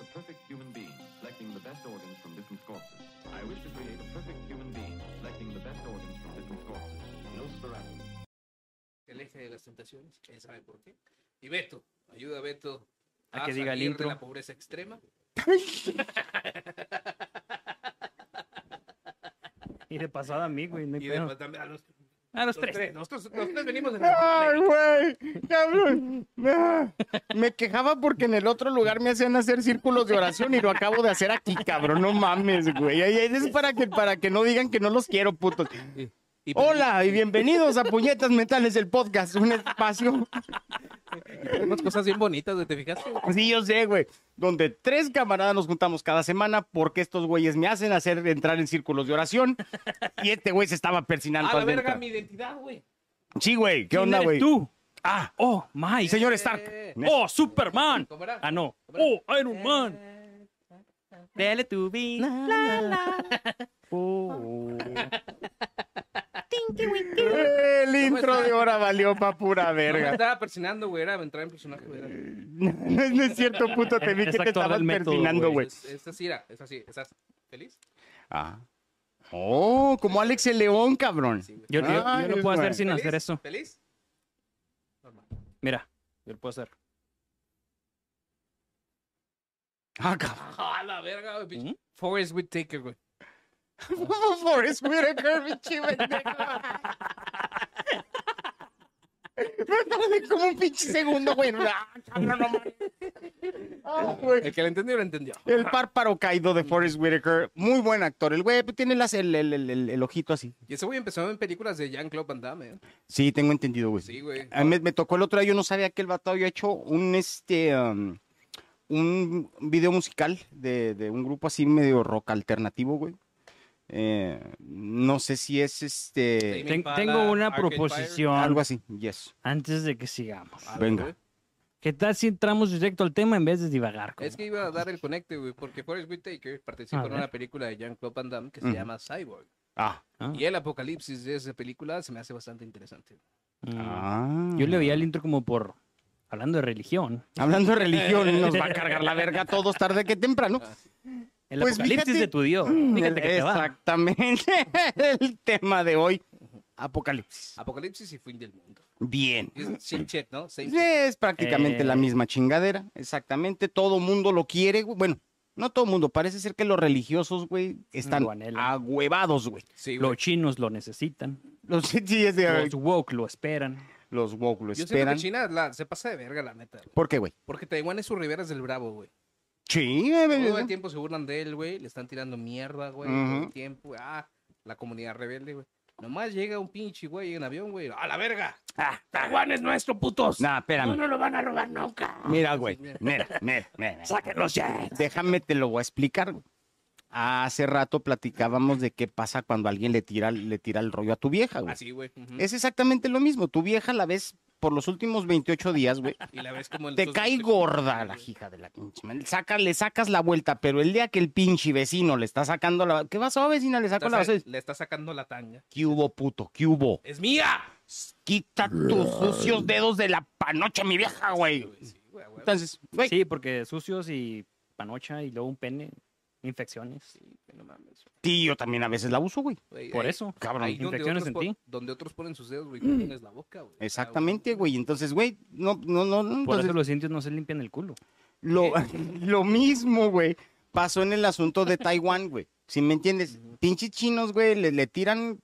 a perfect human being, selecting the best organs from different corpses. I wish to create a perfect human being, selecting the best organs from different corpses. Nosferatu. el eje de las tentaciones, él sabe por qué. Y Beto, ayuda a Beto A que diga el salir intro. de la pobreza extrema. Y de pasada a mí, güey. No hay Y pedo. después también a los, a los los tres. tres. Nosotros, nosotros venimos de ¡Ay, güey! ¡Cabrón! Ah, Me quejaba porque en el otro lugar me hacían hacer círculos de oración y lo acabo de hacer aquí, cabrón. No mames, güey. Ay, ay, Es para que, para que no digan que no los quiero, putos. Hola y bienvenidos a Puñetas Mentales, el podcast, un espacio. Tenemos cosas bien bonitas, güey, ¿te fijaste? Sí, yo sé, güey. Donde tres camaradas nos juntamos cada semana porque estos güeyes me hacen hacer entrar en círculos de oración y este güey se estaba persinando. A la al verga, entrar. mi identidad, güey. Sí, güey. ¿Qué ¿Quién onda, eres güey? tú? Ah, oh, my. Señor Eh. Stark. Oh, Superman. ¿Cómo era? Ah, no. ¿Cómo era? Oh, Iron Eh. Man. Dale tu vida. El intro de ahora valió pa' pura No, me verga. estaba persinando, güey, era entrar en personaje, güey. era- No es cierto, puto, te vi Es que te actor estabas del método, persinando, güey. Es, es así, era, es así, ¿estás feliz? Ah. Oh, como Alex el León, cabrón. Sí, güey. Yo, yo- yo Ay, lo puedo güey. hacer sin ¿Feliz? hacer eso. ¿Feliz? Normal. Mira, yo lo puedo hacer. Ah, cabrón. Ah, la verga, güey, pinche. ¿Mm? Forrest Whitaker, güey. Forrest Whitaker, pinche pendejo. Me tardé como un pinche segundo, güey. Ah, cabrón, no mames. Ah, güey. El que lo entendió, lo entendió. El párparo caído de Forrest Whitaker, muy buen actor. El güey pues, tiene las- el, el- el- el- el ojito así. Y ese güey empezó en películas de Jean-Claude Van Damme, ¿eh? Sí, tengo entendido, güey. Sí, güey. A mí Ah, me, me tocó el otro día, yo no sabía que el vato había hecho un este um, un video musical de, de un grupo así medio rock alternativo, güey. Eh, no sé si es este Ten- Impala, tengo una Arcade Fire. proposición algo así. Yes. antes de que sigamos. A ver, Venga. güey. ¿Qué tal si entramos directo al tema en vez de divagar? como- Es que iba a dar el conecte, güey, porque Forrest Whitaker participó A en ver. una película de Jean-Claude Van Damme que se Ujú. llama Cyborg. Ah. Ah, Y el apocalipsis de esa película se me hace bastante interesante. mm. Ah. Yo le veía el intro como por hablando de religión. Hablando de religión, nos va a cargar la verga a todos tarde que temprano. El Pues apocalipsis fíjate- de tu Dios. Fíjate que te va. Exactamente. El tema de hoy, apocalipsis. Apocalipsis y fin del mundo. Bien. Y Es same shit, ¿no? Same shit. Es prácticamente Eh. la misma chingadera, exactamente. Todo mundo lo quiere, güey. Bueno, no todo mundo. Parece ser que los religiosos, güey, están Lo anhelan. agüevados, güey. Sí, güey. Los chinos lo necesitan. Los, sí, es de- Los woke lo esperan. los woke lo Yo siento que esperan. China la- se pasa de verga, la neta. güey. ¿Por qué, güey? Porque Taiwán es su Rivera es del Bravo, güey. Sí, eh, Todo el eh, tiempo se burlan de él, güey. Le están tirando mierda, güey. Todo Ujú. el tiempo. Ah, la comunidad rebelde, güey. Nomás llega un pinche, güey, en avión, güey. ¡A la verga! Ah, ¡Taiwán es nuestro, putos! nah, espérame. lo van a robar nunca. Mira, güey. Sí, mira. Mira, mira, mira. Sáquenlos ya. Déjame, te lo voy a explicar, güey. Hace rato platicábamos de qué pasa cuando alguien le tira, le tira el rollo a tu vieja, güey. Así, güey. ujú. Es exactamente lo mismo. Tu vieja la ves por los últimos 28 días, güey. Y la ves como en Te tus- cae gorda la hija de la pinche madre. Saca, le sacas la vuelta, pero el día que el pinche vecino le está sacando la. ¿Qué pasó, vecina? Le saco Está la. sa- ¿Qué Le está sacando la tanga. hubo, puto? ¿Qué hubo? ¡Es mía! Quita tus sucios dedos de la panocha, mi vieja, güey. Sí, güey, güey. Entonces, güey. Sí, porque sucios y panocha y luego un pene, infecciones. Sí, güey, no mames, tío, yo también a veces la uso, güey. güey. eh, Por Ahí- eso, Cabrón. ahí donde infecciones otros en pon- ti. Donde otros ponen sus dedos, güey, tú pones la boca, güey. Exactamente, güey. Entonces, güey, no, no, no. no, Por entonces- eso los indios no se limpian el culo. Lo, lo mismo, güey, pasó en el asunto de Taiwán, güey. Si me entiendes, pinches chinos, güey, le, le tiran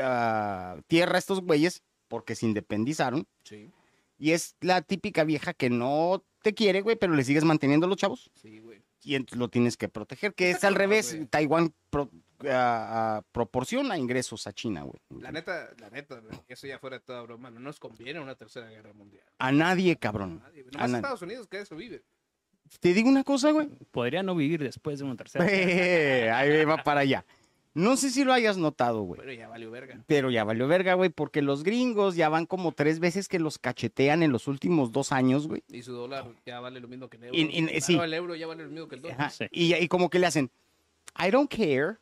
ah, tierra a estos güeyes porque se independizaron. Sí, Y es la típica vieja que no te quiere, güey, pero le sigues manteniendo a los chavos. sí, güey. Y ent- lo tienes que proteger, que es al revés. güey. Taiwán pro- ah, ah, proporciona ingresos a China, güey. La neta, la neta, güey, eso ya fuera de toda broma. No nos conviene una tercera guerra mundial. A nadie, cabrón. Nadie, güey. A Nomás nadie. Estados Unidos que eso vive. Te digo una cosa, güey. Podría no vivir después de una tercera. Ahí va para allá. No sé si lo hayas notado, güey. Pero ya valió verga. Pero ya valió verga, güey, porque los gringos ya van como tres veces que los cachetean en los últimos dos años, güey. Y su dólar ya vale lo mismo que el euro. En- en- Ah, sí. no, el euro ya vale lo mismo que el dólar. Ajá, Sí. Y, y como que le hacen, I don't care,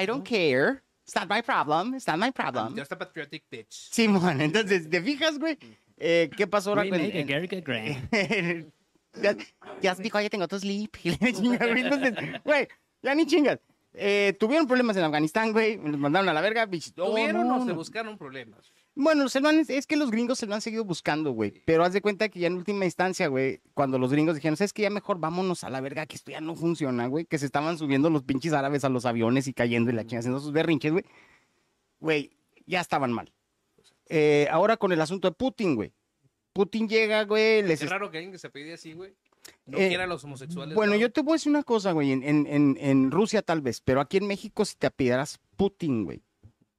I don't care, it's not my problem, it's not my problem. Ya está patriotic bitch. Simón, entonces, ¿te fijas, güey? Eh, ¿Qué pasó ahora We con- make en- America grand. ya, ya dijo, ya tengo otro sleep. Y la chinga, güey. Entonces, güey, ya ni chingas. Eh, tuvieron problemas en Afganistán, güey. Los mandaron a la verga. bicho. No, ¿Tuvieron no, o se no. buscaron problemas? Bueno, se lo han- es que los gringos se lo han seguido buscando, güey. Pero haz de cuenta que ya en última instancia, güey, cuando los gringos dijeron, ¿sabes que Ya mejor vámonos a la verga, que esto ya no funciona, güey. Que se estaban subiendo los pinches árabes a los aviones y cayendo y la china haciendo sus berrinches, güey. Güey, ya estaban mal. Eh, ahora con el asunto de Putin, güey. Putin llega, güey, les, Es raro que alguien que se pedía así, güey. No Eh, quiera a los homosexuales. Bueno, ¿no? yo te voy a decir una cosa, güey. En, en- en- en Rusia tal vez, pero aquí en México, si te apellidaras Putin, güey,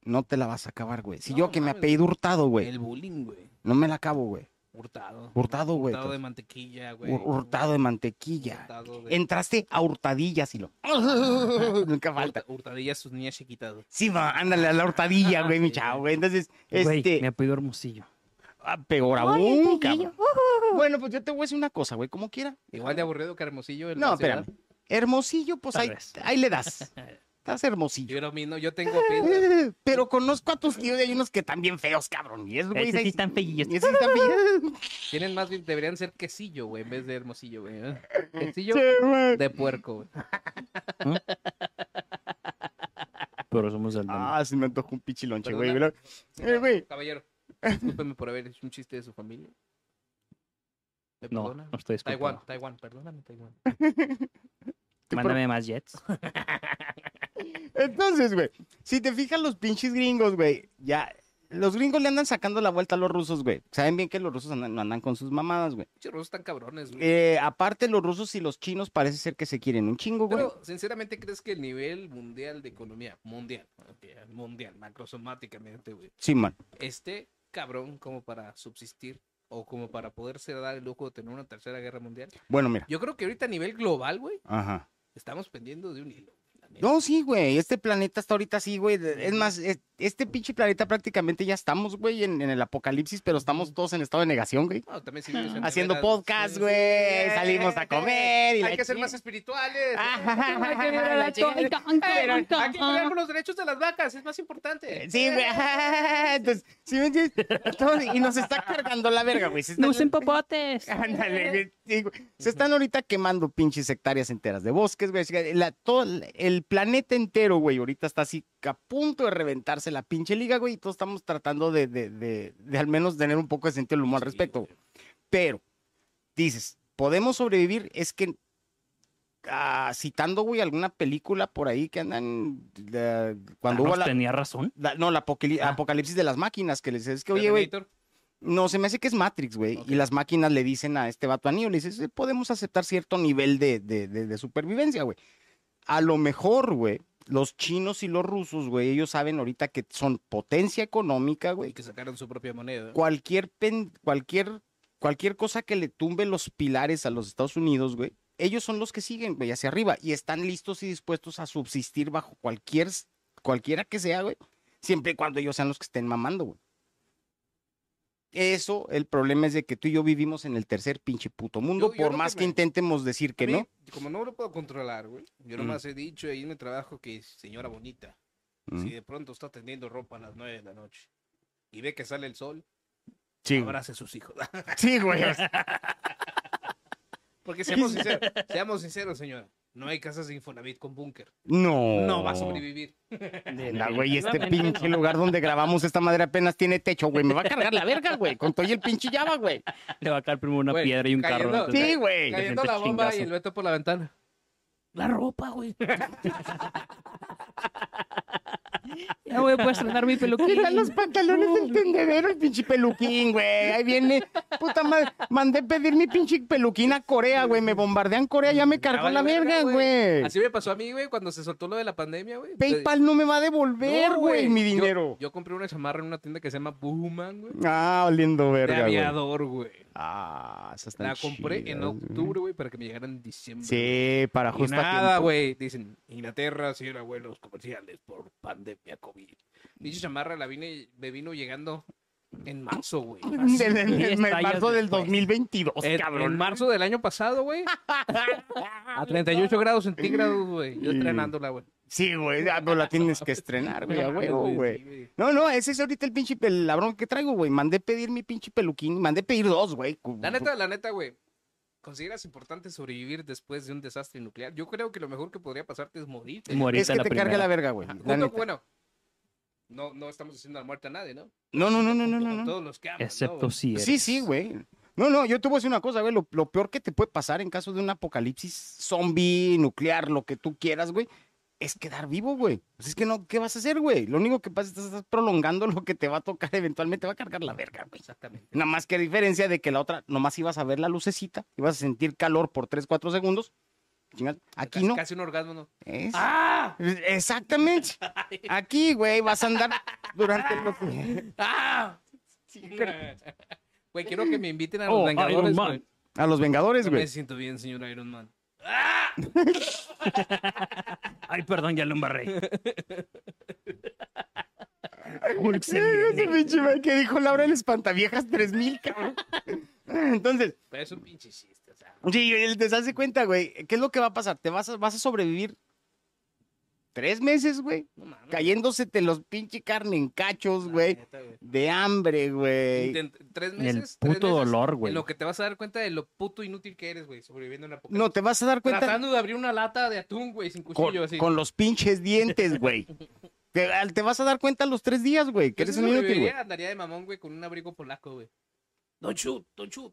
no te la vas a acabar, güey. Si No, yo que me mames, apellido Hurtado, güey, El bullying, güey. no me la acabo, güey. Hurtado. Hurtado, Hurtado güey. de Hurtado mantequilla, güey. de, mantequilla. Hurtado de- Entraste a hurtadillas y lo. Nunca falta. Hurta- Hurtadillas sus niñas chiquitas. güey. Sí, va, ándale a la hurtadilla, güey, mi Sí, chavo, güey. güey. Entonces, Güey, este. me ha pedido hermosillo. ah, peor aún, cabrón. ¡Uh, Bueno, pues yo te voy a decir una cosa, güey, como quiera. Igual de aburrido que Hermosillo. el No, la ciudad. espérame. Hermosillo, pues Tal ahí, vez. ahí le das. Estás hermosillo. Yo era mi, no, yo tengo apellido. Eh, Pero conozco a tus tíos y hay unos que están bien feos, cabrón. Y esos güeyes Esos sí ahí- están feillos. y esos sí están feillos. Tienen más bien, deberían ser quesillo, güey, en vez de hermosillo, güey. ¿eh? Quesillo de puerco, güey. Pero somos del mundo. Ah, se me antojó un pichilonche, güey. Perdona. Eh, güey. Caballero, discúlpeme por haber hecho un chiste de su familia. ¿Me No, perdona? no estoy Taiwán, disculpando. Taiwán, perdóname, Taiwán. Mándame más jets. Entonces, güey, si te fijas los pinches gringos, güey, ya... Los gringos le andan sacando la vuelta a los rusos, güey. Saben bien que los rusos andan, andan con sus mamadas, güey. Pinche rusos tan cabrones, güey. Eh, aparte, los rusos y los chinos parece ser que se quieren un chingo, güey. Pero, sinceramente, ¿crees que el nivel mundial de economía, mundial, ok, mundial, macrosomáticamente, güey, Sí, man. esté cabrón como para subsistir o como para poderse dar el lujo de tener una tercera guerra mundial? Bueno, mira. Yo creo que ahorita a nivel global, güey, Ajá. estamos pendiendo de un hilo. la neta. No, sí, güey. Este planeta está ahorita así, güey. de- Es más, es- este pinche planeta prácticamente ya estamos, güey, en, en el apocalipsis, pero estamos todos en estado de negación, güey. No, también sí, Vicente Haciendo Vegas, podcast, sí. güey. Salimos a comer. Y Hay la que ser chi- más espirituales. Ajá, Hay que mirar la a chingada. todo. Pero hay que pelear por los derechos de las vacas, es más importante. Eh, Sí, güey. ajá, Entonces, sí, me entiendes? Todo- y nos está cargando la verga, güey. Se están- ¡No usen popotes! Ándale, güey, sí, güey. Se están ahorita quemando pinches hectáreas enteras de bosques, güey. así que la- todo el- el planeta entero, güey, ahorita está así a punto de reventarse la pinche liga, güey. Y todos estamos tratando de, de- de- de al menos tener un poco de sentido del humor al respecto. güey. Pero, dices, ¿podemos sobrevivir? Es que, ah, citando, güey, alguna película por ahí que andan... la- cuando hubo Thanos la... tenía razón. la- no, la apocali- apocalipsis de las máquinas, que les es que, oye, güey, Terminator, no, se me hace que es Matrix, güey. Ok. Y las máquinas le dicen a este vato a Neo, le dices, "Eh, podemos aceptar cierto nivel de, de- de- de supervivencia, güey. A lo mejor, güey, los chinos y los rusos, güey, ellos saben ahorita que son potencia económica, y güey. que sacaron su propia moneda. Cualquier, pen- cualquier, cualquier cosa que le tumbe los pilares a los Estados Unidos, güey, ellos son los que siguen, güey, hacia arriba. Y están listos y dispuestos a subsistir bajo cualquier, cualquiera que sea, güey. Siempre y cuando ellos sean los que estén mamando, güey. Eso, el problema es de que tú y yo vivimos en el tercer pinche puto mundo, Yo- yo por lo más que que, me- intentemos decir que A mí, no. Como no lo puedo controlar, güey. Yo Mm. nomás he dicho ahí en mi trabajo que, señora bonita, Mm. si de pronto está tendiendo ropa a las nueve de la noche y ve que sale el sol, Sí, güey. abrace a sus hijos. Sí, güey. Porque seamos sinceros, seamos sinceros, señora. No hay casas de Infonavit con búnker. No. No va a sobrevivir. La güey, este pinche lugar donde grabamos esta madre apenas tiene techo, güey. Me va a cargar la verga, güey. Con todo y el pinche llava, güey. Le va a caer primero una Güey, piedra y un cayendo- carro. antes de- Sí, güey. Cayendo sientes la bomba y chingazo. el veto por la ventana. La ropa, güey. ya voy a poder estrenar mi peluquín. Quita los pantalones del tendedero, el pinche peluquín, güey. Ahí viene. Puta madre. Mandé pedir mi pinche peluquín a Corea, güey. Me bombardean Corea, ya me cargó vale la verga, güey. Así me pasó a mí, güey, cuando se soltó lo de la pandemia, güey. PayPal no me va a No, devolver, güey, mi Yo- dinero. Yo, compré una chamarra en una tienda que se llama Booman, güey. Ah, oliendo De verga, güey. aviador, güey. Ah, esas están La compré en chidas, güey. octubre, güey, para que me llegara en diciembre. Sí, para Y justo a nada, tiempo. güey. Dicen, Inglaterra cierra vuelos comerciales por pandemia COVID. Dicho chamarra la vine, me vino llegando en marzo, güey. Así, En, en- Diez en tallas marzo del después. 2022, en, en cabrón. marzo del año pasado, güey. A 38 grados centígrados, güey. Yo Y- estrenándola, güey. Sí, güey, ah, no la tienes que estrenar, güey, a No mames, huevo, güey, güey. sí, güey. No, no, ese es ahorita el pinche el labrón que traigo, güey. Mandé pedir mi pinche peluquín, mandé pedir dos, güey. La neta, la neta, güey. ¿Consideras importante sobrevivir después de un desastre nuclear? Yo creo que lo mejor que podría pasarte es morirte. Morirte es que la te carga primera. la verga, güey. Ajá. la Junto- neta. bueno, no, no estamos haciendo la muerte a nadie, ¿no? No, no, no, no, no, Junto no. con no. Todos los que aman, ¿no, Excepto güey? si. Sí, eres- sí, güey. No, no, yo te voy a decir una cosa, güey. Lo, lo peor que te puede pasar en caso de un apocalipsis zombie, nuclear, lo que tú quieras, güey, es quedar vivo, güey. Pues es que no, ¿qué vas a hacer, güey? Lo único que pasa es que estás prolongando lo que te va a tocar eventualmente, va a cargar la verga, güey. Exactamente. Nada más que a diferencia de que la otra, nomás ibas a ver la lucecita, ibas a sentir calor por 3, 4 segundos. Chingas, Aquí Casi- no. Casi un orgasmo, ¿no? Es- ¡Ah! Exactamente. Aquí, güey, vas a andar durante los... ¡Ah! Güey, quiero que me inviten a los Oh, Vengadores, Iron Man. güey. A los Vengadores, No me güey. siento bien, señor Iron Man. Ay, perdón, ya lo embarré. Hulk se Ese viene. pinche güey que dijo Laura el espantaviejas 3000, cabrón. Entonces, Pero es un pinche chiste, o sea. sí, él te das de cuenta, güey. ¿Qué es lo que va a pasar? ¿Te vas a, vas a sobrevivir tres meses, güey? No mames. Cayéndosete los pinche carne en cachos, la güey. neta, güey. De hambre, güey. Intent- Tres En el meses. tres puto meses dolor, En güey. lo que te vas a dar cuenta de lo puto inútil que eres, güey, sobreviviendo en la No, te vas a dar cuenta Tratando de abrir una lata de atún, güey, sin con, cuchillo, así. con los pinches dientes, güey. Te, al- te vas a dar cuenta a los tres días, güey, que Yo eres sí un inútil, sobreviviría, güey. Andaría de mamón, güey, con un abrigo polaco, güey. Don't shoot, don't shoot.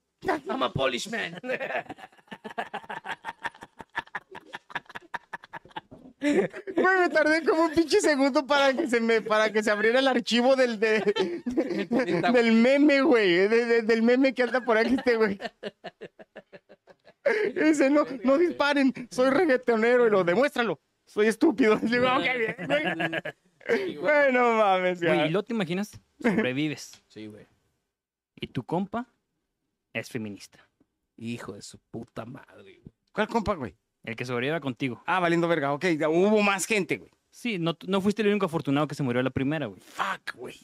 I'm a Polish man. Güey, me tardé como un pinche segundo para que se me, para que se abriera el archivo del de- del meme, güey. de- de- del meme que anda por aquí este güey. Y Dice, no, no disparen, soy reggaetonero y lo demuéstralo. Soy estúpido. Y digo, ok, bien, güey. Sí, güey. Bueno, mames, ya. Güey, ¿y lo te imaginas? Sobrevives. Sí, güey. Y tu compa es feminista. Hijo de su puta madre, güey. ¿Cuál compa, güey? El que sobreviva contigo. Ah, valiendo verga, ok, ya hubo más gente, güey. Sí, no, no fuiste el único afortunado que se murió a la primera, güey. Fuck, güey.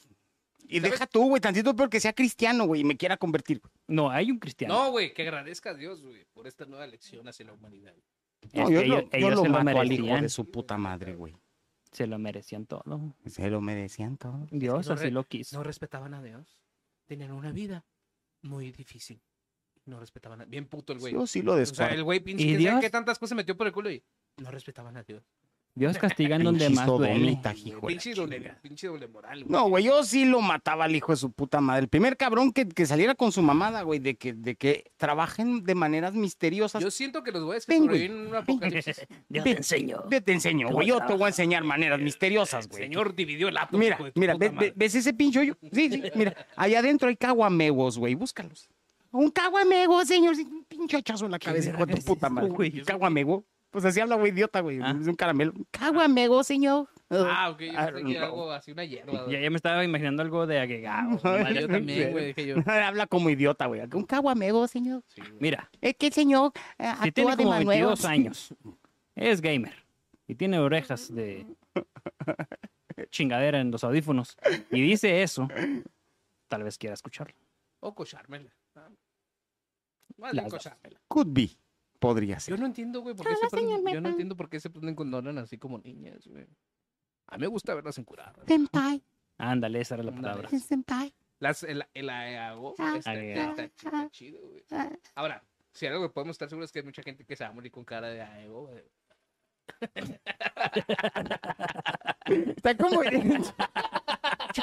Y deja tú, güey, tantito peor que sea cristiano, güey, y me quiera convertir. güey. No, hay un cristiano. No, güey, que agradezca a Dios, güey, por esta nueva lección hacia la humanidad. No, Es yo, que lo, ellos, yo ellos lo se lo mato al hijo merecían. de su puta madre, güey. Se lo merecían todo. Se lo merecían todo. Dios no así re- lo quiso. No respetaban a Dios. Tenían una vida muy difícil. No respetaban a Bien puto el güey. Yo sí lo o sea, descuarto. el güey pinche, ¿Y ¿quién sabe Dios? qué tantas cosas metió por el culo y no respetaban a Dios. Dios castiga en donde Pinche más duele. sodomita, hijo de la pinche, doble, chingada. pinche doble moral, güey. No, güey, yo sí lo mataba al hijo de su puta madre. El primer cabrón que, que saliera con su mamada, güey, de que, de que trabajen de maneras misteriosas. Yo siento que los güeyes que Ven, güey. sobreviven en un apocalipsis. Dios te enseñó. Ve, te enseño, güey. Yo te voy a enseñar maneras misteriosas, güey. Señor dividió el átomo. Mira, hijo de tu mira, puta ve- ve- madre. ¿ves ese pincho yo? Sí, sí, mira. Allá adentro hay caguamegos, güey. Búscalos. Un caguamego, señor. sí, Un pinche hachazo en la cabeza, hijo de tu puta madre. güey? Yo Un caguamego. Pues así habla, güey, idiota, güey. Ah. Es un caramelo. Un Caguamego, señor. Ah, ok, yo Ah, pensé que no. algo así, una hierba. Ya, güey. ya me estaba imaginando algo de agregado. Madre, Yo también, güey, dije yo. Habla como idiota, güey. Un caguamego, señor. Sí, güey. Mira, Es que el señor eh, si actúa tiene de como más nuevo. 22 años, es gamer y tiene orejas de chingadera en los audífonos y dice eso, tal vez quiera escucharlo. O cochármela. Ah. Más bien Las dos. cochármela. Could be. Podría Yo ser. no entiendo, güey, por qué se prenden, yo no entiendo por qué se prenden con Nolan así como niñas, güey. A mí me gusta verlas encuradas. Senpai, Ándale, esa era la Ándale. palabra. senpai. Las, el, el AEAO Ah, está, Agregado. está chi- está chido, güey. Ahora, si algo que podemos estar seguros es que hay mucha gente que se va a morir con cara de AEO, güey. Está como.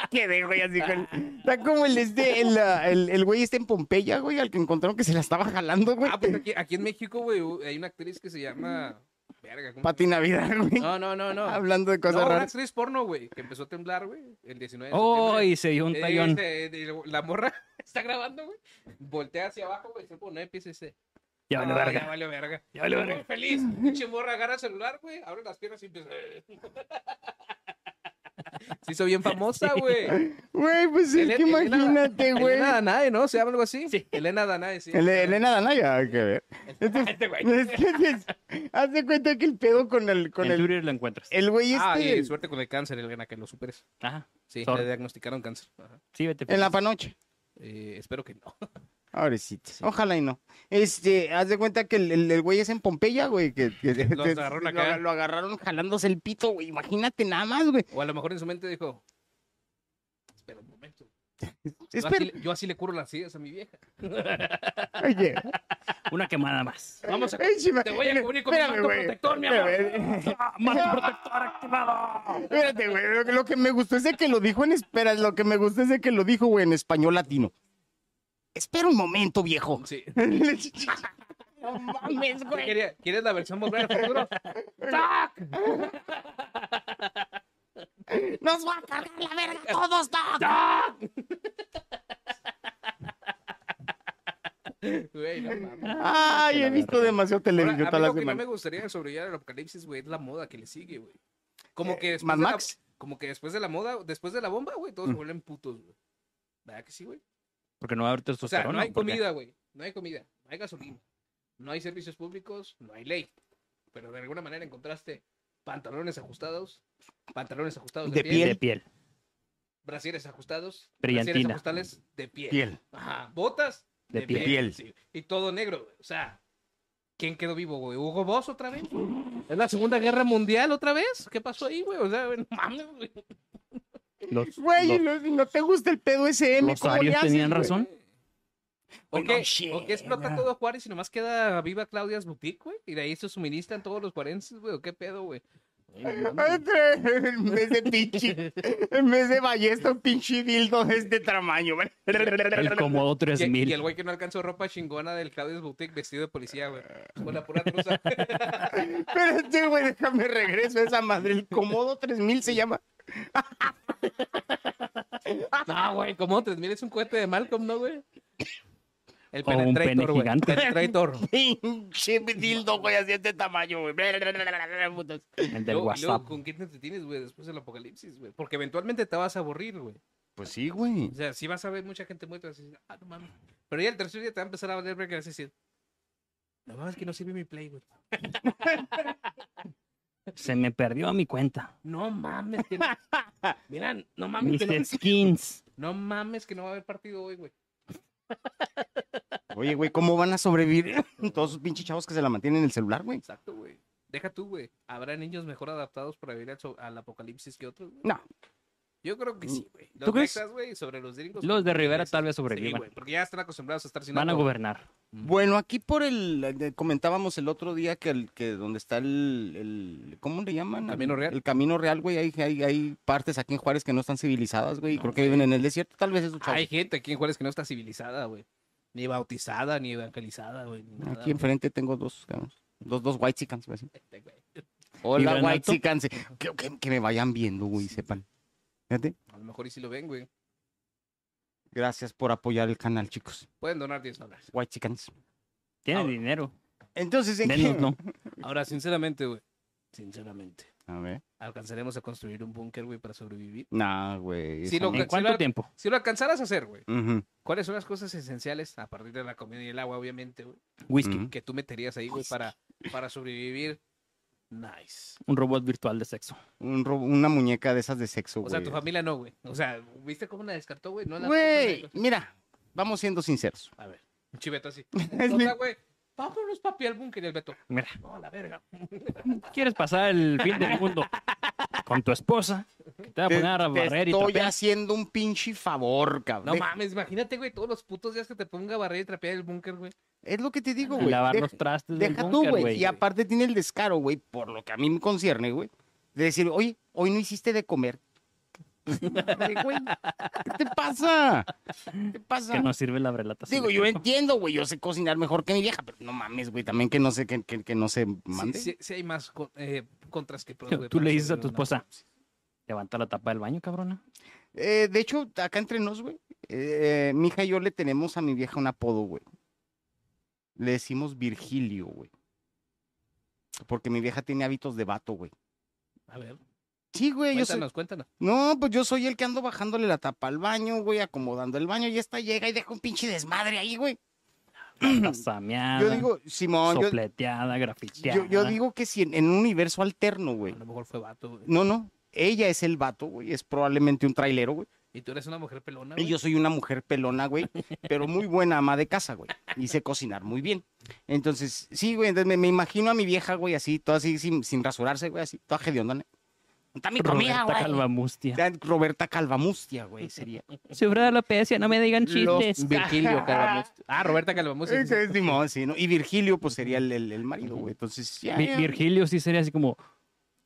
Quedé, güey, así con- Está como el este, el, ah, el, el güey este en Pompeya, güey, al que encontraron que se la estaba jalando, güey. Ah, pues aquí, aquí en México, güey, hu- hay una actriz que se llama... Verga, ¿cómo? Pati Navidad, güey. No, no, no, no. Hablando de cosas no, una raras. actriz porno, güey, que empezó a temblar, güey, el 19 de ¡Oh! septiembre. Y se dio un Eh, tallón. este, de- la morra está grabando, güey. Voltea hacia abajo, güey, se pone empieza y dice, Ya vale, "Ah, verga. Ya vale verga. Ya vale, Muy verga. feliz. Pinche morra agarra el celular, güey, abre las piernas y empieza. Se hizo bien famosa, güey. Güey, pues es Ele- que Elena- imagínate, güey. Elena Danae, ¿no? ¿Se llama algo así? Elena Danae, sí. Ele- Elena Danaya, hay que ver. Este güey. Es que es- este, haz de cuenta que el pedo con el, con en el, Twitter lo encuentras. el güey Ah, este, y suerte con el cáncer, Elena, que lo superes. Ajá. Sí, Sorry. le diagnosticaron cáncer. Ajá. Sí, vete. en pues. la panocha. Eh, espero que no. Ahora sí. Ojalá y no. Este, haz de cuenta que el- el el güey es en Pompeya, güey. Que, que- Lo agarraron lo acá. aga- Lo, agarraron jalándose el pito, güey. Imagínate nada más, güey. O a lo mejor en su mente dijo, espera un momento. Yo Espera. así, le- yo así le curo las ideas a mi vieja. Oye. pues, Una quemada más. Vamos a... Ey, chima- Te voy a cubrir con mi espérame, manto güey. protector, mi amor. Espérame. ¡Ah, ¡Manto protector activado! Espérate, güey. Lo, que- lo que me gustó es de que lo dijo en espera. Lo que me gustó es de que lo dijo, güey, en español latino. Espera un momento, viejo. Sí. no mames, ¿Qué quería? ¿Quieres la versión volver al futuro? Nos va a cargar la verga a todos, no. Güey, no mames. Ay, he visto demasiado Ahora, televisión a mí toda la lo que no semana. me gustaría sobrevivir al apocalipsis, güey, es la moda que le sigue, güey. Como Eh, que después Mad de la- Max. Mm. como que después de la moda, después de la bomba, güey, todos se vuelven putos, güey. ¿Verdad que sí, güey? Porque no va a haber Pues O sea, testosterona. no hay porque- comida, güey. No hay comida, no hay gasolina, no hay servicios públicos, no hay ley. Pero de alguna manera encontraste pantalones ajustados, pantalones ajustados de, De piel, piel. De piel. brasieres ajustados, brasieres Brillantina. ajustales de piel. Piel. Ajá, botas De piel. Piel. sí. Y todo negro, güey. O sea, ¿quién quedó vivo, güey? ¿Hugo Boss otra vez? ¿Es la Segunda Guerra Mundial otra vez? ¿Qué pasó ahí, güey? O sea, no mames, güey. Los, Güey, los, no, no te gusta el pedo SM? los ¿cómo le arios haces, tenían güey? razón. ¿O Oh, qué, no, shit, o qué explota güey. todo Juárez y nomás queda viva Claudia's Boutique, güey? Y de ahí se suministran todos los juarenses, güey. ¿O qué pedo, güey? Entre- En vez de pinche, en vez de ballesta, un pinche dildo de este tamaño. güey. El Comodo Y, y el 3000. güey que no alcanzó ropa chingona del Claudia's Boutique vestido de policía, güey. Con la pura truza. Espérate, este güey, déjame regreso a esa madre. El Comodo 3000 se llama. No, güey, ¿cómo? 3000 es un cohete de Malcolm, ¿no, güey? El O un pene Penetrator, güey. gigante. Penetrator. Pinche dildo, güey, así de este tamaño, güey. El del Luego- y luego, WhatsApp. ¿Con qué te entretienes, güey, después del apocalipsis, güey? Porque eventualmente te vas a aburrir, güey. Pues sí, güey. O sea, si vas a ver mucha gente muerta, vas a decir, ah, no mames. Pero ya el tercer día te va a empezar a valer verga y vas a decir, no mames, que no sirve mi play, güey. Se me perdió a mi cuenta. No mames, que no. Mira, no Ah, mames, que no. Mis skins. No mames, que no va a haber partido hoy, güey. Oye, güey, ¿cómo van a sobrevivir todos esos pinches chavos que se la mantienen en el celular, güey? Exacto, güey. Deja tú, güey. ¿Habrá niños mejor adaptados para vivir al, so- al apocalipsis que otros, güey? No. Yo creo que sí, güey. Los ¿Tú crees? mexas, güey, sobre los gringos. Los de Rivera tal vez Sí, sobrevivan. güey, porque ya están acostumbrados a estar sin Van a agua. gobernar. Bueno, aquí por el. eh, Comentábamos el otro día que, el, que donde está el, el- ¿Cómo le llaman? Camino Real. El camino real, güey. Hay, hay, hay partes aquí en Juárez que no están civilizadas, güey. y creo que viven en el desierto. Tal vez es un chavo. Hay gente aquí en Juárez que no está civilizada, güey. Ni bautizada, ni evangelizada, güey. ni nada, Aquí enfrente tengo dos, cabrón, dos, dos white chickens, güey. así. Este, güey. Hola, gran white alto? chickens. Que, que- que me vayan viendo, güey, sepan. Fíjate. A lo mejor y si lo ven, güey. Gracias por apoyar el canal, chicos. Pueden donar 10 dólares. White chickens. Tienen Ahora. dinero. Entonces, ¿en qué- Denos, no. Ahora, sinceramente, güey. Sinceramente. A ver. ¿Alcanzaremos a construir un búnker, güey, para sobrevivir? Nah, güey. Sí, eso lo no. que- ¿En si cuánto la- tiempo? Si lo alcanzaras a hacer, güey. Ujú, ¿Cuáles son las cosas esenciales, a partir de la comida y el agua, obviamente, güey, Whisky. ujú. que tú meterías ahí, güey, para, para sobrevivir? Nice. Un robot virtual de sexo. Un ro- una muñeca de esas de sexo, O güey. sea, tu familia no, güey. O sea, ¿viste cómo la descartó, güey? No la Güey, mira, vamos siendo sinceros. A ver, un chiveto así. Es mi- Toca, güey. Vámonos, papi, al búnker y el Beto. Mira, No, a la verga. quieres pasar el fin del mundo con tu esposa, que te va a Te, poner a te barrer y estoy trapear. haciendo un pinche favor, No cabrón. Deja- mames, imagínate, güey, todos los putos días que te ponga a barrer y trapear el búnker, güey. es lo que te digo, y güey. lavar Deja- los trastes del Deja tú, búnker, güey. Y güey. aparte tiene el descaro, güey, por lo que a mí me concierne, güey. De decir, oye, hoy no hiciste de comer. Ay, güey, ¿Qué te pasa? ¿Qué te pasa? Que no sirve la brelata. Digo, yo entiendo, güey, yo sé cocinar mejor que mi vieja, pero no mames, güey, también que no sé, que, que- que no se Sí, mande. sí, sí hay más co- eh, contras que pros, güey, Tú para le dices a tu sobrevivir una- esposa, levanta la tapa del baño, cabrona. Eh, de hecho, acá entre nos, güey, eh, mi hija y yo le tenemos a mi vieja un apodo, güey. Le decimos Virgilio, güey. Porque mi vieja tiene hábitos de vato, güey. A ver, Sí, güey, yo soy- Cuéntanos, cuéntanos. No, pues yo soy el que ando bajándole la tapa al baño, güey, acomodando el baño y esta llega y deja un pinche desmadre ahí, güey. Tasameada, Yo digo, Simón, yo, sopleteada, grafiteada. yo, yo digo que si en, en un universo alterno, güey. A lo mejor fue vato, güey. No, no, ella es el vato, güey, es probablemente un trailero, güey. Y tú eres una mujer pelona, Y güey. yo soy una mujer pelona, güey, pero muy buena ama de casa, güey. Y sé cocinar muy bien. Entonces, sí, güey, entonces me, me imagino a mi vieja, güey, así, toda así, sin, sin rasurarse, güey, así, toda hedionda. ¿no? ¿Dónde Está mi comida, Roberta güey. Calvamustia. Ya, Roberta Calvamustia, güey, sería. Sufra de Lopecia, no me digan chistes. Los Virgilio Calvamus- Ah, Roberta Calvamus. Sí, sí, sí, Simón, sí, ¿no? Y Virgilio, pues sería el, el- el marido, güey. Entonces, ya. Vi- ya. Virgilio sí sería así como,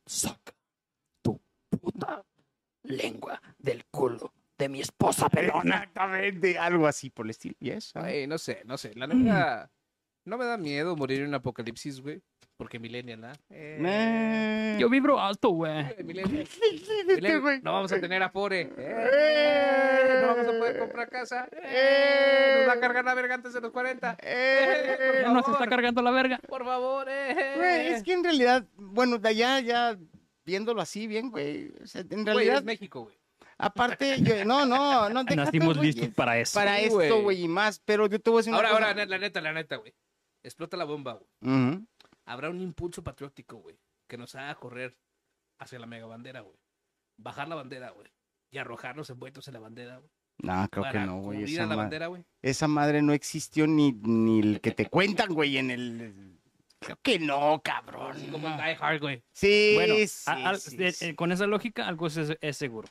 saca tu puta lengua del culo de mi esposa pelona. Exactamente, algo así por el estilo. Yes, ah. Ay, no sé, no sé. La neta, no me da miedo morir en un apocalipsis, güey. Porque millennial, ¿ah? Eh, Eh. Yo vibro alto, güey. eh, millennial. Este güey. Millennial, No vamos a tener afore. Eh. Eh, No vamos a poder comprar casa. Eh. Eh, Nos va a cargar la verga antes de los 40. Eh. Por Nos está favor. cargando la verga. Por favor, eh. Güey, es que en realidad, bueno, de allá ya viéndolo así bien, güey. o sea, en Güey, realidad, es México, güey. aparte, yo- no, no, no déjate, Nacimos güey, listos para eso. para Sí, esto, güey. güey, y más. Pero yo te voy a decir una Ahora, cosa. ahora, ne- la neta, la neta, güey. Explota la bomba, güey. Ujú. Habrá un impulso patriótico, güey, que nos haga correr hacia la mega bandera, güey. Bajar la bandera, güey. Y arrojarnos envueltos en la bandera, güey. No, creo que para no, güey. cubrir Esa, a la ma- bandera, güey. esa madre no existió ni, ni el que te cuentan, güey, en el... Creo que no, cabrón. Así como en Die Hard, güey. Sí, Bueno, a- sí, al- sí, de- sí. eh, con esa lógica algo es, es seguro.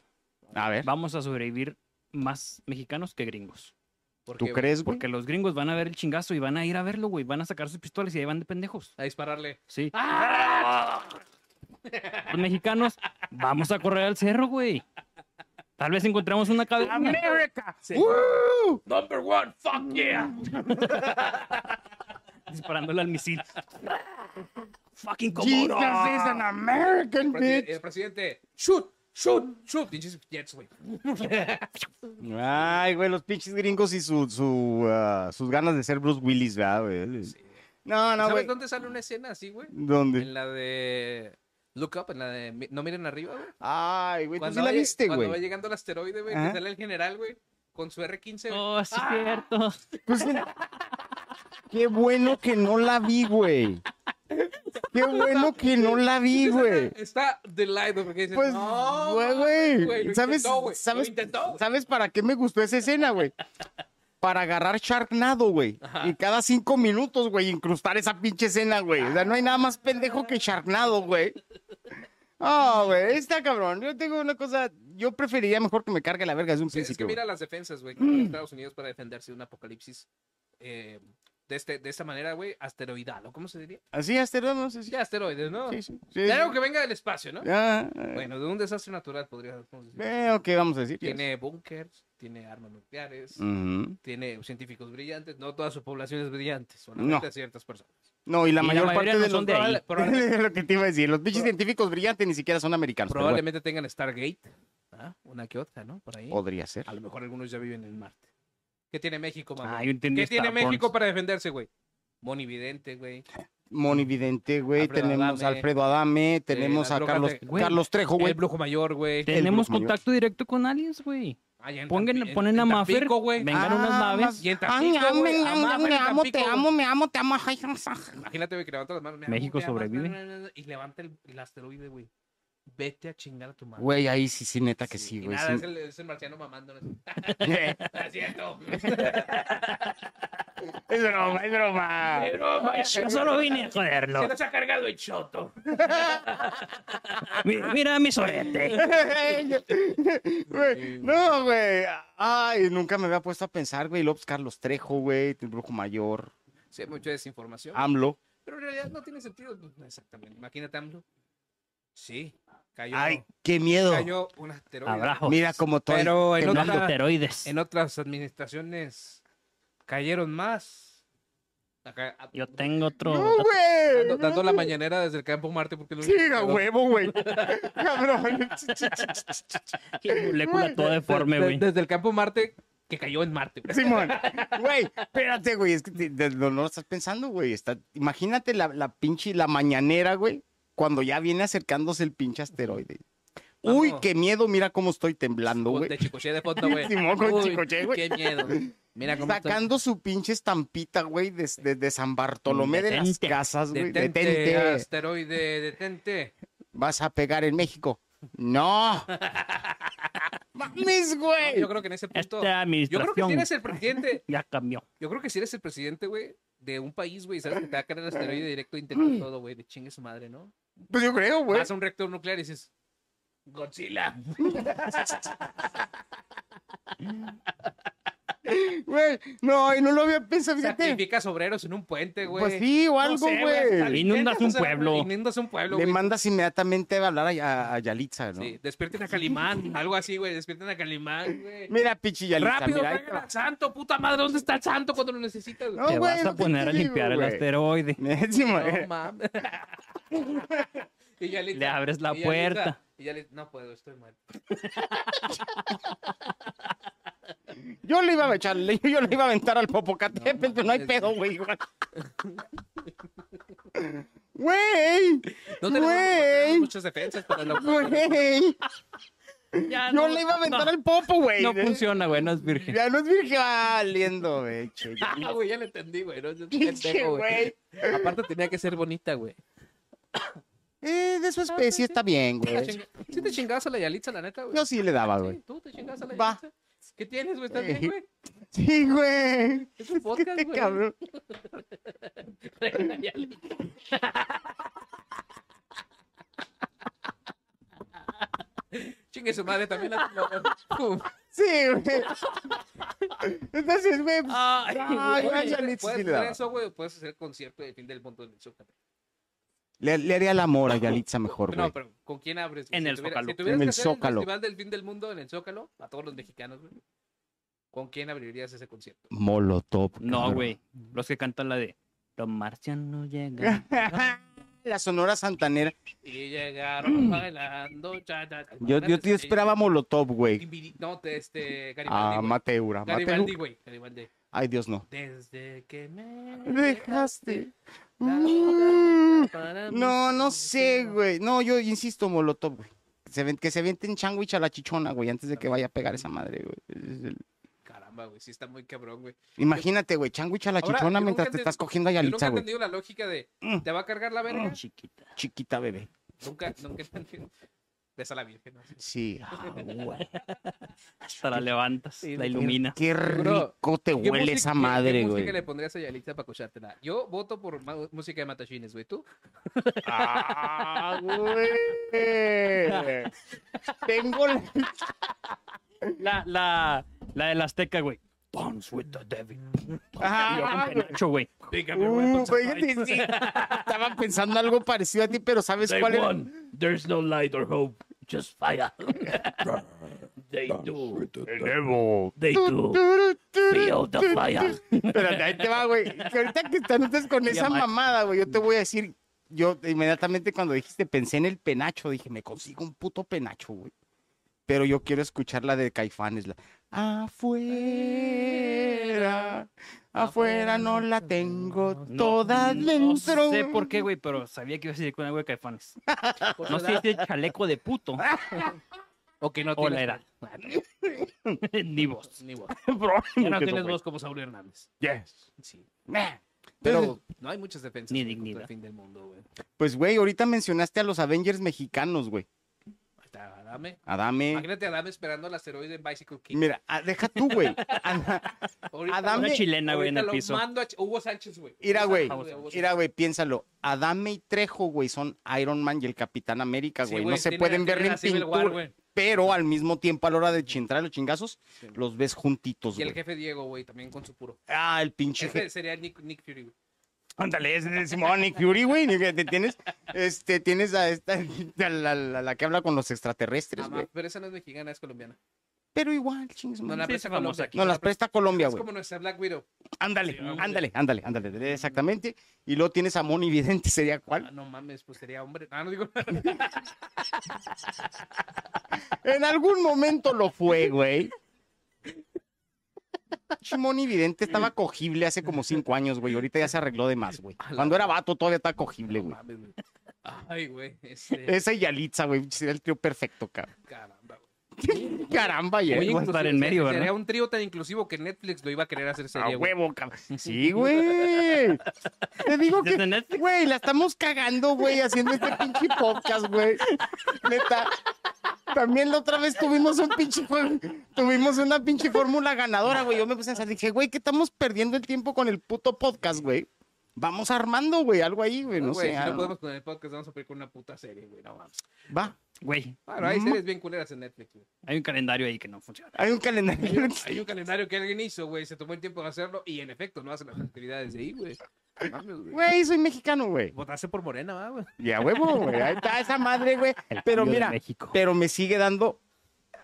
A ver, Vamos a sobrevivir más mexicanos que gringos. ¿tú Porque, güey, crees, güey? Porque los gringos van a ver el chingazo y van a ir a verlo, güey. Van a sacar sus pistolas y ahí van de pendejos. A dispararle. Sí. ¡Ah! Los mexicanos, vamos a correr al cerro, güey. Tal vez encontramos una cabeza. Sí. ¡Uh! Number one, fuck yeah. disparándole al misil. Fucking Jesus Comoro. is an American Presi- bitch. El presidente, shoot, shoot, shoot. Pinches jets, güey. Ay, güey, los pinches gringos y su, su, ah, sus ganas de ser Bruce Willis, ¿verdad, güey? No, no, ¿Sabes güey. dónde sale una escena así, güey? ¿Dónde? En la de Look Up, en la de Mi- No Miren Arriba, güey. Ay, güey, tú Pues sí va la lle- viste, Cuando va güey. llegando el asteroide, güey, Ajá. que sale el general, güey, con su R-15, güey. Oh, sí, cierto. Tú Pues sí- Qué bueno que no la vi, güey. Qué bueno que no la vi, güey. Está de lado porque dices, Pues, no, güey, mames, güey, lo ¿sabes, intentó, güey, sabes, lo intentó, güey. ¿sabes para qué me gustó esa escena, güey? Para agarrar Sharknado, güey. Y cada cinco minutos, güey, incrustar esa pinche escena, güey. O sea, no hay nada más pendejo que Sharknado, güey. Ah, güey, está cabrón. Yo tengo una cosa, yo preferiría mejor que me cargue la verga desde un Sí, es que principio. mira las defensas, güey, que tiene Mm. Estados Unidos para defenderse de un apocalipsis eh, de, este, de esta manera, güey, asteroidal, ¿o cómo se diría? güey. Así, asteroides, no sé si- Sí, asteroides, ¿no? Sí, sí, sí, De algo sí. que venga del espacio, ¿no? Ah, ah, Bueno, de un desastre natural podríamos decir. Veo qué vamos a decir. Eh, yes. Mm. Tiene búnkers, tiene armas nucleares, Ujú. tiene científicos brillantes, no toda su población es brillante, No. Pues, solamente ciertas personas. No, y la Y la mayor mayoría parte no de los son de ahí. probable- lo que te iba a decir, los pinches científicos brillantes ni siquiera son americanos. pero bueno, Probablemente tengan Stargate, ¿ah? una que otra, ¿no? Por ahí. podría ser. A lo mejor algunos ya viven en Marte. ¿Qué tiene México, mamá? Ay, Ah, yo entendí ¿Qué tiene Starborns. México para defenderse, güey? Monividente, güey. Monividente, güey. Mm. Alfredo tenemos a Adame. Alfredo Adame. Tenemos la a bruja Carlos, de- Güey. Carlos Trejo, güey. El brujo mayor, güey. Te- Tenemos Bruce Mayor. contacto directo con aliens, güey. Allá en Pongan- Tampi- en- ponen en a Maffer, Tampico, güey. vengan unas Ah, naves. más- Y en Tampico, Ay, amo, güey, a amo, Maffer me en amo, te Tampico, amo, me amo, te amo. ay, ay, ay. Imagínate, güey, que levanta las manos. me México apunte, amas, sobrevive. na, na, na, Y levanta el, el asteroide, güey. Vete a chingar a tu madre. Güey, ahí sí, sí, neta que sí, Y güey. nada, sí. es, el, es el marciano mamando. ¿no? No es cierto. Es broma, es broma. Yo solo vine a joderlo. Se nos ha cargado el choto. Mi- Mira mi sobrete. Güey, no, güey. Ay, nunca me había puesto a pensar, güey. Lopes Carlos Trejo, güey. El brujo mayor. Sí, hay mucha desinformación. Ah. AMLO. Pero en realidad no tiene sentido. Exactamente. Imagínate, AMLO. Sí, cayó. Ay, qué miedo. cayó un asteroide. Abrajo. Mira como todo. Pero en no, Los otra- asteroides. En otras administraciones cayeron más. Acá, a- Yo tengo otro. No, güey. dando, dando la mañanera desde el campo Marte porque lo Sí, único que a quedó- huevo, güey. Cabrón. molécula toda deforme, de- güey. desde el campo Marte que cayó en Marte. güey. Simón, güey, espérate, güey, es que te- te- no lo estás pensando, güey. Está, imagínate la, la pinche, la mañanera, güey, cuando ya viene acercándose el pinche asteroide. Uy, Vamos. qué miedo, mira cómo estoy temblando, Con- güey. De chicoche de fondo, güey. Simón, con Uy, chicoche, güey. Qué miedo. Mira cómo estoy. Sacando su pinche estampita, güey, de, de- de San Bartolomé de las Detente. casas, güey. Detente, Detente. asteroide, detente. Vas a pegar en México. No. Mames, güey. Yo creo que en ese punto. Esta Yo administración creo que si eres el presidente. ya cambió. Yo creo que si eres el presidente, güey, de un país, güey, sabes que te va a caer el asteroide directo interno todo, güey, de chingue su madre, ¿no? Pues yo creo, güey. Vas a un reactor nuclear y dices. Godzilla. Güey, No, y no lo había pensado, fíjate. Sacrificas obreros en un puente, güey. Pues sí, o No algo, sé, güey, güey. hasta Inundas un o sea, pueblo. güey, Inundas un pueblo, Le güey. mandas inmediatamente a hablar a, a- a Yalitza, ¿no? Sí, despierten a Calimán, algo así, güey, despierten a Calimán, güey. Mira, pichi Yalitza, Rápido, mira. ahí traigan al santo, puta madre, ¿dónde está el santo cuando lo necesitas? güey? No, Te güey, vas lo a que te poner a digo, limpiar el güey. eh. asteroide. te va. Sí, No güey. mames. y ya Le abres la puerta. y ya le- no puedo, estoy mal. Yo le iba a echarle, yo le iba a aventar al Popocatépetl, pero no hay pedo, güey. Güey, No tenemos, no Güey. tenemos muchas defensas para la güey. Ya Yo no- le iba a aventar no, al Popo, güey. No funciona, güey, no es virgen. Ya no es virgen valiendo, güey. che. Ah, güey, ya le entendí, güey. No, yo Pinche pendejo, güey. Aparte tenía que ser bonita, güey. Eh, de su Ah, especie está bien, güey. Si te chingabas a la Yalitza, la neta, güey. Yo sí le daba, güey. Sí, tú te chingabas a la Va. Yalitza. ¿Qué tienes, güey? ¿Estás bien, Sí. güey? Sí, güey. Es un ¿Qué podcast, te güey. cabrón? La Yalitza. Chingue su madre también la... la- Pum. Sí, güey. Entonces, güey. pues, Ay, Ay, güey. ay, Yalitza sí Puedes le daba. hacer eso, güey. Puedes hacer concierto del fin del mundo en el Zócalo. Le, le haría el amor a Yalitza mejor, güey. No, pero ¿con quién abres? güey? En el tuviera- Zócalo. Si tuvieras En que el hacer Zócalo. el festival del fin del mundo en el Zócalo, a todos los mexicanos, güey. ¿Con quién abrirías ese concierto? Molotov. No, cabrón. güey. Los que cantan la de Los marcianos llegan. La Sonora Santanera. Y llegaron bailando, cha, cha, cha. Yo, yo te esperaba Molotov, güey. Ah, Timbiri- No, te- este, Garibaldi, A güey. Mateura. Garibaldi, güey. Garibaldi. Ay, Dios, no. Desde que me Dejaste. la Mm. vida para mí No, no se sé, va. güey. No, yo insisto, Molotov, güey. Que se ven- Que se venten changuich a la chichona, güey, antes de que vaya a pegar esa madre, güey. Es el- Caramba, güey, sí está muy cabrón, güey. Imagínate, güey, changuich a la Ahora, chichona yo mientras nunca te enten- estás cogiendo a Yo Yalitza, nunca he güey. entendido la lógica de, Mm. ¿te va a cargar la verga? Chiquita. Chiquita bebé. Nunca, nunca he entendido. Besa a la Virgen. así. Sí. Ah, güey. Hasta la levantas, la ilumina. Qué Bro, rico te ¿Qué huele música- esa qué- madre, ¿Qué güey. música le pondrías a Yalitza para cochártela? Yo voto por ma- música de Matachines, güey. ¿Tú? Ah, güey. Tengo la- La, la, la del Azteca, güey. Bones with the devil. Y yo Ah, con penacho, güey. Uh, pues. fíjate, sí. Estaba pensando algo parecido a ti, pero ¿sabes cuál era? There's no light or hope, just fire. They do. They do. Turu, turu. Feel the fire. Espérate, ahí te va, güey. Que ahorita que están ustedes con esa Yamaha. mamada, güey, yo te voy a decir, yo inmediatamente cuando dijiste pensé en el penacho, dije, me consigo un puto penacho, güey. Pero yo quiero escuchar la de Caifanes, la afuera, afuera no la tengo No, toda no dentro. sé por qué, güey, pero sabía que ibas a ir con algo de caifanes. No sé si es chaleco de puto O que no o tienes Ah, la edad. Ni vos. Ni voz. Bro, Ya no que no, tienes güey. voz como Saúl Hernández. Yes. Sí. Meh. Pero no hay muchas defensas. Ni güey, contra dignidad. El fin del mundo, güey. Pues, güey, ahorita mencionaste a los Avengers mexicanos, güey. Ahí está Adame. Adame. Imagínate a Adame esperando el asteroide en Bicycle King. Mira, ah, deja tú, güey. Ana- Ahorita Adame- Una lo- chilena, güey, en ahorita el lo piso. mando a Ch- Hugo Sánchez, güey. Mira, güey. Hugo Sánchez, Hugo Mira, güey, piénsalo. Adame y Trejo, güey, son Iron Man y el Capitán América, Sánchez. güey. Sí, no se tienen- pueden ver tienen ni en la Civil War, pintura. güey. pero al mismo tiempo, a la hora de chintrar los chingazos, Sí. los ves juntitos, Y el güey. jefe Diego, güey, también con su puro. Ah, el pinche Este jefe. sería Nick, Nick Fury, güey. Ándale, ese es Simón Nick Fury, güey. ni que Te tienes, este, tienes a esta, a la, la- la que habla con los extraterrestres, Ah, güey. Mm, pero esa no es mexicana, es colombiana. Pero igual, chingues, No la madre. Sí, presta es famosa Colombia. aquí. Nos las presta Colombia, Es güey. como nuestra Black Widow. Ándale, Sí, vamos. ándale, ándale, ándale, exactamente. Y luego tienes a Moni Vidente, ¿sería Ah, cuál? no mames, pues sería hombre. Ah, no digo. En algún momento lo fue, güey. Pinche Moni Vidente estaba cogible hace como cinco años, güey. Ahorita ya se arregló de más, güey. Cuando era vato todavía está cogible, No güey. mames, güey. Ay, güey. Este, Esa y Yalitza, güey, sería el trío perfecto, cabrón. Caramba, güey. Caramba, ya. Oye, voy a inclusive, estar en medio, se- ¿verdad? Sería un trío tan inclusivo que Netflix lo iba a querer hacer A serie, güey. huevo, cabrón. Sí, güey. Te digo ¿Desde que, Netflix? güey, la estamos cagando, güey, haciendo este pinche podcast, güey. Neta. También la otra vez tuvimos un pinche juego, tuvimos una pinche fórmula ganadora, güey. Yo me puse a pensar, dije, güey, que estamos perdiendo el tiempo con el puto podcast, güey. Vamos armando, güey, algo ahí, güey, no Ah, Güey, sé. ah. si algo. no podemos con el podcast, vamos a pedir con una puta serie, güey. No mames. Va. Güey, Claro, hay Mm. series bien culeras en Netflix, güey. hay un calendario ahí que no funciona. Hay un calendario. Hay un calendario que alguien hizo, güey. Se tomó el tiempo de hacerlo y en efecto no hacen las actividades de ahí, güey. No mames, güey. Güey, soy mexicano, güey. Votaste por Morena, va, güey. Y a huevo, güey. Ahí está esa madre, güey. El Pero cambio de mira, México. pero me sigue dando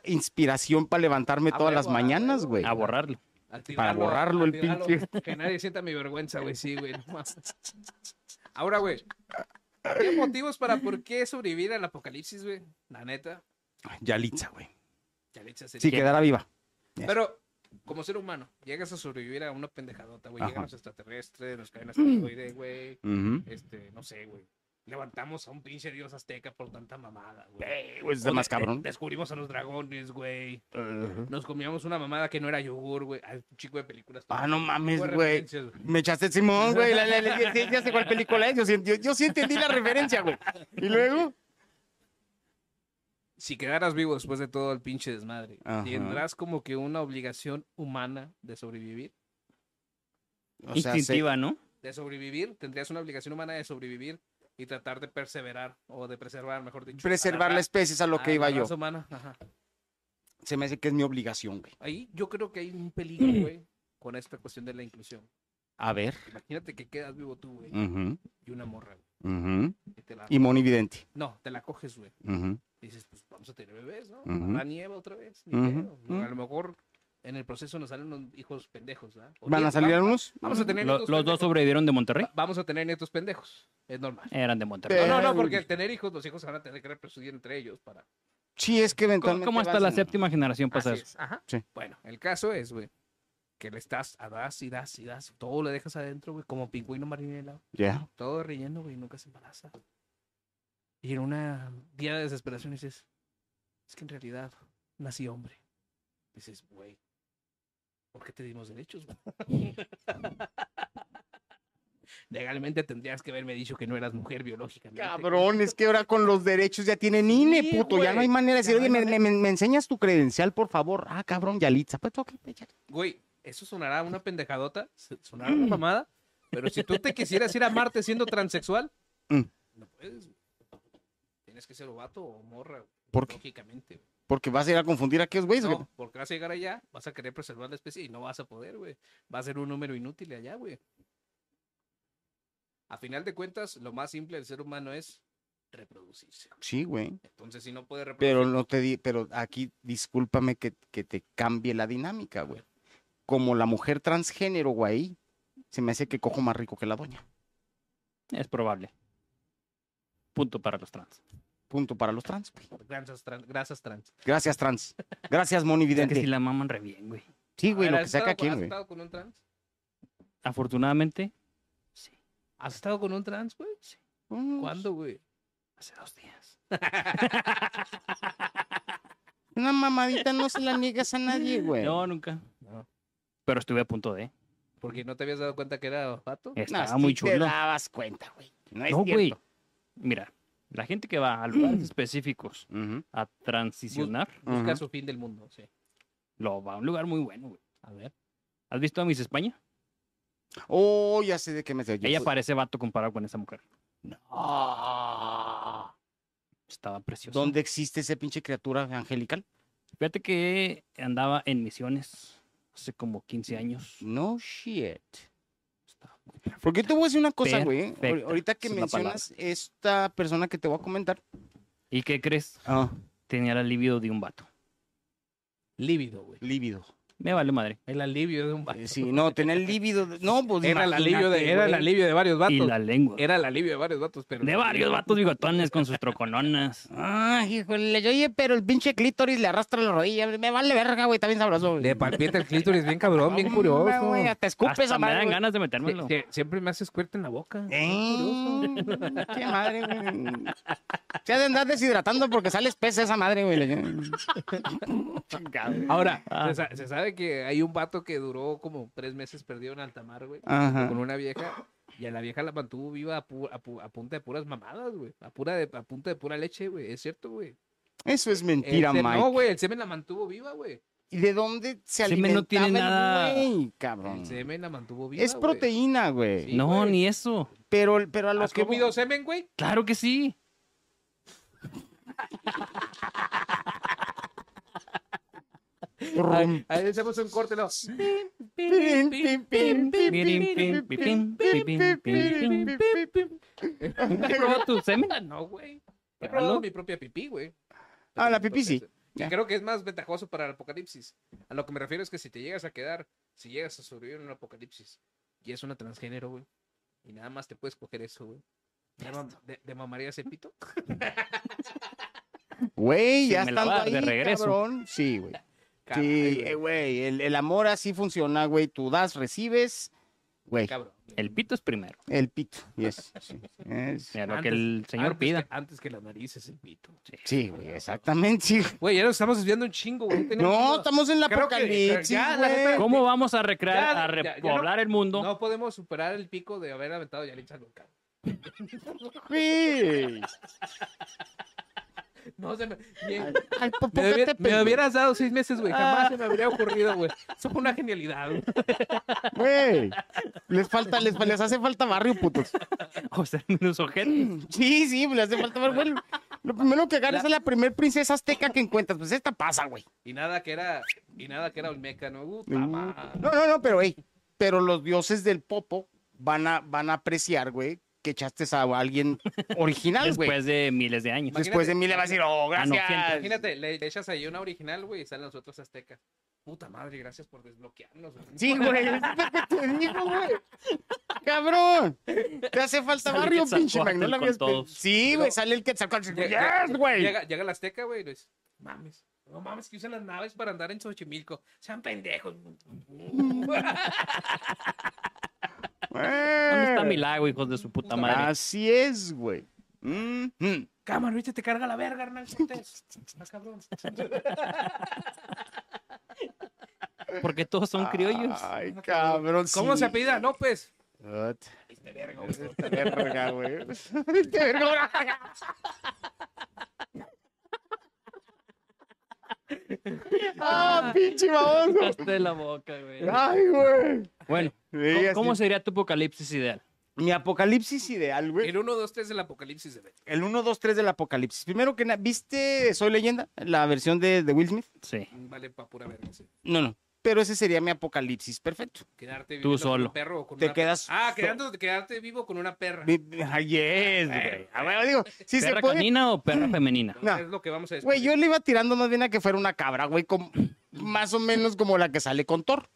inspiración para levantarme A todas las huevo, a mañanas, huevo. güey. A borrarlo. Al tirarlo, borrarlo al el tirarlo, pinche. Que nadie sienta mi vergüenza, güey. Sí, güey. no mames. Ahora, güey. ¿Qué motivos para por qué sobrevivir al apocalipsis, güey? La neta. Yalitza, güey. ya le echas el- Sí, quedará viva. Pero, como ser humano, llegas a sobrevivir a una pendejadota, güey. Ajá. Llegan los extraterrestres, nos caen asteroides, güey. Ujú. Este, no sé, güey. Levantamos a un pinche dios azteca por tanta mamada, güey. Eh, güey, es de O más de- cabrón. Descubrimos a los dragones, güey. Nos comíamos una mamada que no era yogur, güey. Hay un chico de películas. Ah, no mames, eh, Fue güey. referencias, güey. Me echaste el Simón, güey. La- la- la- ya sé- ya sé cuál película es. Yo sí, yo- yo sí entendí la referencia, güey. Y luego. Si quedaras vivo después de todo el pinche desmadre, Ajá. ¿tendrás como que una obligación humana de sobrevivir? o sea, se- Instintiva, ¿no? ¿De sobrevivir? ¿Tendrías una obligación humana de sobrevivir y tratar de perseverar o de preservar, mejor dicho? a la preservar la ra- especie es a lo a que iba la yo. raza humana? Ajá. Se me hace que es mi obligación, güey. Ahí yo creo que hay un peligro, güey, con esta cuestión de la inclusión. A ver. Imagínate que quedas vivo tú, güey, Ujú, y una morra, güey. ujú. y te la- Mm. Y monividente. No, te la coges, güey. Ujú. Dices, pues vamos a tener bebés, ¿no? Ujú. La nieva otra vez. ni Ujú, pedo. ujú. A lo mejor en el proceso nos salen unos hijos pendejos, ¿verdad? O ¿Van a nietos, salir vamos- algunos? Vamos a tener Lo- nietos los dos pendejos. sobrevivieron de Monterrey. Va- Vamos a tener nietos pendejos. Es normal. Eran de No, Monterrey. Pero- no, no, Ay, porque güey. al tener hijos, los hijos se van a tener que reproducir entre ellos para. Sí, es que ¿Cómo, eventualmente. cómo hasta vas la a- séptima generación pasa Así eso? es, Ajá. Sí. Bueno, el caso es, güey, que le estás a das y das y das. Todo le dejas adentro, güey, como pingüino marinela. Ya. Todo relleno, güey, nunca se embaraza. Y en una día de desesperación dices, es que en realidad nací hombre. Dices, güey, ¿por qué te dimos derechos, güey? Legalmente tendrías que haberme dicho que no eras mujer biológicamente. Cabrón, es que ahora con los derechos ya tienen INE, Sí, puto. Ya no güey. hay manera de decir, Ya oye, no me, hay me- me enseñas tu credencial, por favor. Ah, cabrón, Yalitza. Pues, ok, pues, ya. Güey, eso sonará una pendejadota, se- sonará una mamada, pero si tú te quisieras ir a Marte siendo transexual, Mm. no puedes. güey. Tienes que ser o vato o morra, güey, ¿Por qué? lógicamente. güey. Porque vas a ir a confundir a aquellos güeyes. No, güey. porque vas a llegar allá, vas a querer preservar la especie y no vas a poder, güey. Va a ser un número inútil allá, güey. A final de cuentas, lo más simple del ser humano es reproducirse. Sí, güey. Entonces, si no puede reproducirse, Pero no te di, pero aquí discúlpame que, que te cambie la dinámica, güey. Como la mujer transgénero, güey, se me hace que cojo más rico que la doña. Es probable. Punto para los trans. Punto para los trans, güey. grasas, tran- grasas trans. Gracias, trans. Gracias, O sea, que si monividente. la maman re bien, güey. Sí, güey, A lo ver, que ¿has saca estado con- aquí, has güey. estado con un trans? Afortunadamente, ¿Has estado con un trans, güey? Mm, ¿Cuándo, güey? hace dos días. Una mamadita no se la niegas a nadie, güey. No, nunca. No. Pero estuve a punto de. Porque no te habías dado cuenta que era pato. Estaba sí muy Te chulo. dabas cuenta, güey. No es No, güey. cierto. Mm. Mira, la gente que va a lugares específicos Ujú. a transicionar, Busca Ujú. su fin del mundo, sí. lo va a un lugar muy bueno, güey. A ver. ¿Has visto a Miss España? Oh, ya sé de qué me estoy. Ella parece vato comparado con esa mujer. Ah, Estaba preciosa. ¿Dónde existe ese pinche criatura angelical? Fíjate que andaba en misiones hace como 15 años. No shit. Estaba muy perfecta. Porque te voy a decir una cosa, güey. Perfecta. Ahor- Ahorita que Esa es la palabra. mencionas esta persona que te voy a comentar. ¿Y qué crees? Ah, Tenía la libido de un vato. Lívido, güey. lívido. Me vale madre. El alivio de un vato. Eh, Sí, no, tener lívido. de- No, pues Era el imagínate, alivio de, era el güey. alivio de varios Y vatos. la lengua. Era el alivio de varios vatos, pero. De varios vatos bigotones con sus trocononas. Ah, híjole, oye, pero el pinche clítoris le arrastra la rodilla. Me vale verga, güey, está bien sabroso. güey. Le palpita el clítoris bien cabrón, bien Hombre, curioso. güey, hasta escupes Hasta a me madre, dan güey. ganas de Sie- metérmelo. sie- siempre me hace squirt en la boca. Eh, qué madre, güey. Se ha de andar deshidratando porque sale espesa esa madre, güey. Ahora, Ah. se, sa- se sabe que hay un vato que duró como tres meses perdido en alta mar, güey, Ajá. con una vieja. Y a la vieja la mantuvo viva a, pu- a pu- a punta de puras mamadas, güey. A, pura de- a punta de pura leche, güey. Es cierto, güey. Eso es El mentira, se- Mike. No, güey, el semen la mantuvo viva, güey. ¿Y de dónde se Semen alimenta? no tiene nada- cabrón. El semen la mantuvo viva. Es güey. proteína, güey. Sí, No, güey. ni eso. Pero, pero a lo ¿Has que. voy- comido semen, güey? Claro que sí. Rum. Ahí hacemos un corte, ¿no? Pirin, pin, pin, pin, pin, pin, pin, pin, pin, pin, pin, pin, pin. ¿Nunca has probado tu semen? No, güey. He Pégalo. probado mi propia pipí, güey. Ah, la pipí sí. Y creo que es más ventajoso para el apocalipsis. A lo que me refiero es que si te llegas a quedar, si llegas a sobrevivir en un apocalipsis y es una transgénero, güey, y nada más te puedes coger eso, güey. ¿De, mam- de- de mamarías el pito? Güey, Si ya me la estando das ahí, de regreso. cabrón. Sí, güey. Caray, Sí, güey, eh, güey. El, el amor así funciona, güey. Tú das, recibes. Güey, cabrón. El pito es primero. el pito. Yes. sí, es- Mira, lo que Antes- el señor antes pida. que- antes que la nariz es el pito. Sí, güey, exactamente. sí. Güey, ya nos estamos desviando un chingo, güey. tenemos No, una- estamos en la Creo que- apocalipsis, ya, la neta- güey. ¿Cómo vamos a recrear, Ya, a ya, ya no- repoblar el mundo? No podemos superar el pico de haber aventado Yalitza nunca. Güey. No se me. ni- Ay, po- me, ¿por qué hubiera- te me Ah. pe- hubieras dado seis meses, güey. Jamás se me habría ocurrido, güey. Eso fue una genialidad, güey. Güey. Les falta, les, les hace falta barrio, putos. O sea, los Mm, ojetes. Sí, sí, les hace falta barrio. güey. Lo primero que agarras es la primer princesa azteca que encuentras. Pues esta pasa, güey. Y nada que era. Y nada que era Olmeca, ¿no? Puta madre. No, no, no, pero, ey, pero los dioses del popo van a, van a apreciar, güey, que echaste a alguien original, güey. Después Después, de miles de años. de mí le va a decir, oh, Ah, no, gracias. Imagínate, le le echas ahí una original, güey, y salen los otros aztecas. Puta madre, gracias por desbloquearnos. güey. sí, güey, es lo que te digo, güey. Cabrón, te hace falta Sale el barrio, pinche Mac, Quetzalcóatl no la con habías pe- todos. Sí, güey, sale el Quetzalcóatl. Lle- Yes, lle- güey. Llega, llega el azteca, güey, y le dice, mames. No mames, que usan las naves para andar en Xochimilco. Sean pendejos. ¿Dónde ¿Dónde está mi lago, hijos de su puta madre? Así es, güey. Mm, mm. Cámara, viste, te carga la verga, Hernán Cortés. Ah, cabrón. Porque todos son criollos. Ay, cabrón. ¿Cómo se pues, sí. apellida López? Ut. Este verga, güey. Esta verga, güey. Esta verga. Ah, pinche baboso. Hazte la boca, güey. Ay, güey. Bueno, Ah. Sí, ¿cómo- así- ¿cómo sería tu apocalipsis ideal? Mi apocalipsis ideal, güey. El 1, 2, 3 del apocalipsis de Betty. El 1, 2, 3 del apocalipsis. Primero que nada, ¿viste Soy Leyenda? La versión de, de Will Smith. Sí. Mm, Vale pa' pura verga. sí. No, no. Pero ese sería mi apocalipsis perfecto. Quedarte viviendo Tú con solo. un perro o con Te una perra. quedas Ah, so- quedándote- quedarte vivo con una perra. Mi- mi- Ay, yes, güey. Eh, A ver, digo, si se ¿Perra puede. canina o perra femenina? no. Es lo que vamos a decir. Güey, yo le iba tirando más bien a que fuera una cabra, güey, como- más o menos como la que sale con Thor.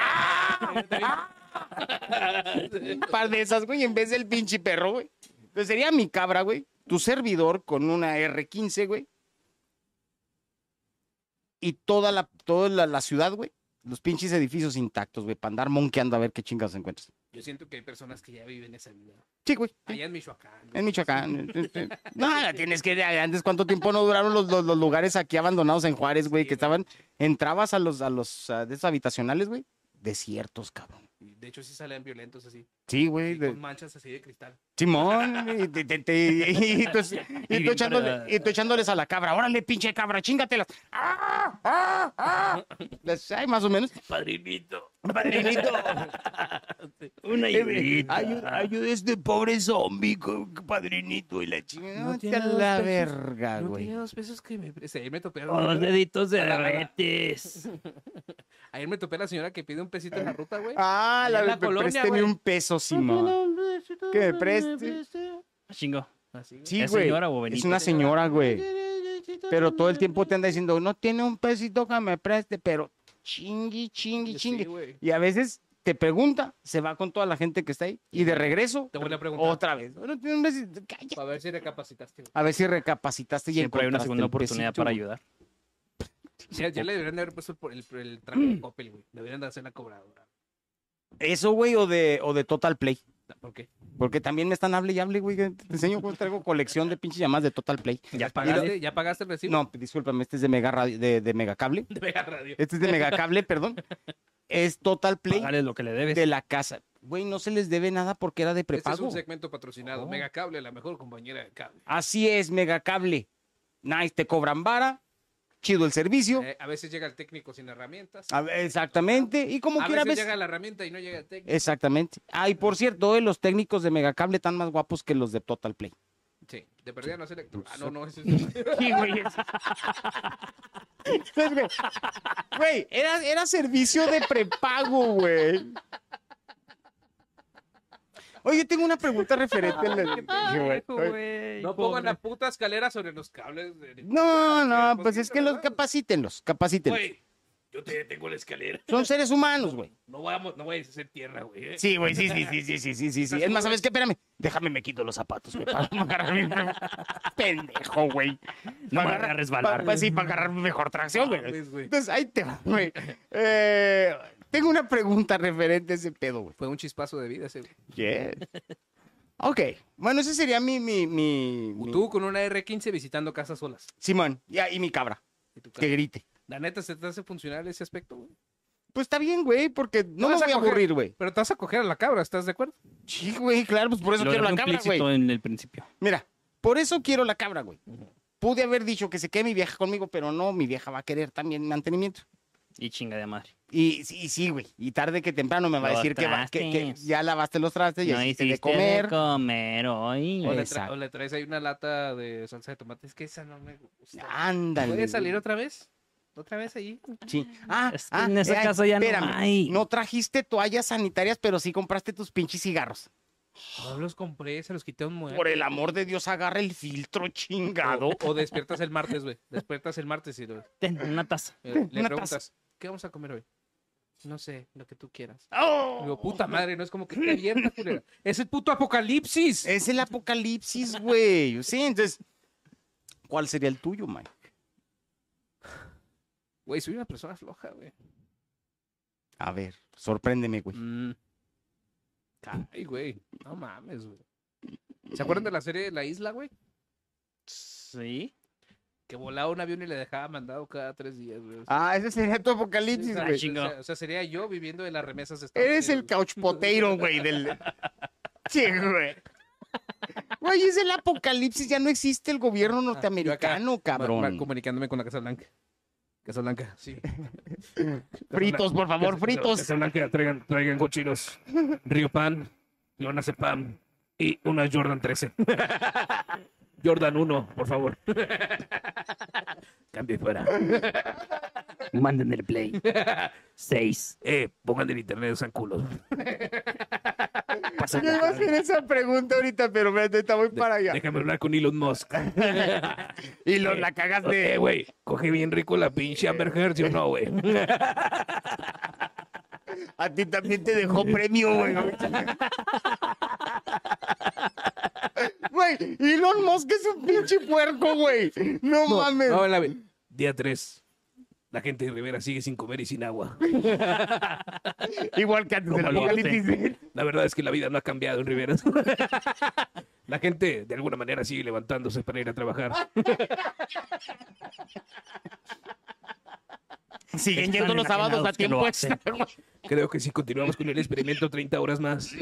Ah. Un par de esas, güey, en vez del pinche perro, güey. Entonces sería mi cabra, güey. Tu servidor con una R15, güey. Y toda la, toda la, la ciudad, güey. Los pinches edificios intactos, güey, para andar monqueando a ver qué chingas encuentras. Yo siento que hay personas que ya viven esa vida. Sí, güey. Allá en Michoacán. En Michoacán. No, la tienes que ir antes. ¿Cuánto tiempo no duraron los, los- los lugares aquí abandonados en Juárez, güey? Que estaban. Entrabas a los, a los ah, de esos habitacionales, güey. Desiertos, cabrón. De hecho, sí salen violentos así. Sí, güey. y de- Con manchas así de cristal. Simón, y, te- te- te- y tú, y tú bien echándole- para- y tú echándoles a la cabra, órale, pinche cabra, chingatelas. ¡Ah! ¡Ah! ¡Ah! Las- ay, más o menos. Padrinito. Padrinito, Eh, Una ayu- ayuda a este pobre zombie, co- padrinito, y la chingada. No No te tiene a dos la pesos. verga, no Ah, güey. Oh, tenía dos pesos que me... preste. Ayer me topé a la- O dos deditos de A la- a la- diabetes. Ayer me topé a la señora que pide un pesito en la ruta, güey. Ah, Ahí la, en la la colonia, présteme güey. un peso, Simón. Que me preste. Ah, Chingo. Así. Sí, ¿Es güey. señora o Es Benito? una señora, güey. Pero todo el tiempo te anda diciendo, no tiene un pesito que me preste, pero chingue, chingue, Sí, chingue. güey. Y a veces te pregunta, se va con toda la gente que está ahí y de regreso Te vuelve a preguntar. otra vez. Bueno, tiene un resi- calla. Para ver si recapacitaste. güey. A ver si recapacitaste y Siempre hay una encontraste segunda el oportunidad pesito, para güey. ayudar. Ya, ya le deberían de haber puesto por el, por el traje Mm. de Coppel, güey. Deberían de hacer la cobradora. Eso, güey, o de, o de Total Play. ¿Por qué? Porque también me están hable y hable, güey. que Te enseño cómo traigo colección de pinches llamadas de Total Play. ¿Ya pagaste, ¿Ya pagaste el recibo? No, discúlpame, este es de Mega Radio, de, de Mega Cable. De Vega Radio. Este es de Mega Cable, perdón. Es Total Play Págale lo que le debes. de la casa. Güey, no se les debe nada porque era de Este pues. es prepago. un segmento patrocinado. Oh. Mega Cable, la mejor compañera de cable. Así es, Mega Cable. Nice, te cobran vara. Chido el servicio. Eh, a veces llega el técnico sin herramientas. A ver, exactamente. Y como a quiera, veces ves. llega la herramienta y no llega el técnico. Exactamente. Ah, y por cierto, eh, los técnicos de Megacable están más guapos que los de Total Play. Sí, de perdida no es electro. Ah, no, no, ese es... Sí, güey. Entonces, güey, Güey, era, era servicio de prepago, güey. Oye, tengo una pregunta referente al- güey, oye. No pongan la puta escalera sobre los cables. de- No, no, Pues pues sí, es que la los verdad. capacítenlos, capacítenlos. Güey, yo te tengo la escalera. Son seres humanos, güey. No vamos, no vayas a hacer tierra, güey. eh. Sí, güey, sí, sí, sí, sí, sí, sí, sí, sí. Es más, ¿sabes qué? Espérame. Déjame, me quito los zapatos, güey, para no agarrarme. Pendejo, güey. No me Para voy a agarrar- resbalar. pa- pa- sí, para agarrar mejor tracción, güey. Mames, güey. Entonces, ahí te va, güey. Eh, tengo una pregunta referente a ese pedo, güey. Fue un chispazo de vida ese. güey. Yes. Ok. Bueno, ese sería mi, mi, mi... mi- Tú con una R15 visitando casas solas. Simón. Y, y mi cabra, Y tu que casa. grite. La neta, ¿se te hace funcional ese aspecto, güey? Pues está bien, güey, porque no me vas a voy a coger? aburrir, güey. Pero te vas a coger a la cabra, ¿estás de acuerdo? Sí, güey, claro, pues por eso Lo quiero dejó la cabra, güey. implícito en el principio. Mira, por eso quiero la cabra, güey. Pude haber dicho que se quede mi vieja conmigo, pero no, mi vieja va a querer también mantenimiento. Y chinga de madre. Y sí, y sí, güey. Y tarde que temprano me va a Los decir que, va- que- que trastes. ya lavaste los trastes, ya no hiciste hiciste este, de comer. comer hoy. O le, tra- Exacto. o le traes ahí una lata de salsa de tomate. Es que esa no me gusta. Ándale. ¿Puede salir otra vez? ¿Otra vez ahí? Sí. Ah, Es que ah, en ese eh, ay, caso ya no espérame. hay. No trajiste toallas sanitarias, pero sí compraste tus pinches cigarros. No los compré, se los quité a un muerto. Por el amor de Dios, agarra el filtro chingado. O, o despiertas el martes, güey. Despiertas el martes y lo- Ten una taza. eh, le una preguntas, taza. ¿qué vamos a comer hoy? No sé, lo que tú quieras. ¡Oh! Digo, puta madre, no es como que esté abierta, culera. ¡Es el puto apocalipsis! Es el apocalipsis, güey. Sí, entonces, ¿cuál sería el tuyo, Mike? Güey, soy una persona floja, güey. A ver, sorpréndeme, güey. Mm. Ay, güey. No mames, güey. ¿Se acuerdan de la serie La Isla, güey? Sí. Que volaba un avión y le dejaba mandado cada tres días, güey. O sea, Ah, ese sería tu apocalipsis, Exacto, güey. o sea, o sea, sería yo viviendo de las remesas de Estados Eres el Unidos. couch potato, güey, del... Sí, güey. Güey, es el apocalipsis, ya no existe el gobierno norteamericano, Ah, Ma- ma- cabrón. Ah, Comunicándome con la Casa Blanca. Casa Blanca, sí. Fritos, por favor, fritos. Blanca, traigan, traigan cochinos. Río Pan, Leona Cepam y una Jordan 13. Jordan 1, por favor. Cambio y fuera. Manden el play. Seis. Eh, pongan en internet, usan culos. Pasen Yo la iba a hacer clave. esa pregunta ahorita, pero me está muy para allá. Déjame hablar con Elon Musk. Y lo, la cagaste. Eh, güey, coge bien rico la pinche Amber Heard, ¿sí o no, güey? A ti también te dejó premio, güey. Güey, Elon Musk es un pinche puerco, güey. No, mames. No, la ve- Día 3. La gente de Rivera sigue sin comer y sin agua. Igual que antes del Como el apocalipsis. La verdad es que la vida no ha cambiado en Rivera. La gente, de alguna manera, sigue levantándose para ir a trabajar. Siguen Están yendo los sábados a enajenados que tiempo lo extra, güey. Creo que si continuamos con el experimento 30 horas más,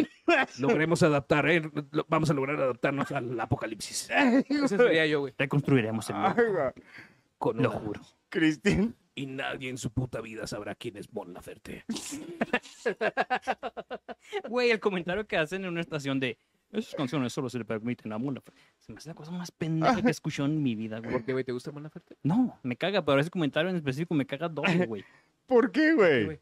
lograremos adaptar, ¿eh? Lo- Vamos a lograr adaptarnos al apocalipsis. Ese sería yo, güey. Reconstruiremos el mundo. Ay, güey. Con Lo una- juro. Cristian. Y nadie en su puta vida sabrá quién es Bon Laferte. Güey, el comentario que hacen en una estación de esas canciones solo se le permiten a Mula. Se me hace la cosa más pendeja que he escuchado en mi vida, güey. qué, güey? ¿Te gusta Bon Laferte? No, me caga, pero ese comentario en específico me caga doble, güey. ¿Por qué, güey? güey?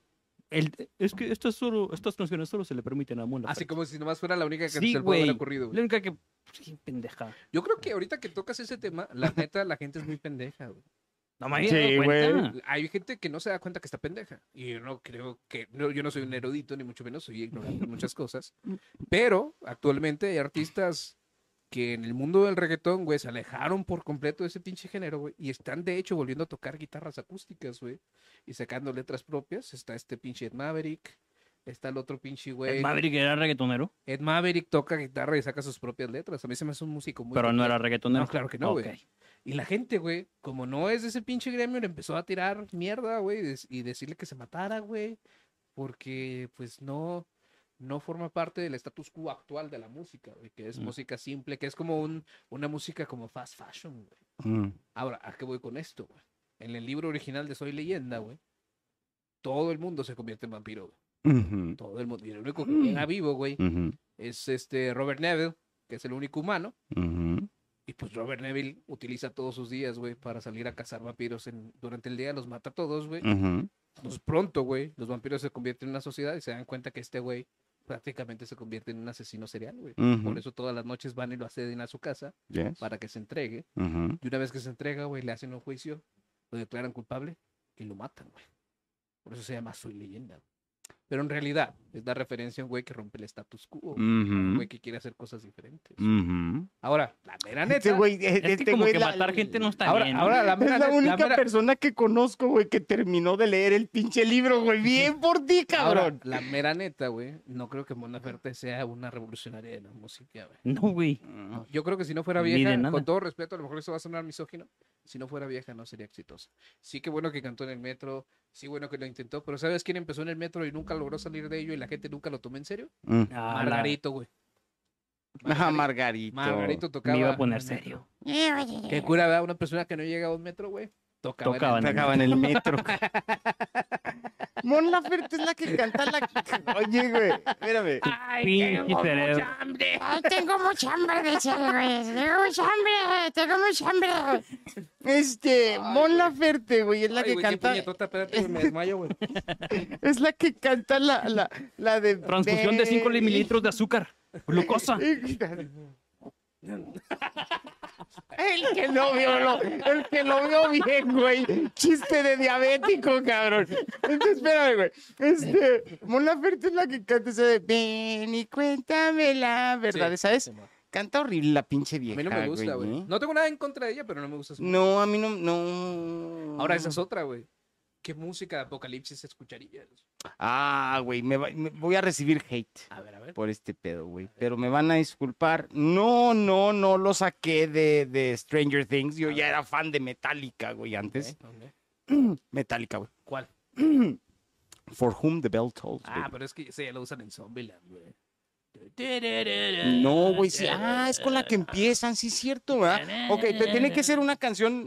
El- es que estas, solo, estas canciones solo se le permiten a Mula. Así como si nomás fuera la única que Sí, se le puede haber güey. ocurrido, güey. La única que. Sí, pendeja. Yo creo que ahorita que tocas ese tema, la neta, la gente es muy pendeja, güey. No me había Sí, dado cuenta. Hay gente que no se da cuenta que está pendeja. Y yo no creo que. no, yo no soy un erudito, ni mucho menos, soy ignorante en muchas cosas. Pero actualmente hay artistas que en el mundo del reggaetón, güey, se alejaron por completo de ese pinche género, güey. Y están de hecho volviendo a tocar guitarras acústicas, güey. Y sacando letras propias. Está este pinche Ed Maverick. Está el otro pinche güey. El Maverick era reggaetonero, Ed Maverick toca guitarra y saca sus propias letras. A mí se me hace un músico muy. pero no era reggaetonero. No, claro que no, güey. Ok. Y la gente, güey, como no es de ese pinche gremio, le empezó a tirar mierda, güey, y des- y decirle que se matara, güey, porque pues no, no forma parte del status quo actual de la música, güey, que es Mm. música simple, que es como un, una música como fast fashion, güey. Mm, Ahora, ¿a qué voy con esto, güey? En el libro original de Soy Leyenda, güey, todo el mundo se convierte en vampiro, güey. Ujú, Todo el mundo. Y el único que queda vivo, güey, ujú, es este Robert Neville, que es el único humano. ujú. Y pues Robert Neville utiliza todos sus días, güey, para salir a cazar vampiros en, durante el día, los mata a todos, güey. Ujú. Pues pronto, güey, los vampiros se convierten en una sociedad y se dan cuenta que este güey prácticamente se convierte en un asesino serial, güey. Por Ujú. eso todas las noches van y lo acceden a su casa Yes. para que se entregue. Ujú. Y una vez que se entrega, güey, le hacen un juicio, lo declaran culpable y lo matan, güey. Por eso se llama Soy Leyenda. güey. Pero en realidad es la referencia a un güey que rompe el status quo, güey, un Ujú. güey que quiere hacer cosas diferentes. Ujú. Ahora, la mera neta. Este güey, eh, Es que este como güey que la- matar gente no está Ahora, bien. ahora la Es mera la net- única mera- persona que conozco, güey, que terminó de leer el pinche libro, güey. Bien por ti, ahora, cabrón. la mera neta, güey. No creo que Mona Verte sea una revolucionaria de la música, güey. No, güey. No, Yo creo que si no fuera Ni de vieja, nada. con todo respeto, a lo mejor eso va a sonar misógino. Si no fuera vieja, no sería exitosa. Sí, que bueno que cantó en el metro. Sí, bueno que lo intentó. Pero ¿sabes quién empezó en el metro y nunca logró salir de ello y la gente nunca lo tomó en serio? Mm. Ah, la- Margarito, güey. Ah, Margarito, Margarito. Margarito tocaba. Me iba a en poner el metro. serio. Qué cura, ¿verdad? Una persona que no llega a un metro, güey. Tocaba. en el Tocaba en Se el- acaba en el metro. Mon Laferte es la que canta la. Oye, güey, espérame. Pinche cerebro. Ay, tengo mucha hambre, decía el güey. Tengo mucha hambre, tengo mucha hambre. Este, Mon Laferte, güey, es la Ay, que güey, qué canta. puñetota, espérate, güey, me desmayo, güey. Es la que canta la, la, la de. Transfusión de 5 mililitros de azúcar. Glucosa. El que no vio, lo- el que lo vio bien, güey. Chiste de diabético, cabrón. Este, espérame, güey. Este, Mon Laferte es la que canta esa de Ven y cuéntame la verdad. Sí, ¿Sabes? sí, mo. Canta horrible la pinche vieja. A mí no me gusta, güey. ¿eh? No tengo nada en contra de ella, pero no me gusta su No, a mí no, no. Ahora esa es otra, güey. ¿Qué música de Apocalipsis escucharías? Ah, güey, me, va- me- voy a recibir hate A ver, a ver. por este pedo, güey. Pero me van a disculpar. No, no, no lo saqué de, de Stranger Things. Yo ya era fan de Metallica, güey, antes. Ah. Ok, ok. Metallica, güey. ¿Cuál? For whom the bell tolls. Ah, baby. pero es que ese ya lo usan en Zombieland, güey. pues, eh, No, güey, sí. Ah, es con la que empiezan, sí, es cierto, ¿verdad? Ok, pero tiene que ser una canción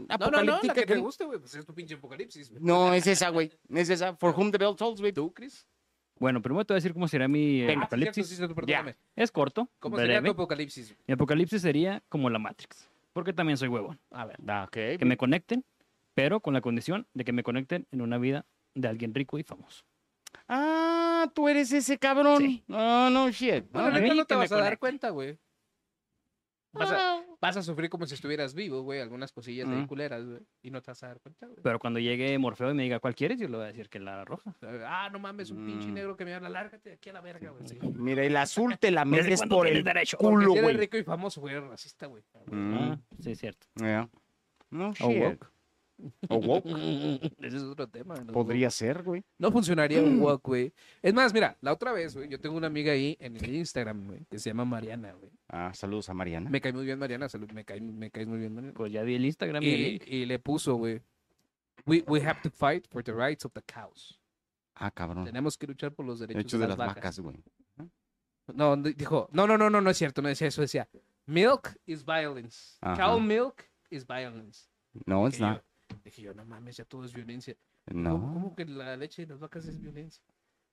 No, no, no, la apocalíptica. que te que- guste, güey. Pues es tu pinche Apocalipsis, güey. No, es esa, güey. Es esa. For whom the bell tolls, güey. ¿Tú, Chris? Bueno, primero te voy a decir cómo será mi eh, Ah, sí, apocalipsis. cierto, sí, cierto, perdóname. Es corto. ¿Cómo breve. sería tu Apocalipsis? Mi apocalipsis sería como la Matrix. Porque también soy huevón. A ver. Ah, ok. Que me conecten, pero con la condición de que me conecten en una vida de alguien rico y famoso. Ah, tú eres ese cabrón. Sí. No, no, shit. Bueno, Ah, neta, ok, no te que me vas a dar conecte. cuenta, güey. Ah. Vas a, vas a sufrir como si estuvieras vivo, güey. Algunas cosillas ahí Mm. culeras, güey. Y no te vas a dar cuenta, güey. Pero cuando llegue Morfeo y me diga cuál quieres, yo le voy a decir que la roja. Ah, no mames, un pinche Mm. negro que me habla, lárgate de aquí a la verga, güey. Sí. Mira, el azul te la ¿Desde metes cuándo por tienes el derecho? Porque culo, si eres güey. rico y famoso, güey, eres racista, güey. Mm, Ah, sí, es cierto. yeah. No, O shit. woke. O woke. Ese es otro tema. ¿no? Podría Mm. ser, güey. No funcionaría un walk, güey. Es más, mira, la otra vez, güey, yo tengo una amiga ahí en el Instagram, güey, que se llama Mariana, güey. Ah, saludos a Mariana. Me cae muy bien Mariana, salud, me cae, me caes muy bien Mariana. Pues ya vi el Instagram y el Y, link. y le puso, güey, we, we have to fight for the rights of the cows. Ah, cabrón. Tenemos que luchar por los derechos Hechos de las vacas, güey. No, di- dijo, no, no, no, no, no es cierto, no decía eso, decía, milk is violence. Ajá. Cow milk is violence. No, Dije it's not. yo- Dije yo, no mames, ya todo es violencia. ¿Cómo, No. cómo que la leche de las vacas es violencia?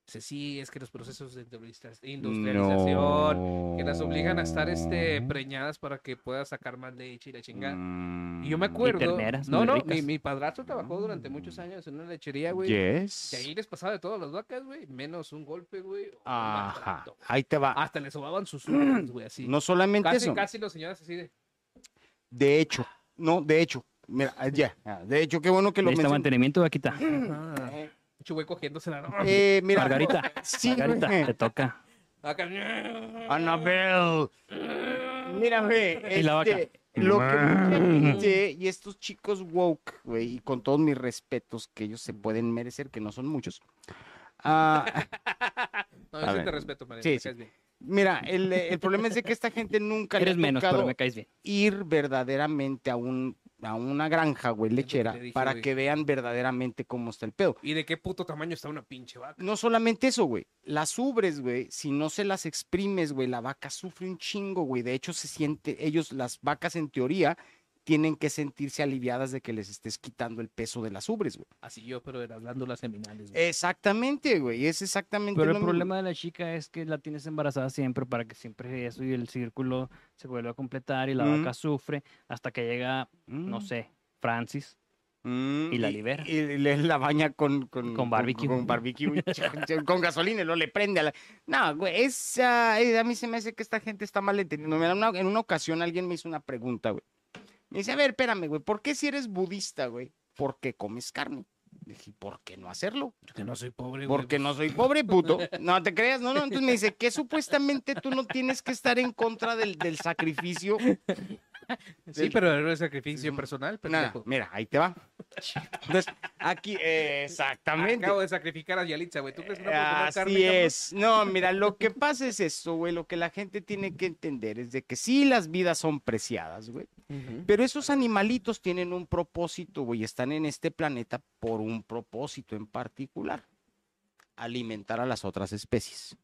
Dice, sí, es que los procesos de industrializa- industrialización No. que las obligan a estar este, preñadas para que puedas sacar más leche y la chingada. Y yo me Mm, acuerdo. terneras no, muy no, mi, ricas. mi padrastro trabajó durante muchos años en una lechería, güey. Yes. Y ahí les pasaba de todas las vacas, güey, menos un golpe, güey. o un Ajá. maltrato. Ahí te va. Hasta les sobaban sus órganos, güey, así. No solamente Ah, casi, eso. casi los señores así de. De hecho, no, de hecho, Mira, ya. Ah, De hecho, qué bueno que lo Necesita mencionas. este mantenimiento, aquí está. Ah, pinche güey cogiéndosela, ¿no? Eh, mira. Margarita, Sí, Margarita, güey. te toca. Acá. Ah, Anabel. Mira, güey. Y la este, vaca. Mm. Lo que mucha gente y estos chicos woke, güey, y con todos mis respetos que ellos se pueden merecer, que no son muchos. Ah, No, A yo sí te ver. respeto, María. Sí, me sí. caes bien. mira, el, el problema es de que esta gente nunca le ha Eres menos, pero tocado me caes bien. ir verdaderamente a un a una granja, güey, lo que lechera, le dije, para güey. que vean verdaderamente cómo está el pedo. ¿Y de qué puto tamaño está una pinche vaca? No solamente eso, güey. Las ubres, güey, si no se las exprimes, güey, la vaca sufre un chingo, güey. De hecho, se siente, ellos, las vacas en teoría, tienen que sentirse aliviadas de que les estés quitando el peso de las ubres, güey. Así yo, pero de las glándulas seminales. Eh, güey. Exactamente, güey. Es exactamente Pero lo el mismo. problema de la chica es que la tienes embarazada siempre para que siempre eso y el círculo se vuelva a completar y la Mm. vaca sufre hasta que llega, Mm, no sé, Francis. mm, y la libera. Y, le- la baña con... Con, barbecue. Con, barbecue. y- con gasolina y luego le prende a la... No, güey, es, ah, eh, a mí se me hace que esta gente está mal entendiendo. Mira, una- en una ocasión alguien me hizo una pregunta, güey. Me dice, a ver, espérame, güey, ¿por qué si eres budista, güey? ¿Por qué comes carne? Dije, ¿por qué no hacerlo? Porque no soy pobre, güey. Porque no soy pobre, puto. No te creas, no, no. Entonces me dice que supuestamente tú no tienes que estar en contra del, del sacrificio. Sí, pero era el sacrificio personal, Nada, pendejo. mira, ahí te va. Entonces, aquí, eh, exactamente. Acabo de sacrificar a Yalitza, güey. ¿Tú crees que no puedo comer carne? Eh, Así cabrón? es. No, mira, lo que pasa es eso, güey. Lo que la gente tiene que entender es de que sí, las vidas son preciadas, güey. Pero esos animalitos tienen un propósito, güey. Están en este planeta por un propósito en particular. Alimentar a las otras especies.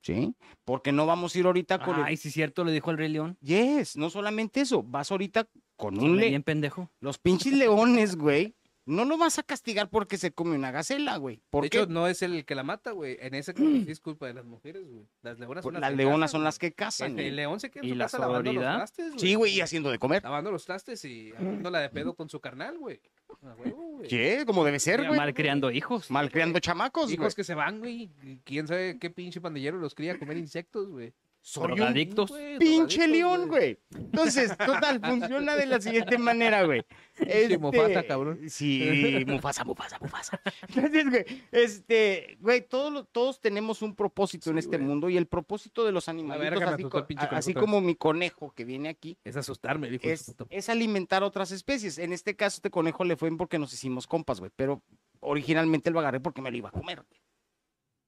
¿Sí? Porque no vamos a ir ahorita con el- Ay, sí, cierto, le dijo al Rey León. Yes, no solamente eso. Vas ahorita con un... le- Bien pendejo. Los pinches leones, güey. No lo vas a castigar porque se come una gacela, güey. de Porque hecho, no es el que la mata, güey. En ese caso, sí es culpa de las mujeres, güey. Las leonas son las, las que leonas cazan, son las güey. que cazan. El, güey. el león se queda en ¿Y su la casa lavando los sororidad? trastes, güey. Sí, güey, y haciendo de comer. Lavando los trastes y Mm. haciéndola de pedo con su carnal, güey. A huevo, güey. Sí, como debe ser, Mira, güey. mal- Malcriando hijos. Oh, Malcriando chamacos, Pues, güey. Hijos que se van, güey. y ¿Quién sabe qué pinche pandillero los cría a comer insectos, güey? Soy un drogadictos. Güey, pinche drogadictos, león, güey. Entonces, total, funciona de la siguiente manera, güey. Este, Mufasa, cabrón. Sí, Mufasa, Mufasa, Mufasa. Entonces, güey, este, güey, todos, lo- todos tenemos un propósito en Sí, este güey. mundo y el propósito de los verga, animalitos, me así, asustó co- el pinche a- así conejo otra como mi conejo que viene aquí, Es asustarme, dijo. es, es alimentar otras especies. En este caso, este conejo le fue bien porque nos hicimos compas, güey, pero originalmente lo agarré porque me lo iba a comer.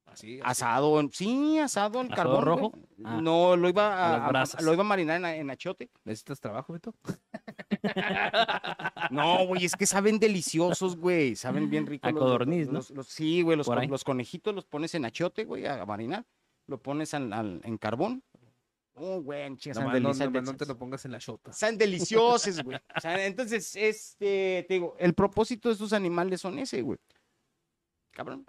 Así, así. Asado, en- sí, asado al ¿Asado carbón. güey. rojo? Ah. No, lo iba A las a, a- brasas. lo iba a marinar en, a- en achiote. ¿Necesitas trabajo, Beto? No, güey, es que saben deliciosos, güey. Saben bien rico. A los- codorniz, los- ¿no? los- los- sí, güey, los, Por co- ahí. los conejitos los pones en achiote, güey, a marinar. Lo pones al- al- en carbón. Oh, güey, No, chinga, saben man, no, deli- no, saben man, no deli- te lo pongas en la chota. Están deliciosos, güey. O sea, entonces, este, te digo, el propósito de estos animales son ese, güey. Cabrón.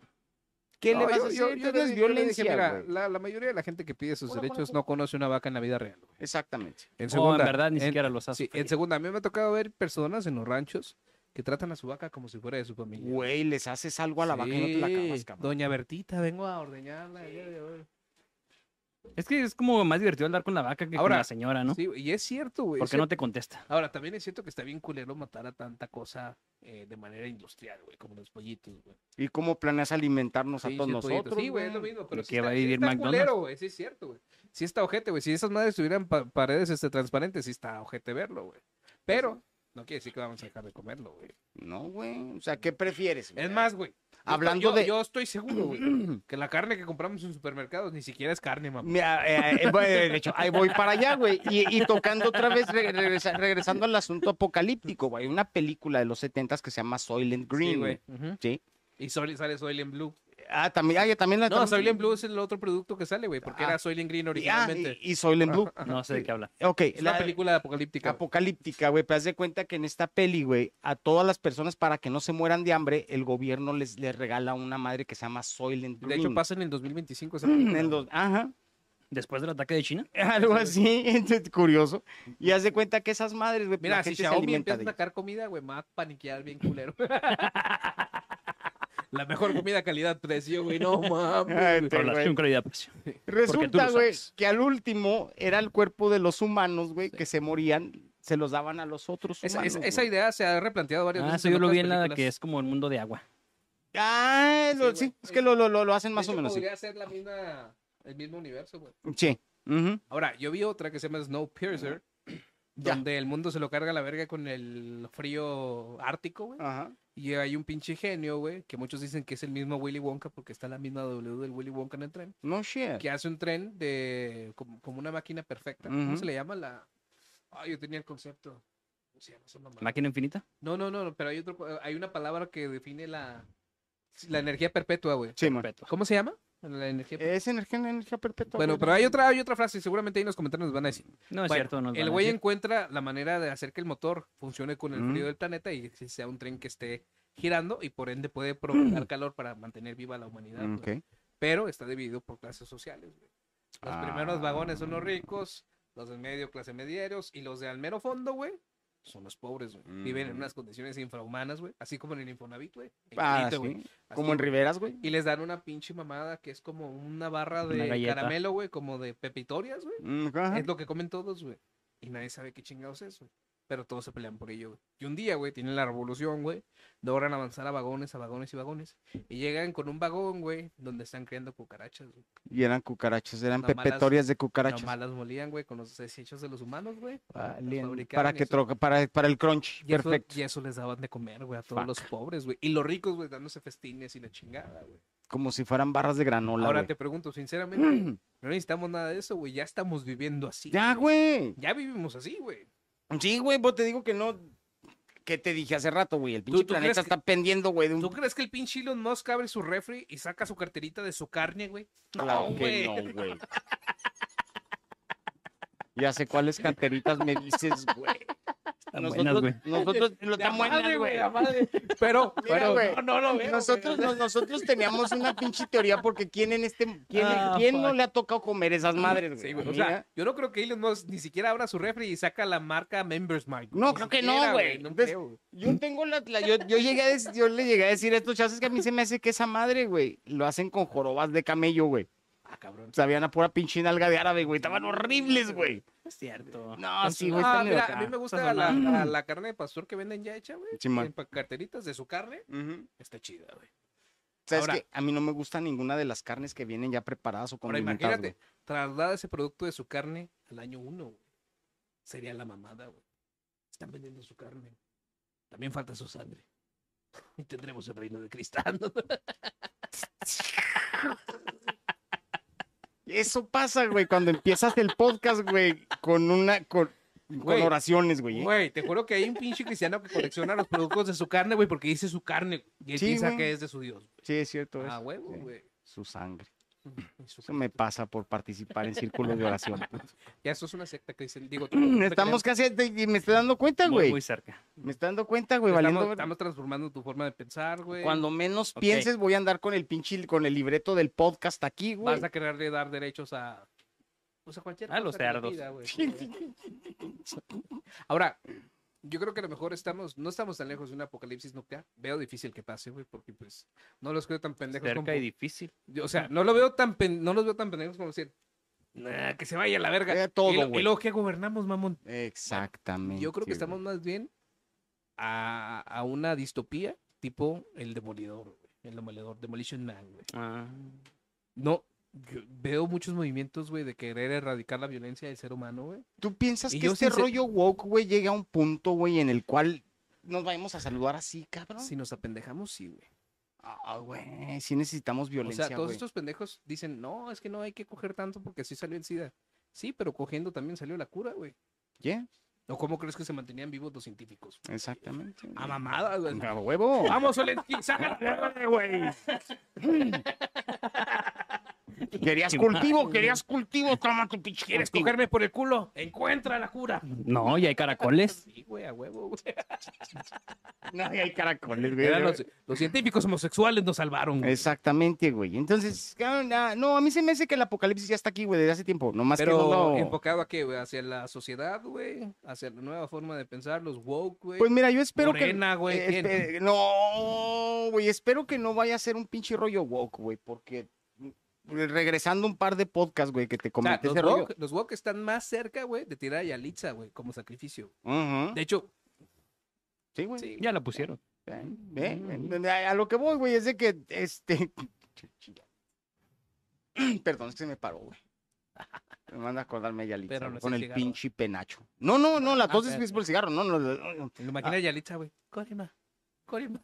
¿Qué No, le vas yo- a hacer? yo- yo Entonces, le no es di- yo le dije, violencia, mira, güey. pues. la, la mayoría de la gente que pide sus Hola, derechos conejo. no conoce una vaca en la vida real. güey. Exactamente. En O en segunda, verdad ni en- siquiera los hace. sí, en segunda, a mí me ha tocado ver personas en los ranchos que tratan a su vaca como si fuera de su familia. Güey, les haces algo a la vaca y no te la Sí, acabas, cabrón. Doña Bertita, vengo a ordeñarla. el día de hoy. Es que es como más divertido hablar con la vaca que Ahora, con la señora, ¿no? Sí, güey, y es cierto, güey. Porque es no te contesta. Ahora, también es cierto que está bien culero matar a tanta cosa eh, de manera industrial, güey, como los pollitos, güey. ¿Y cómo planeas alimentarnos Sí, Pues a todos sí, pollitos. nosotros? Sí, güey, es lo mismo, pero ¿De qué va a vivir está McDonald's? culero, güey, sí es cierto, güey. Sí está ojete, güey. Si esas madres tuvieran pa- paredes este, transparentes, sí está ojete verlo, güey. Pero no quiere decir que vamos a dejar de comerlo, güey. No, güey. O sea, ¿qué prefieres? güey? Es más, güey. yo estoy- Hablando yo- de- Yo estoy seguro, güey, que la carne que compramos en supermercados ni siquiera es carne, mamá. Mira, eh, eh, bueno, de hecho, ahí voy para allá, güey. Y, y tocando otra vez, re- regresa- regresando al asunto apocalíptico, güey. Hay una película de los 70 que se llama Soylent Green. Sí, güey. güey. Sí. Y Soil- sale Soylent Blue. Ah, también, ah, ya también la No, tam- Soylent Blue es el otro producto que sale, güey, porque Ah. era Soylent Green Y- ah, originalmente. y, y Soylent Blue. No sé de qué habla. Ok, Es una la- película apocalíptica. güey. apocalíptica, güey. Pero haz de cuenta que en esta peli, güey, a todas las personas para que no se mueran de hambre, el gobierno les, les regala una madre que se llama Soylent Green. De hecho, pasa en el 2025 esa Mm. En película, el güey. dos- ajá, Después del ataque de China. algo así, entonces, curioso. Y haz de cuenta que esas madres, güey, pues, Mira, la si gente se Xiaomi alimenta empieza de a ellas. sacar comida, güey, me va a paniquear bien culero. La mejor comida calidad-precio, güey, no Ay, mames. güey. te- güey. Relación calidad-precio. Resulta, lo güey, sabes. que al último era el cuerpo de los humanos, güey, que se morían se los daban a los otros. Esa, humanos, esa- esa güey. idea se ha replanteado varias Ah, veces. eso yo lo otras vi en la películas. que es como el mundo de agua. Ah, lo- güey. sí, es que lo, lo, lo, lo hacen De más o hecho, menos. Sí. Podría ser la misma, el mismo universo, güey. Sí. Ujú. Ahora, yo vi otra que se llama Snowpiercer, Ya. donde el mundo se lo carga a la verga con el frío ártico, güey. Ajá. Y hay un pinche genio, güey, que muchos dicen que es el mismo Willy Wonka porque está la misma W del Willy Wonka en el tren, No shit. que hace un tren de como, como una máquina perfecta. ¿Cómo Ujú. se le llama la? Ay, yo tenía el concepto. ¿Cómo se llama esa mamada? Máquina infinita. No, no, no, no, pero hay otro, hay una palabra que define la, la energía perpetua, güey. Sí, man. Perpetua. ¿Cómo se llama? La energía perpetua. Es energía, energía perpetua. Bueno, güey. pero hay otra, hay otra frase, seguramente ahí en los comentarios nos van a decir. No es Bueno, cierto, no el güey encuentra la manera de hacer que el motor funcione con el Mm. frío del planeta y que sea un tren que esté girando y por ende puede provocar calor para mantener viva la humanidad. Mm, güey. ok. Pero está dividido por clases sociales. güey. Los Ah. primeros vagones son los ricos, los del medio clase medieros y los de al mero fondo, güey, son los pobres, güey. Viven en unas condiciones infrahumanas, güey, así como en el Infonavit, güey. en Ah, Quito, sí. güey, así, Como en güey. Riveras, güey. Y les dan una pinche mamada que es como una barra Una de galleta. caramelo, güey, como de pepitorias, güey. Mm, ajá. Es lo que comen todos, güey. Y nadie sabe qué chingados es, güey. Pero todos se pelean por ello, güey. Y un día, güey, tienen la revolución, güey. Logran avanzar a vagones, a vagones y vagones. Y llegan con un vagón, güey, donde están criando cucarachas, güey. Y eran cucarachas, eran Nomás las- pepetorias de Las cucarachas. malas molían, güey, con los desechos de los humanos, güey. Valiendo. fabricaban para que eso. troca, para, para el crunch. Y eso, Perfecto. y eso les daban de comer, güey, a todos Fuck. los pobres, güey. Y los ricos, güey, dándose festines y la chingada, güey. Como si fueran barras de granola. Ahora güey. te pregunto, sinceramente, no necesitamos nada de eso, güey. Ya estamos viviendo así. Ya, güey. Mm. Ya vivimos así, güey. Sí, güey, vos te digo que no. ¿Qué te dije hace rato, güey? El pinche tú crees planeta que- está pendiendo, güey, de un. ¿Tú crees que el pinche Elon Musk abre su refri y saca su carterita de su carne, güey? Claro que güey. no, güey. Ya sé cuáles carteritas me dices, güey. Están buenas, güey. Nosotros La lo tan buenas, madre, güey. la madre. Pero, Mira, pero güey, no, no lo veo. Nosotros, güey. nos- nosotros teníamos una pinche teoría porque quién en este quién, Ah, quién no fuck. le ha tocado comer esas madres, pues. Sí, güey. güey, o Mira. sea, yo no creo que Elon Musk ni siquiera abra su refri y saca la marca Members Mark. No, Ni creo que no, siquiera, güey. No Entonces, creo. Yo tengo la, la- yo, yo llegué a dec- yo le llegué a decir a estos chavos es que a mí se me hace que esa madre, güey, lo hacen con jorobas de camello, güey. Ah, cabrón. Sabían a pura pinche nalga de árabe, güey. Estaban horribles, güey. Es cierto. No, sí, güey, Ah, están medio mira, acá. Mm. a mí me gusta Está la, sonando. la- la carne de pastor que venden ya hecha, güey. Simón. en pa- carteritas de su carne. Ujú. Está chida, güey. ¿Sabes Ahora- qué? A mí no me gusta ninguna de las carnes que vienen ya preparadas o Ahora condimentadas. imagínate, traslada ese producto de su carne al año uno, güey. Sería la mamada, güey. Están vendiendo su carne. También falta su sangre. Y tendremos el reino de cristal. ¿no? güey. Eso pasa, güey, cuando empiezas el podcast, güey, con una con, con Güey. oraciones, güey. ¿eh? Güey, te juro que hay un pinche cristiano que colecciona los productos de su carne, güey, porque dice su carne. Y él Sí, piensa güey. que es de su Dios. güey. Sí, es cierto. Ah, es. huevo, Sí. güey. Su sangre. Y su- Eso me pasa por participar en círculos de oración. Mm, Ya eso es una secta que dicen, digo, Estamos casi, y me estoy dando cuenta, Muy, güey. muy cerca. Me estoy dando cuenta, güey, estamos, valiendo. ver- estamos transformando tu forma de pensar, güey. Cuando menos Ok. pienses, voy a andar con el pinche, con el libreto del podcast aquí, güey. vas a quererle dar derechos a pues a cualquier A cosa los que le cerdos. pida, güey. Ahora, yo creo que a lo mejor estamos, no estamos tan lejos de un apocalipsis nuclear. Veo difícil que pase, güey, porque pues no los creo tan pendejos como. Cerca y difícil. O sea, no lo veo tan pen- no los veo tan pendejos como decir, "Nah, que se vaya a la verga. Eh, todo, y, lo- y güey. luego que gobernamos, mamón. Exactamente. Yo creo que güey. estamos más bien a, a una distopía tipo el demolidor, güey, El demoledor, Demolition Man, güey. Ah, No, yo veo muchos movimientos, güey, de querer erradicar la violencia del ser humano, güey. ¿Tú piensas Y que yo este sincer- rollo woke, güey, llega a un punto, güey, en el cual nos vayamos a saludar así, cabrón? Si nos apendejamos, sí, güey. Ah, güey, sí necesitamos O violencia, sea, todos güey. estos pendejos dicen, no, es que no hay que coger tanto porque así salió el SIDA. Sí, pero cogiendo también salió la cura, güey. Yeah, ¿O cómo crees que se mantenían vivos los científicos? exactamente. A mamadas, güey. ¡A huevo! Vamos, Solensky, saca. pues, Querías cultivo, querías cultivo, toma tu pinche. ¿Quieres cultivo. cogerme por el culo? Encuentra la cura. No, y hay caracoles. Sí, güey, a huevo, güey. No, y hay caracoles, güey. Eran Los, los científicos homosexuales nos salvaron, güey. Exactamente, güey. Entonces, ah, na- no, a mí se me hace que el apocalipsis ya está aquí, güey, desde hace tiempo. Nomás que no Pero lo- enfocado a qué, güey? Hacia la sociedad, güey. Hacia la nueva forma de pensar, los woke, güey. Pues mira, yo espero Morena, que. güey, eh, ¿quién? espe- No, güey, espero que no vaya a ser un pinche rollo woke, güey, porque mm, regresando un par de podcasts, güey, que te O sea, comenté los, ese rollo. wok, los wok están más cerca, güey, de tirar a Yalitza, güey, como sacrificio. Ujú. De hecho, Sí, güey. sí, Ya la pusieron. Eh, eh, A a lo que voy, güey, es de que, este... Perdón, es que se me paró, güey. Me manda a acordarme ya Yalitza, Pero no güey, es con el el cigarro. pinche penacho. No, no, no, la Ah, tos es espérate. que es por el cigarro, no, no, no, no. me lo imaginé a Yalitza, güey. Corima, Corima.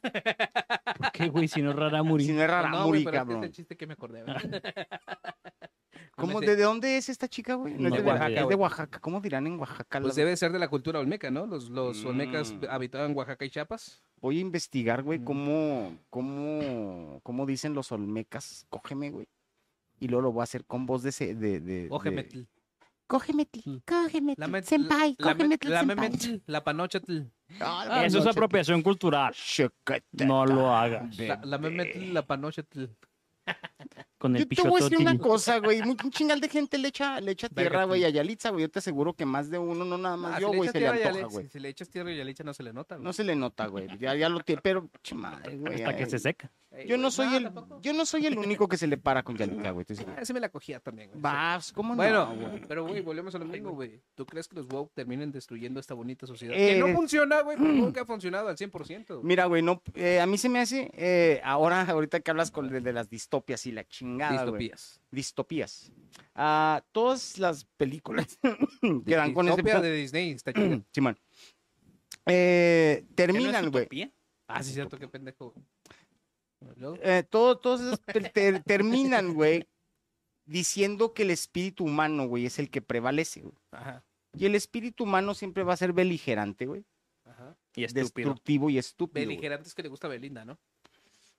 ¿Por qué, güey? Si no, rara Si morir. no era No, güey, pero es Ramuri, que es el cabrón. chiste que me acordé, güey. ¿Cómo, Ese- ¿De de dónde es esta chica, güey? No es No, de güey, Oaxaca, güey. es de Oaxaca. ¿Cómo dirán en Oaxaca? la- Pues debe ser de la cultura olmeca, ¿no? Los, los olmecas Mm. habitaban Oaxaca y Chiapas. Voy a investigar, güey, Mm. cómo, cómo, cómo dicen los olmecas. Cógeme, güey. Y luego lo voy a hacer con voz de... ese- de, de, Ójeme, de- Cógeme, ti, cógeme, ti, Mm. la met- senpai, la, cógeme, met- ti, la senpai. memetl, la panochatl, Ah, la Eso es noche, apropiación cultural. Chacatata, No lo hagas. la, la memetl, la panochatl. Con Yo el te voy a decir una pichototil. cosa, güey. muy- Un chingal de gente le echa, le echa Verga, tierra, tú. güey, a Yalitza, güey. Yo te aseguro que más de uno, no nada más Ah, yo, si, le güey, echas se le tierra y antoja, ale- güey. si- si le echas tierra y Yalitza no se le nota, güey. No se le nota, güey. Ya, ya lo tiene, pero, che madre, güey. Hasta que ay. se seca. Ey, Yo no güey, soy el, tampoco. yo no soy el único que se le para con Yalitza, güey. Tú sí. Ah, sí me la cogía también, güey. Vas, ¿cómo Bueno, no, güey? pero güey, volvemos a lo mismo, güey. ¿Tú crees que los woke terminen destruyendo esta bonita sociedad? Eh, que no funciona, güey, porque nunca ha funcionado al 100%. Mira, güey, no, eh, a mí se me hace, eh, ahora, ahorita que hablas con, de, de las distopias y la chingada, güey. Distopías. Distopías. Ah, todas las películas que dan con ese Distopia pedo- de Disney está chida. Simón. Eh, ¿Que no es terminan, güey. utopía? Ah, sí, cierto, qué pendejo. güey. Luego, Eh, todo- todos esos ter- ter- terminan, güey, diciendo que el espíritu humano, güey, es el que prevalece. güey. Ajá, Y el espíritu humano siempre va a ser beligerante, güey. ajá. Y estúpido. Destructivo y estúpido. güey. Beligerantes que le gusta a Belinda, ¿no?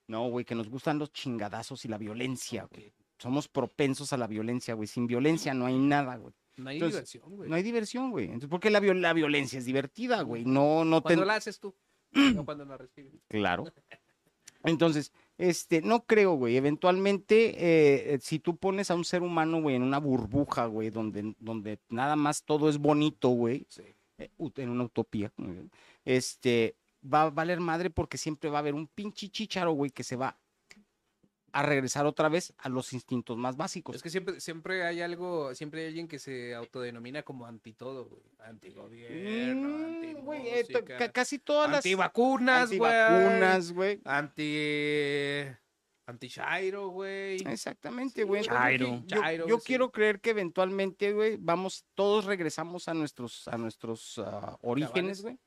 No, güey, que nos gustan los chingadazos y la violencia, güey. Ok. Somos propensos a la violencia, güey. Sin violencia no hay nada, güey. No hay Entonces, diversión, güey. No hay diversión, güey. Entonces, ¿por qué la, viol- la violencia es divertida, güey? No, no te... Cuando la haces tú, no cuando la recibes. Claro. Entonces, este, no creo, güey. Eventualmente, eh, eh, si tú pones a un ser humano, güey, en una burbuja, güey, donde, donde nada más todo es bonito, güey, Sí. eh, ut- en una utopía, muy bien, este, va a valer madre porque siempre va a haber un pinche chicharo, güey, que se va a regresar otra vez a los instintos más básicos. Es que siempre, siempre hay algo, siempre hay alguien que se autodenomina como anti todo, güey. Antigobierno, anti Mm, güey, eh, to- ca- casi todas las antivacunas, güey. antivacunas, güey. Anti. Anti Chairo, güey. Exactamente, güey. Entonces, Chairo. yo- Yo, Chairo, yo sí. quiero creer que eventualmente, güey, vamos, todos regresamos a nuestros, a nuestros ah, orígenes, güey.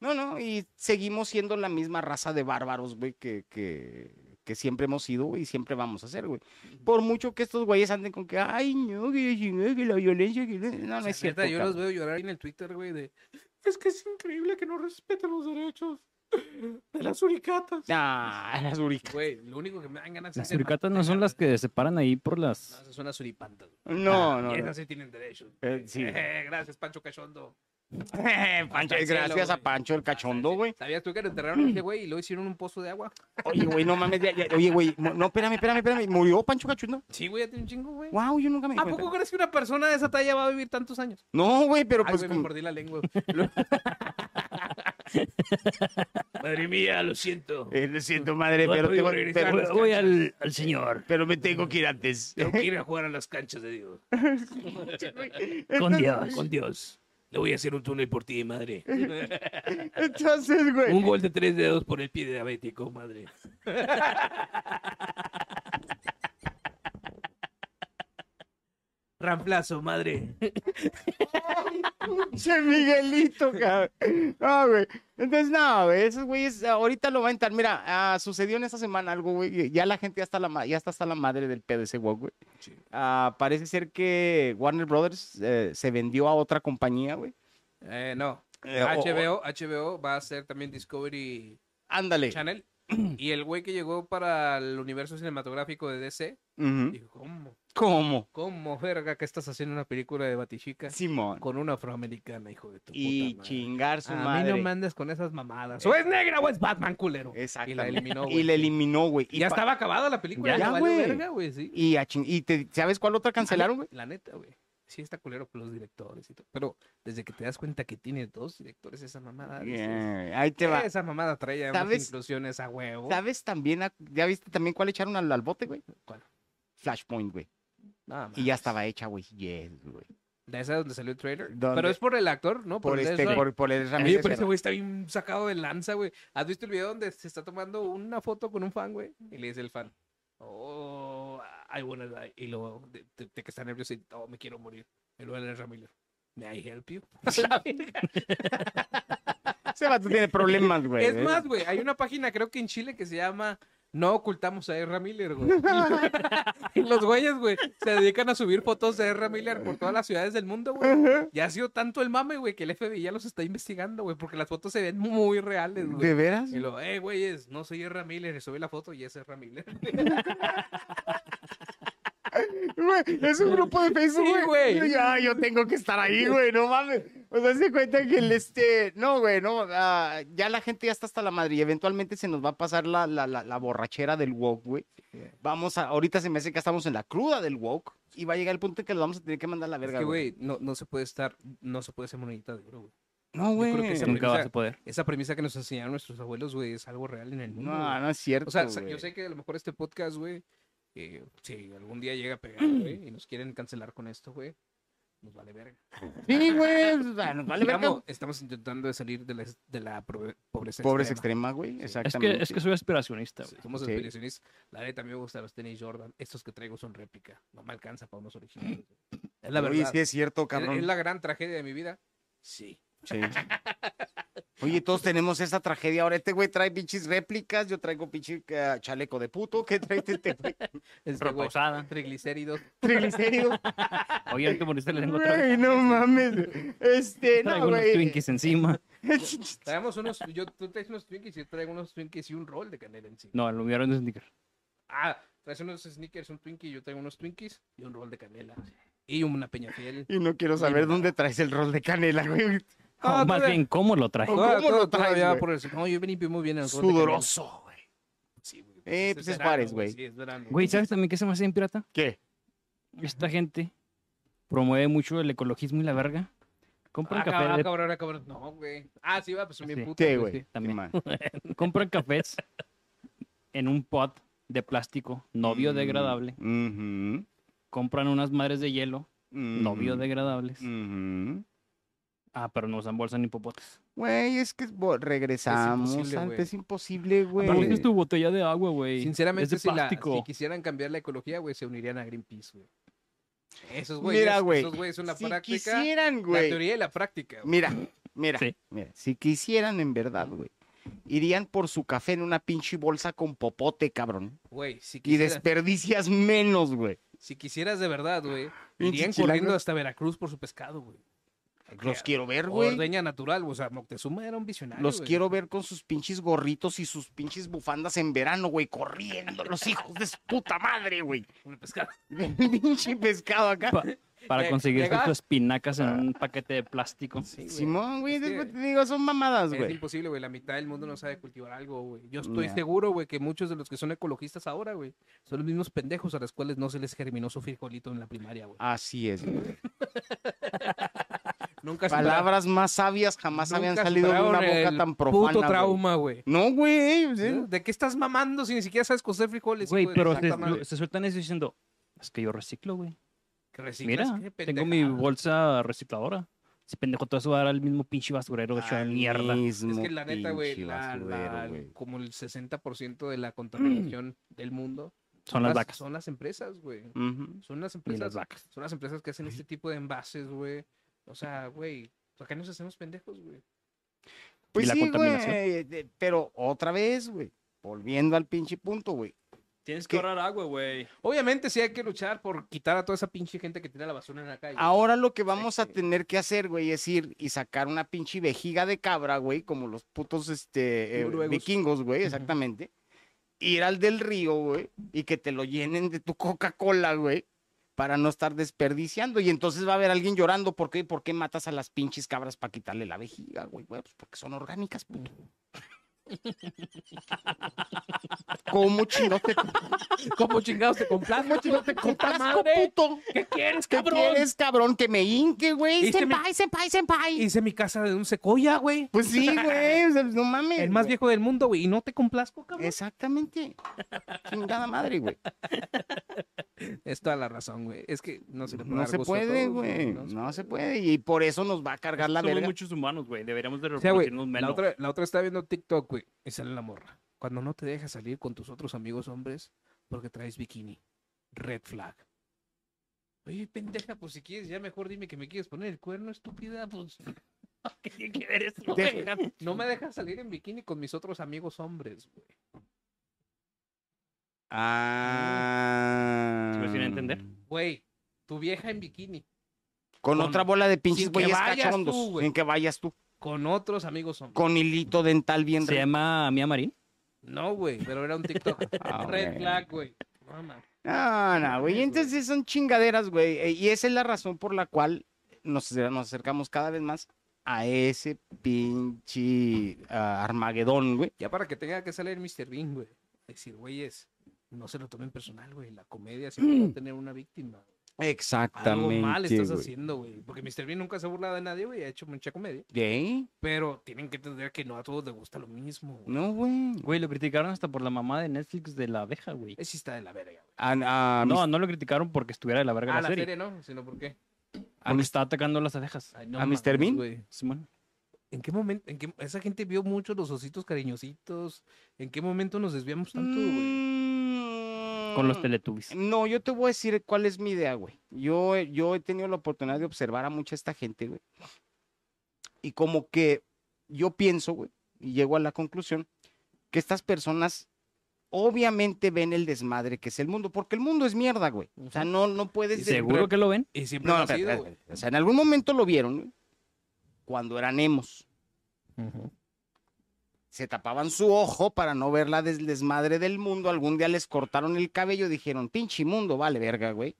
No, no, y seguimos siendo la misma raza de bárbaros, güey, que, que, que siempre hemos sido güey, y siempre vamos a ser, güey. Por mucho que estos güeyes anden con que, ay, no, que, la chingada, que la violencia, que la-". No, no La es cierto. neta, yo los cabrón. veo llorar en el Twitter, güey, de. Es que es increíble que no respeten los derechos de las suricatas. Ah, las urica- Güey, lo único que me dan ganas Las de suricatas no son las que se paran ahí por No, las. esas son las suripantas. güey. No, no, no. Esas sí tienen derechos. Eh, sí. Eh, gracias, Pancho Cachondo. Pancho, el cielo, gracias a güey. Ah, Pancho el cachondo, güey. ¿Sabías tú que lo enterraron a ese güey y luego hicieron un pozo de agua? Oye, güey, no mames. ya- ya- oye, güey, mo- no, espérame, espérame, espérame. ¿Murió Pancho Cachondo? Sí, güey, ya tiene un chingo, güey. Wow, yo nunca me di ¿A cuenta. poco crees que una persona de esa talla va a vivir tantos años? No, güey, pero Ay, pues. güey, me como- mordí la lengua. Lo- Madre mía, lo siento. Eh, lo siento, madre, No he pero, podido tengo- regresar a pero, las Voy canchas. al, al señor. pero me tengo que ir antes. Tengo que ir a jugar a las canchas de Dios. Con Dios. Con Dios. Le voy a hacer un túnel por ti, madre. Entonces, Un güey. gol de tres dedos por el pie diabético, madre. Ramplazo, madre. Che Miguelito, cabrón. No, güey. Entonces, no, güey. Esos güeyes ah, ahorita lo va a entrar. Mira, ah, sucedió en esta semana algo, güey. Ya la gente ya está, la ma- ya está hasta la madre del pedo de ese walk, güey. Sí. Ah, parece ser que Warner Brothers eh, se vendió a otra compañía, güey. Eh, no. Eh, o- HBO, HBO va a ser también Discovery Ándale. Channel. Y el güey que llegó para el universo cinematográfico de DC Ujú. dijo, ¿cómo? ¿Cómo? ¿Cómo, verga, que estás haciendo una película de Batichica Simón. con una afroamericana, hijo de tu Y puta madre? chingar su a madre. Eh. mí no me andes con esas mamadas. O es negra o es Batman, culero. Exacto. Y la eliminó, Y güey. la eliminó, güey. Y ya pa- estaba acabada la película. Ya, le valió güey. verga, güey, sí. Y, a chin- y te, ¿sabes cuál otra cancelaron, güey? La neta, güey. Sí está culero con los directores y todo. Pero desde que te das cuenta que tiene dos directores esa mamada, dices, Eh, ahí te va. esa mamada trae ya unas ¿Sabes? inclusiones a huevo. ¿Sabes también? a- ¿Ya viste también cuál echaron al, al bote, güey? ¿Cuál? Flashpoint, güey. Nada Y ya estaba hecha, güey. Yes, güey. ¿De esa es donde salió el trailer? ¿Dónde? Pero es por el actor, ¿no? Por, el de este, Ezra. por, por el Oye, Ramírez. pero ese Serra. güey está bien sacado de lanza, güey. ¿Has visto el video donde se está tomando una foto con un fan, güey? Y le dice el fan, oh, I wanna die. Y luego, de, de- de que está nervioso y, oh, me quiero morir. Y luego el Ramírez, may I help you? La verga. Ese vato tiene problemas, güey. ¿eh? es más, güey, hay una página, creo que en Chile, que se llama No ocultamos a Ezra Miller, güey. Y los güeyes, güey, se dedican a subir fotos de Ezra Miller por todas las ciudades del mundo, güey. Ajá. Ya ha sido tanto el mame, güey, que el FBI ya los está investigando, güey, porque las fotos se ven muy reales, güey. ¿De veras? Y lo, eh, güeyes, no soy Erra Miller. Y sube la foto y es Erra Miller. Güey, es un grupo de Facebook, Sí, güey. güey. Ya, yo tengo que estar ahí, güey, no mames. O sea, se cuenta que el este, no, güey, no, ah, ya la gente ya está hasta la madre y eventualmente se nos va a pasar la, la, la, la borrachera del woke, güey. Vamos a, ahorita se me hace que estamos en la cruda del woke y va a llegar el punto en que lo vamos a tener que mandar a la es verga, que, güey. güey, no, no se puede estar, no se puede ser monedita de oro, güey. No, yo creo güey. que esa premisa- No, Nunca vas a poder. Esa premisa que nos enseñaron nuestros abuelos, güey, es algo real en el mundo. güey. no es cierto, o sea, sa- yo güey. sé que a lo mejor este podcast, güey, eh, si algún día llega a pegar, güey, y nos quieren cancelar con esto, güey, nos vale verga. Sí, güey, o sea, nos vale verga. Digamos, estamos intentando de salir de la, de la probe- pobreza Pobres extrema. extrema, güey, Es que, exactamente. es que soy aspiracionista, güey. Somos Sí. aspiracionistas. La neta, a mí me gustan los tenis Jordan. Estos que traigo son réplica. No me alcanza para unos originales. güey. Es la verdad. Oye, sí es cierto, ¿Es- cabrón. ¿Es la gran tragedia de mi vida? Sí. Sí. Oye, todos tenemos esa tragedia. Ahora este güey trae pinches réplicas, yo traigo pinche eh, chaleco de puto. ¿Qué trae este güey? Es que, güey, Reposada. triglicéridos. Triglicéridos. Oye, no te moriste la lengua otra vez. Güey, no mames. Este, Traigo no, unos güey. Twinkies encima. Traemos unos. Yo, tú traes unos Twinkies y yo traigo unos Twinkies y un rol de canela encima. No, lo vieron en sneaker. Ah, traes unos sneakers, un Twinkie, yo traigo unos Twinkies y un rol de canela. Y una peña fiel. Y no quiero saber dónde traes el rol de canela, güey. Ah, O más todavía- bien, ¿cómo lo traje? ¿cómo todavía- lo traes, todavía güey? por el- No, yo vení muy bien en el rol de canela. Sudoroso, güey. Sí, güey. Eh, pues es verano, Juárez, güey. Sí, es verano. Güey, ¿sabes también qué se me hace bien pirata? ¿Qué? Esta gente promueve mucho el ecologismo y la verga. Compran Ah, café cabrón, de- cabrón, ah, cabrón. No, güey. Ah, sí, va, pues son bien Sí. putos. Sí, güey. güey. también. Simón. compran cafés en un pot de plástico no Mm, Mm. biodegradable. Ujú, Compran unas madres de hielo no ujú, Mm. biodegradables. ujú. Ah, pero no usan bolsas ni popotes. Mm-hmm. Güey, es que bo- regresamos. imposible, al- güey. Es imposible, güey. Aparte es tu botella de agua, güey. Sinceramente, es si, de la- plástico. si quisieran cambiar la ecología, güey, se unirían a Greenpeace, güey. Esos güeyes, Mira, güey. esos güeyes son la Si práctica, quisieran, la güey. teoría y la práctica. güey. Mira, mira, Sí. mira, si quisieran en verdad, güey, irían por su café en una pinche bolsa con popote, cabrón. Güey, si, Y quisieras- desperdicias menos, güey. si quisieras de verdad, güey, Pinches irían chilangos. corriendo hasta Veracruz por su pescado, güey. Los quiero ver, güey. Ordeña natural, o sea, Moctezuma era un visionario. Los güey. quiero ver con sus pinches gorritos y sus pinches bufandas en verano, güey, corriendo, los hijos de su puta madre, güey. Con el pescado. El pinche pescado acá. Pa- para Eh, conseguir llega- sus espinacas en un paquete de plástico. Sí, güey. Simón, güey, Es que- después te digo, son mamadas, Es güey. imposible, güey. La mitad del mundo no sabe cultivar algo, güey. Yo estoy Ya. seguro, güey, que muchos de los que son ecologistas ahora, güey, son los mismos pendejos a los cuales no se les germinó su frijolito en la primaria, güey. Así es, güey. Nunca supera- Palabras más sabias jamás habían nunca salido de una superaron boca el tan profana. Puto güey. trauma, güey. No, güey. sí. ¿No? ¿De qué estás mamando si ni siquiera sabes cocer frijoles? Güey, hijo de pero la se, puta madre? lo- se sueltan eso diciendo, es que yo reciclo, güey. ¿Qué reciclas? Mira, ¿Qué tengo mi pendejada? bolsa recicladora. Ese pendejo te vas a dar al mismo pinche basurero de hecho de Al mierda. mismo Ah, Es que la neta, güey, pinche la- basurero, la- güey. como el 60% de la contaminación del mundo Son las vacas. Son las empresas, güey. Son Ujú. las Y las empresas vacas. son las empresas que hacen este tipo de envases, güey. O sea, güey, acá nos hacemos pendejos, güey. Pues la sí, contaminación. güey, de- Pero otra vez, güey. Volviendo al pinche punto, güey. Tienes que ahorrar agua, güey. Obviamente sí hay que luchar por quitar a toda esa pinche gente que tiene la basura en la calle. Ahora lo que vamos a tener que hacer, güey, es ir y sacar una pinche vejiga de cabra, güey, como los putos este, eh, Noruegos. vikingos, güey, exactamente. Ir al del río, güey, y que te lo llenen de tu Coca-Cola, güey, para no estar desperdiciando. Y entonces va a haber alguien llorando, ¿por qué? ¿Por qué matas a las pinches cabras para quitarle la vejiga, güey? Güey, pues porque son orgánicas, puto. ¿Cómo chingados te, ¿Cómo chingados te complazco? cómo chingados te ¡Puta complazco, madre! puto? ¿Qué quieres, ¿Qué cabrón? quieres, cabrón? Que me hinque, güey. Este Hice mi, Senpai, senpai, senpai. hice mi casa de un secoya, güey. Pues sí, güey. o sea, No mames. El más güey. viejo del mundo, güey. Y no te complazco, cabrón. Exactamente. Chingada madre, güey. Es toda la razón, güey. Es que no se, le puede No dar se gusto a puede, todos, güey. No se puede. Y por eso nos va a cargar la Somos verga. muchos humanos, güey. Deberíamos de O sea, güey, reproducirnos la menos. otra, la otra está viendo TikTok, güey, y sale la morra. Cuando no te dejas salir con tus otros amigos hombres porque traes bikini. Red flag. Oye, pendeja, pues si quieres, ya mejor dime que me quieres poner el cuerno, estúpida. Pues ¿Qué tiene que ver esto, Deja- güey? no me dejas salir en bikini con mis otros amigos hombres, güey. Ah. ¿Sí me hicieron entender? Güey, tu vieja en bikini, Con Con- otra bola de pinches sin que güeyes vayas cachondos. tú, güey. en que vayas tú. con otros amigos hombres. Con hilito dental bien ¿Se rico. llama Mía Marín? No, güey, pero era un TikTok. Ah, Red güey. flag, güey. No, mames. Ah, no, güey. mames, Entonces son chingaderas, güey. eh, Y esa es la razón por la cual nos, nos acercamos cada vez más a ese pinche ah, Armagedón, güey. Ya para que tenga que salir Mr. Bean, güey. Decir, güeyes, no se lo tomen personal, güey. La comedia siempre va a tener una víctima. Algo Exactamente. mal estás güey. haciendo, güey. Porque Mr. Bean nunca se ha burlado de nadie, güey. Ha hecho mucha comedia. ¿Qué? Pero tienen que entender que no a todos les gusta lo mismo, güey. No, güey. Güey, lo criticaron hasta por la mamá de Netflix de la abeja, güey. Ese está de la verga, güey. A, a mis- No, no lo criticaron porque estuviera de la verga Ah, la, la serie. serie no, sino por qué. a Porque mis- está atacando las abejas. Ay, no ¿A mames, Mr. Bean? güey. Simón. ¿En qué momento? En qué, esa gente vio mucho los ositos cariñositos. ¿En qué momento nos desviamos pues tanto, güey? Mm. Con los teletubbies. No, yo te voy a decir cuál es mi idea, güey. Yo, yo he tenido la oportunidad de observar a mucha esta gente, güey. Y como que yo pienso, güey, y llego a la conclusión que estas personas obviamente ven el desmadre que es el mundo, porque el mundo es mierda, güey. O sea, no, no puedes... de- ¿Seguro que lo ven? Y siempre No, lo ha espérate, sido, espérate, güey. espérate. O sea, en algún momento lo vieron, güey, cuando eran emos. se tapaban su ojo para no ver la des- desmadre del mundo. Algún día les cortaron el cabello, dijeron, pinche mundo, vale verga, güey.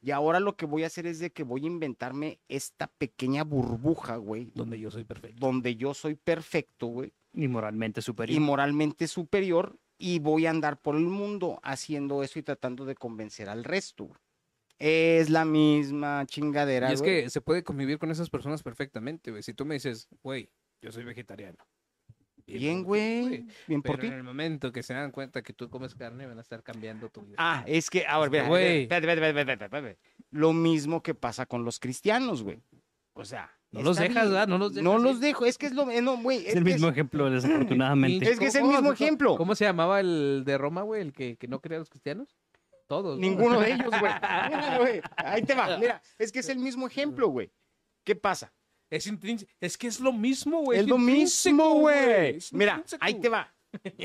Y ahora lo que voy a hacer es de que voy a inventarme esta pequeña burbuja, güey, Donde yo soy perfecto. donde yo soy perfecto, güey, Y moralmente y superior. moralmente superior, y voy a andar por el mundo haciendo eso y tratando de convencer al resto. güey. Es la misma chingadera, Y es güey. que se puede convivir con esas personas perfectamente, güey. Si tú me dices, güey, yo soy vegetariano. Bien, por ti, güey. Bien por Pero ti. en el momento que se dan cuenta que tú comes carne, van a estar cambiando tu vida. Ah, es que, ahora, mira, güey. espérate, espérate, espérate, espérate, espérate. Lo mismo que pasa con los cristianos, güey. O sea, No los está dejas, bien. ¿verdad? No los dejas, No sí. los dejo, es que es lo, eh, no, güey, Es el mismo ejemplo, Pinche- desafortunadamente. es que es el ¿cómo- mismo cómo- ejemplo. ¿Cómo se llamaba el de Roma, güey? El que, que no creía a los cristianos. Todos. ¿no? Ninguno de ellos, güey. Mira, güey, Ahí te va, mira, es que es el mismo ejemplo, güey. ¿Qué pasa? Es intrínse- Es que es lo mismo, güey. es lo intrínseco, mismo, güey. Es Mira, intrínseco. ahí te va.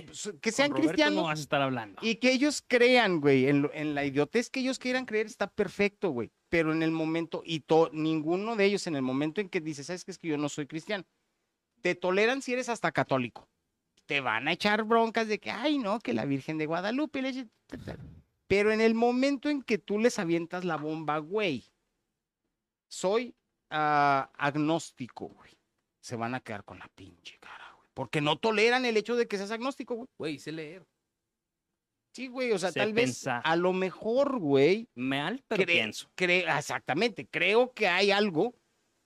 Pues, Que sean Con Roberto cristianos no vas a estar hablando. Y que ellos crean, güey, en, lo- en la idiotez que ellos quieran creer está perfecto, güey. Pero en el momento, y to- ninguno de ellos en el momento en que dices, ¿sabes qué? Es que yo no soy cristiano. Te toleran si eres hasta católico. Te van a echar broncas de que, ay, no, que la Virgen de Guadalupe. le eche- ta, ta". Pero en el momento en que tú les avientas la bomba, güey, soy ah, agnóstico, güey. Se van a quedar con la pinche cara, güey. Porque no toleran el hecho de que seas agnóstico, güey. Güey, sé leer. Sí, güey, o sea, Sé tal pensar. vez a lo mejor, güey, Mal, pero cre- pienso. cre- exactamente, creo que hay algo,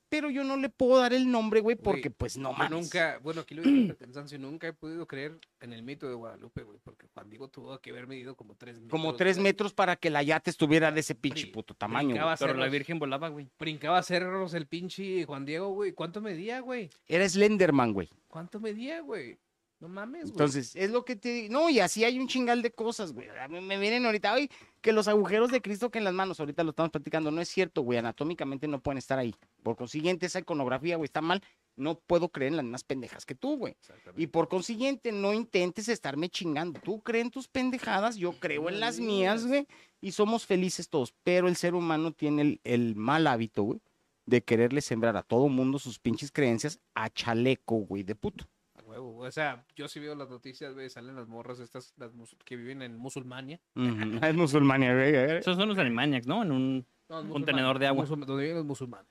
pero yo no le puedo dar el nombre, güey, Güey, porque pues no Yo mames. nunca, bueno, aquí lo digo hasta el cansancio, nunca he podido creer en el mito de Guadalupe, güey, porque Juan Diego tuvo que haber medido como tres metros. Como tres güey. metros para que la yate estuviera de ese pinche Brin- puto tamaño. güey. brincaba Pero la cerros. Virgen volaba, güey. Brincaba cerros el pinche Juan Diego, güey. ¿Cuánto medía, güey? Era Slenderman, güey. ¿Cuánto medía, güey? No mames, güey. Entonces, es lo que te digo. No, y así hay un chingal de cosas, güey. A mí Me vienen ahorita, ay, que los agujeros de Cristo que en las manos, ahorita lo estamos platicando, no es cierto, güey. Anatómicamente no pueden estar ahí. Por consiguiente, esa iconografía, güey, está mal. No puedo creer en las mismas pendejas que tú, güey. Y por consiguiente, no intentes estarme chingando. Tú crees en tus pendejadas, yo creo en las mías, güey. Y somos felices todos. Pero el ser humano tiene el, el mal hábito, güey, de quererle sembrar a todo mundo sus pinches creencias a chaleco, güey, de puto. A huevo, güey. O sea, yo sí veo las noticias, güey, salen las morras estas las mus- que viven en Musulmania. Ujú, Es musulmania, güey. eh. a ver. Esos son los Animaniacs, ¿no? En un No, en Contenedor de agua. Musulma- donde viven los musulmanes.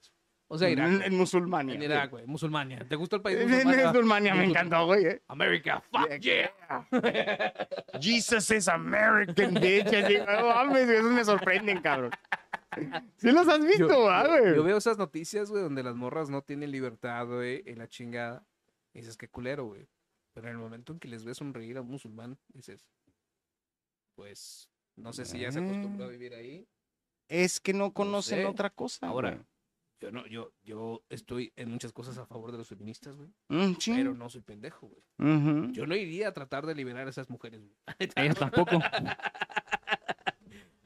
O sea, Irak. En, güey. en Musulmania. En Irak, güey. Musulmania. ¿Te gusta el país En- en musulmán? Musulmania, me encantó, güey. eh. América, fuck yeah. Jesus is American, bitch. Así, no mames, güey, esos me sorprenden, cabrón. Sí los has visto, ah, güey. Yo veo esas noticias, güey, donde las morras no tienen libertad, güey, en la chingada. Y dices, qué culero, güey. Pero en el momento en que les ves sonreír a un musulmán, dices, pues, no sé si ya se acostumbró a Mm. vivir ahí. Es que no conocen sé. otra cosa. Ahora, güey. yo no, yo, yo estoy en muchas cosas a favor de los feministas, güey. Mm, sí. Pero no soy pendejo, güey. Ujú. Yo no iría a tratar de liberar a esas mujeres, güey. Ellos tampoco.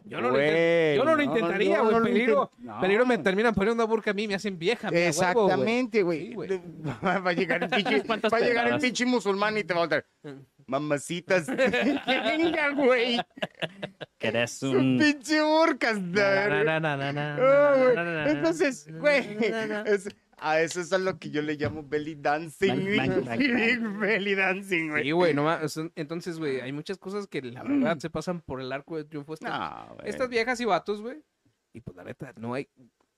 Yo no lo inten- Güey, yo no lo intentaría, yo güey, lo peligro. intent- no. Pero me terminan poniendo una burka a mí, me hacen vieja. me huevo, güey. Exactamente, güey. Sí, güey. va a llegar el pinche, ¿Cuántas va a llegar el pedradas? pinche musulmán y te va a dar mamacitas. que venga, güey. Que eres Sus un... pinche burcas. Na, la na, na, na, na, Ah, na, güey. na, na, na, Entonces, na, güey, na, na, na. es- a eso es a lo que yo le llamo belly dancing. Man- man- man- Sí, man. belly dancing, güey. Sí, güey, no ma- son- Entonces, güey, hay muchas cosas que la verdad se pasan por el arco de triunfo. Estas, Mm. No, güey. estas viejas y vatos, güey. Y pues la neta, no hay.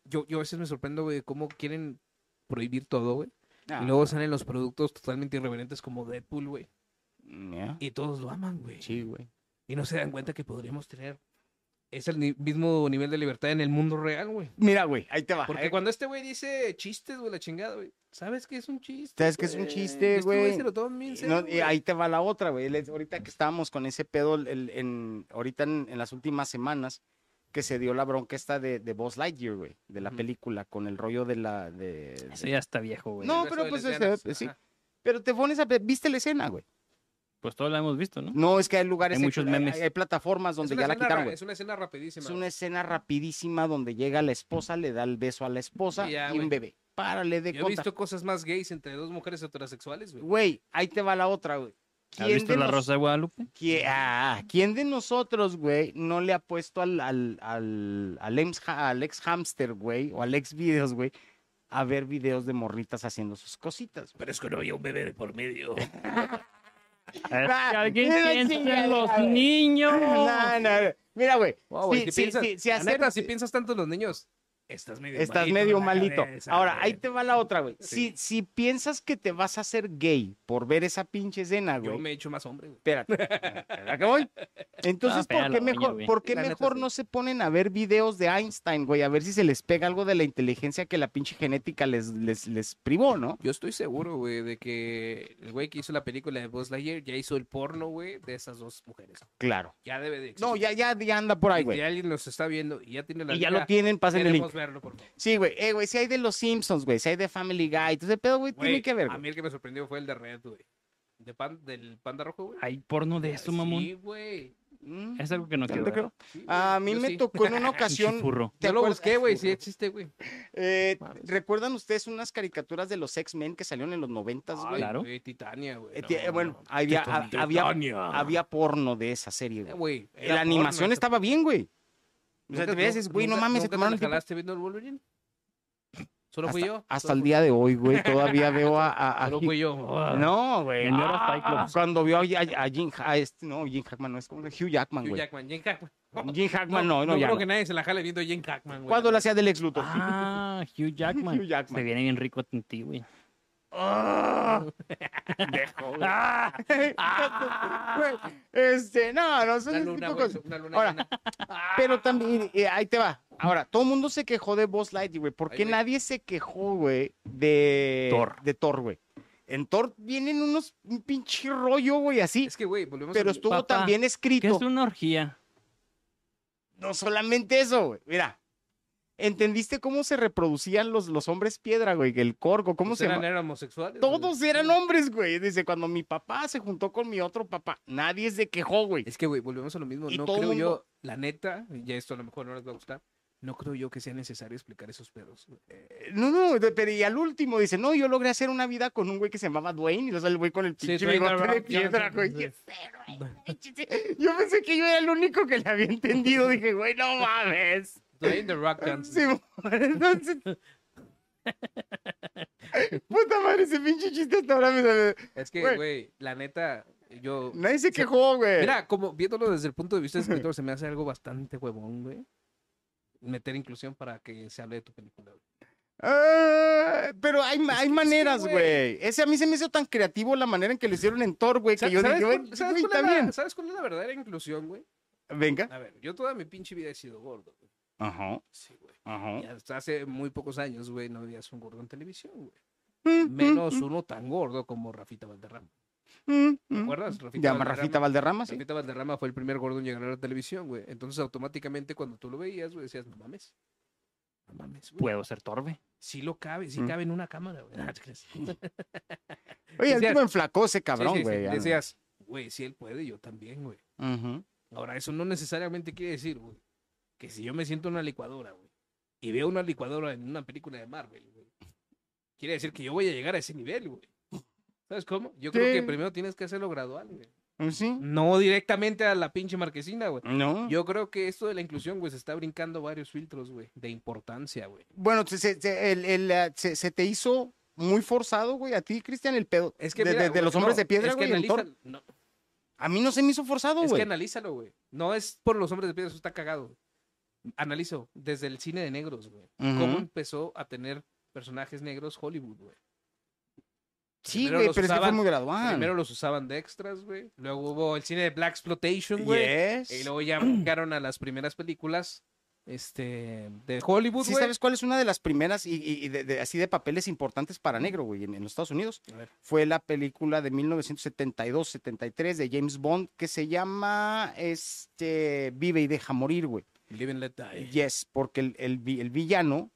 Yo, yo a veces me sorprendo, güey, cómo quieren prohibir todo, güey. No. Y luego salen los productos totalmente irreverentes como Deadpool, güey. Ya. Y todos lo aman, güey. Sí, güey. Y no se dan cuenta que podríamos tener ese ni- mismo nivel de libertad en el mundo real, güey. Mira, güey, ahí te va. eh. Porque cuando este güey dice chistes, güey, la chingada, güey. ¿Sabes que es un chiste? ¿Sabes que es un güey? chiste, Y este güey? se lo toman bien Y serio, no- y güey. ahí te va la otra, güey. Les- Ahorita que estábamos con ese pedo, el- en, ahorita en, en las últimas semanas, que se dio la bronca esta de, de Buzz Lightyear, güey, de la Ujú. película, con el rollo de la... de- de- Eso ya está viejo, güey. No, El pero beso de pues, lesbianas, eh, sí. ajá. Pero te pones a... pe- ¿Viste la escena, güey? Pues todos lo hemos visto, ¿no? No, es que hay lugares... Hay muchos memes. Hay, hay plataformas donde Es una ya la escena quitaron, ra- güey. Es una escena rapidísima. Es una escena rapidísima donde llega la esposa, le da el beso a la esposa Y ya, y un güey. bebé. Párale de Yo he contar. visto cosas más gays entre dos mujeres heterosexuales, güey. Güey, ahí te va la otra, güey. ¿Has ¿Quién visto de La nos- Rosa de Guadalupe? ¿Qui- ah, ¿Quién de nosotros, güey, no le ha puesto al, al, al, al, ex, ha- al ex hamster, güey, o al ex videos, güey, a ver videos de morritas haciendo sus cositas? güey? Pero es que no había un bebé de por medio. Es Ah, que alguien mira, piensa chingada, en los güey. niños. No, no, no. Mira, güey, Wow, si- güey, si, si- piensas, si- si la hacer- neta, si piensas tanto en los niños, estás medio estás malito medio de la malito. cabeza, Ahora, güey. ahí te va la otra, güey. Sí. Si, si piensas que te vas a hacer gay por ver esa pinche escena, Yo güey, me he hecho más hombre, güey. Espérate. ¿A qué voy? Entonces, Ah, ¿por qué pégala, mejor, güey. ¿por qué La neta, mejor sí. no se ponen a ver videos de Einstein, güey? A ver si se les pega algo de la inteligencia que la pinche genética les, les, les privó, ¿no? Yo estoy seguro, güey, de que el güey que hizo la película de Buzz Lightyear ya hizo el porno, güey, de esas dos mujeres. Claro. Ya debe de existir. No, ya, ya, ya anda por ahí, Y Si güey. alguien nos está viendo y ya tiene la Y ya liga, lo tienen, pasen el Queremos link. verlo, por favor. Sí, güey. Eh, güey, si hay de los Simpsons, güey. Si hay de Family Guy. Entonces, pedo, güey, Güey, tiene que ver, A güey. mí el que me sorprendió fue el de Red, güey. De pan, del panda rojo, Ah, güey. Hay porno de esto, Sí, mamón. güey. Mm, Es algo que no ¿te quiero ver. Ah, creo? Sí, güey, A mí yo me sí. tocó en una ocasión. Chifurro. ¿te Yo lo acuerdas? busqué, güey, sí existe, güey. Eh, Mames. ¿Recuerdan ustedes unas caricaturas de los X-Men que salieron en los noventas, güey? claro. Güey, Titania, güey. Eh, no, ti- eh, bueno, no. había, Titania. ha- había, había porno de esa serie, Eh, güey. güey, era la animación porno, estaba bien, güey. O nunca- sea, te ves, dices, güey, no nunca- mames, se nunca te tomaron el la tiempo. jalaste viendo el Wolverine? Solo fui Hasta- yo. Hasta solo el fui- día de hoy, güey, todavía veo a... a- a Solo Hugh- fui yo. No, güey. Ah. El mío era Ah. Cyclops. Cuando vio a, a- a Jim... a este- no, Jim Hackman no, es como Hugh Jackman, Hugh güey. Jackman, Jane Hackman. Jim Hackman no, no, ya creo no. que nadie se la jale viendo a Jane Hackman, güey. Cuando lo hacía del ex Luthor. Ah, Hugh Jackman. Hugh Jackman. Se viene bien rico en ti, güey. Ah, güey, este, no, no, son Una ese luna, tipo de güey. cosas. Una luna Ahora, llena. Pero también, eh, ahí te va. Ahora, todo el mundo se quejó de Boss Lightyear, güey. ¿Por Ay, qué güey. nadie se quejó, güey, de Thor. De Thor, güey. En Thor vienen unos, un pinche rollo, güey, así. Es que, güey, volvemos Pero a... estuvo Papá, tan bien ¿Qué escrito. es una orgía? No solamente eso, güey. Mira. ¿Entendiste cómo se reproducían los, los hombres piedra, güey? El corgo, ¿cómo Pues se eran, llama? eran homosexuales. güey. Todos eran hombres, güey. Dice, cuando mi papá se juntó con mi otro papá, nadie se quejó, güey. Es que, güey, volvemos a lo mismo. Y No todo creo mundo- yo, la neta, ya esto a lo mejor no les va a gustar, no creo yo que sea necesario explicar esos pedos. güey. eh, No, no, de- pero y al último dice, no, yo logré hacer una vida con un güey que se llamaba Dwayne, y o sea, el güey con el Sí, pinche Dwayne The bigote de Rock piedra, Johnson, güey. sí. Yo pensé que yo era el único que le había entendido, dije, güey, no mames. Dwayne The Rock Johnson. Sí, entonces... Puta madre, ese pinche chiste hasta ahora me sale- Es que, Güey. güey, la neta, yo... Nadie se quejó, güey. Mira, como viéndolo desde el punto de vista de escritor, se me hace algo bastante huevón, güey. Meter inclusión para que se hable de tu película. güey. Ah, pero hay, ma- Es hay que sí, maneras, güey. güey. Ese a mí se me hizo tan creativo la manera en que lo hicieron en Thor, güey, que Sa- yo dije, ¿Sabes güey, cuál- sabes cuál güey, está es la- bien. ¿Sabes cuál es la verdadera inclusión, güey? Venga. A ver, yo toda mi pinche vida he sido gordo. güey. Ajá, Sí, güey. ajá. Y hasta hace muy pocos años, güey, no veías un gordo en televisión, güey. Mm, Menos mm, uno tan gordo como Rafita Valderrama. mm, mm. ¿Te acuerdas? Rafita Llama Rafita Valderrama, sí. Rafita Valderrama fue el primer gordo en llegar a la televisión, güey. Entonces, automáticamente, cuando tú lo veías, güey, decías, no mames. No mames, güey. Puedo ser torbe. Sí lo cabe, sí Pues, Mm. cabe en una cámara, güey. Ah, ¿te crees? Oye, el decías- tipo enflacó ese Sí, sí, cabrón, sí. güey. ya no. Decías, güey, si él puede, yo también, güey. Ujú. Ahora, eso no necesariamente quiere decir, güey, que si yo me siento en una licuadora, güey, y veo una licuadora en una película de Marvel, güey, quiere decir que yo voy a llegar a ese nivel, güey. ¿Sabes cómo? Yo creo que Sí. primero tienes que hacerlo gradual, güey. Sí. No directamente a la pinche marquesina, güey. No. Mm. Yo creo que esto de la inclusión, güey, se está brincando varios filtros, güey, de importancia, güey. Bueno, se, se- se- el- el, eh, se- se te hizo muy forzado, güey, a ti, Cristian, el pedo. Es que de, mira, de- de güey, los hombres no, de piedra, es que güey. en Thor. analiza- no, A mí no se me hizo forzado, es güey. que analízalo, güey. No es por los hombres de piedra, eso está cagado. Analizo desde el cine de negros, güey. cómo Ujú. empezó a tener personajes negros Hollywood, güey. Sí, primero güey, los pero es que fue usaban- muy gradual. Primero los usaban de extras, güey. Luego hubo el cine de Black Exploitation, güey. Yes. Y luego ya brincaron a las primeras películas este, de Hollywood, ¿Sí güey. sabes cuál es una de las primeras y, y- y de- de- así de papeles importantes para negro, güey, en, en los Estados Unidos? A ver. Fue la película de 1972-73 de James Bond que se llama este, Vive y deja morir, güey. Live and Let Die. Yes, porque el, el vi- el villano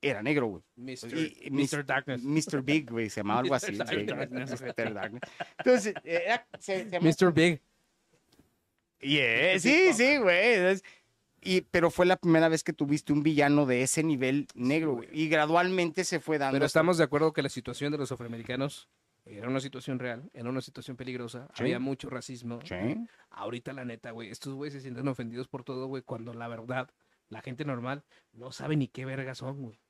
era negro, güey. Mr. Y- y Mr. Darkness. Mr. Big, güey, se llamaba algo así. Mr. güey. Darkness. Mr. Darkness. Entonces, era- se, se llamaba- Mr. Big. Yeah, sí, sí, güey. es- Y, pero fue la primera vez que tuviste un villano de ese nivel negro, güey. Y gradualmente se fue dando. Pero estamos de acuerdo que la situación de los afroamericanos era una situación real, era una situación peligrosa, Sí. había mucho racismo. Sí. Ahorita, la neta, güey, estos güeyes se sienten ofendidos por todo, güey, cuando la verdad, la gente normal no sabe ni qué verga son, güey.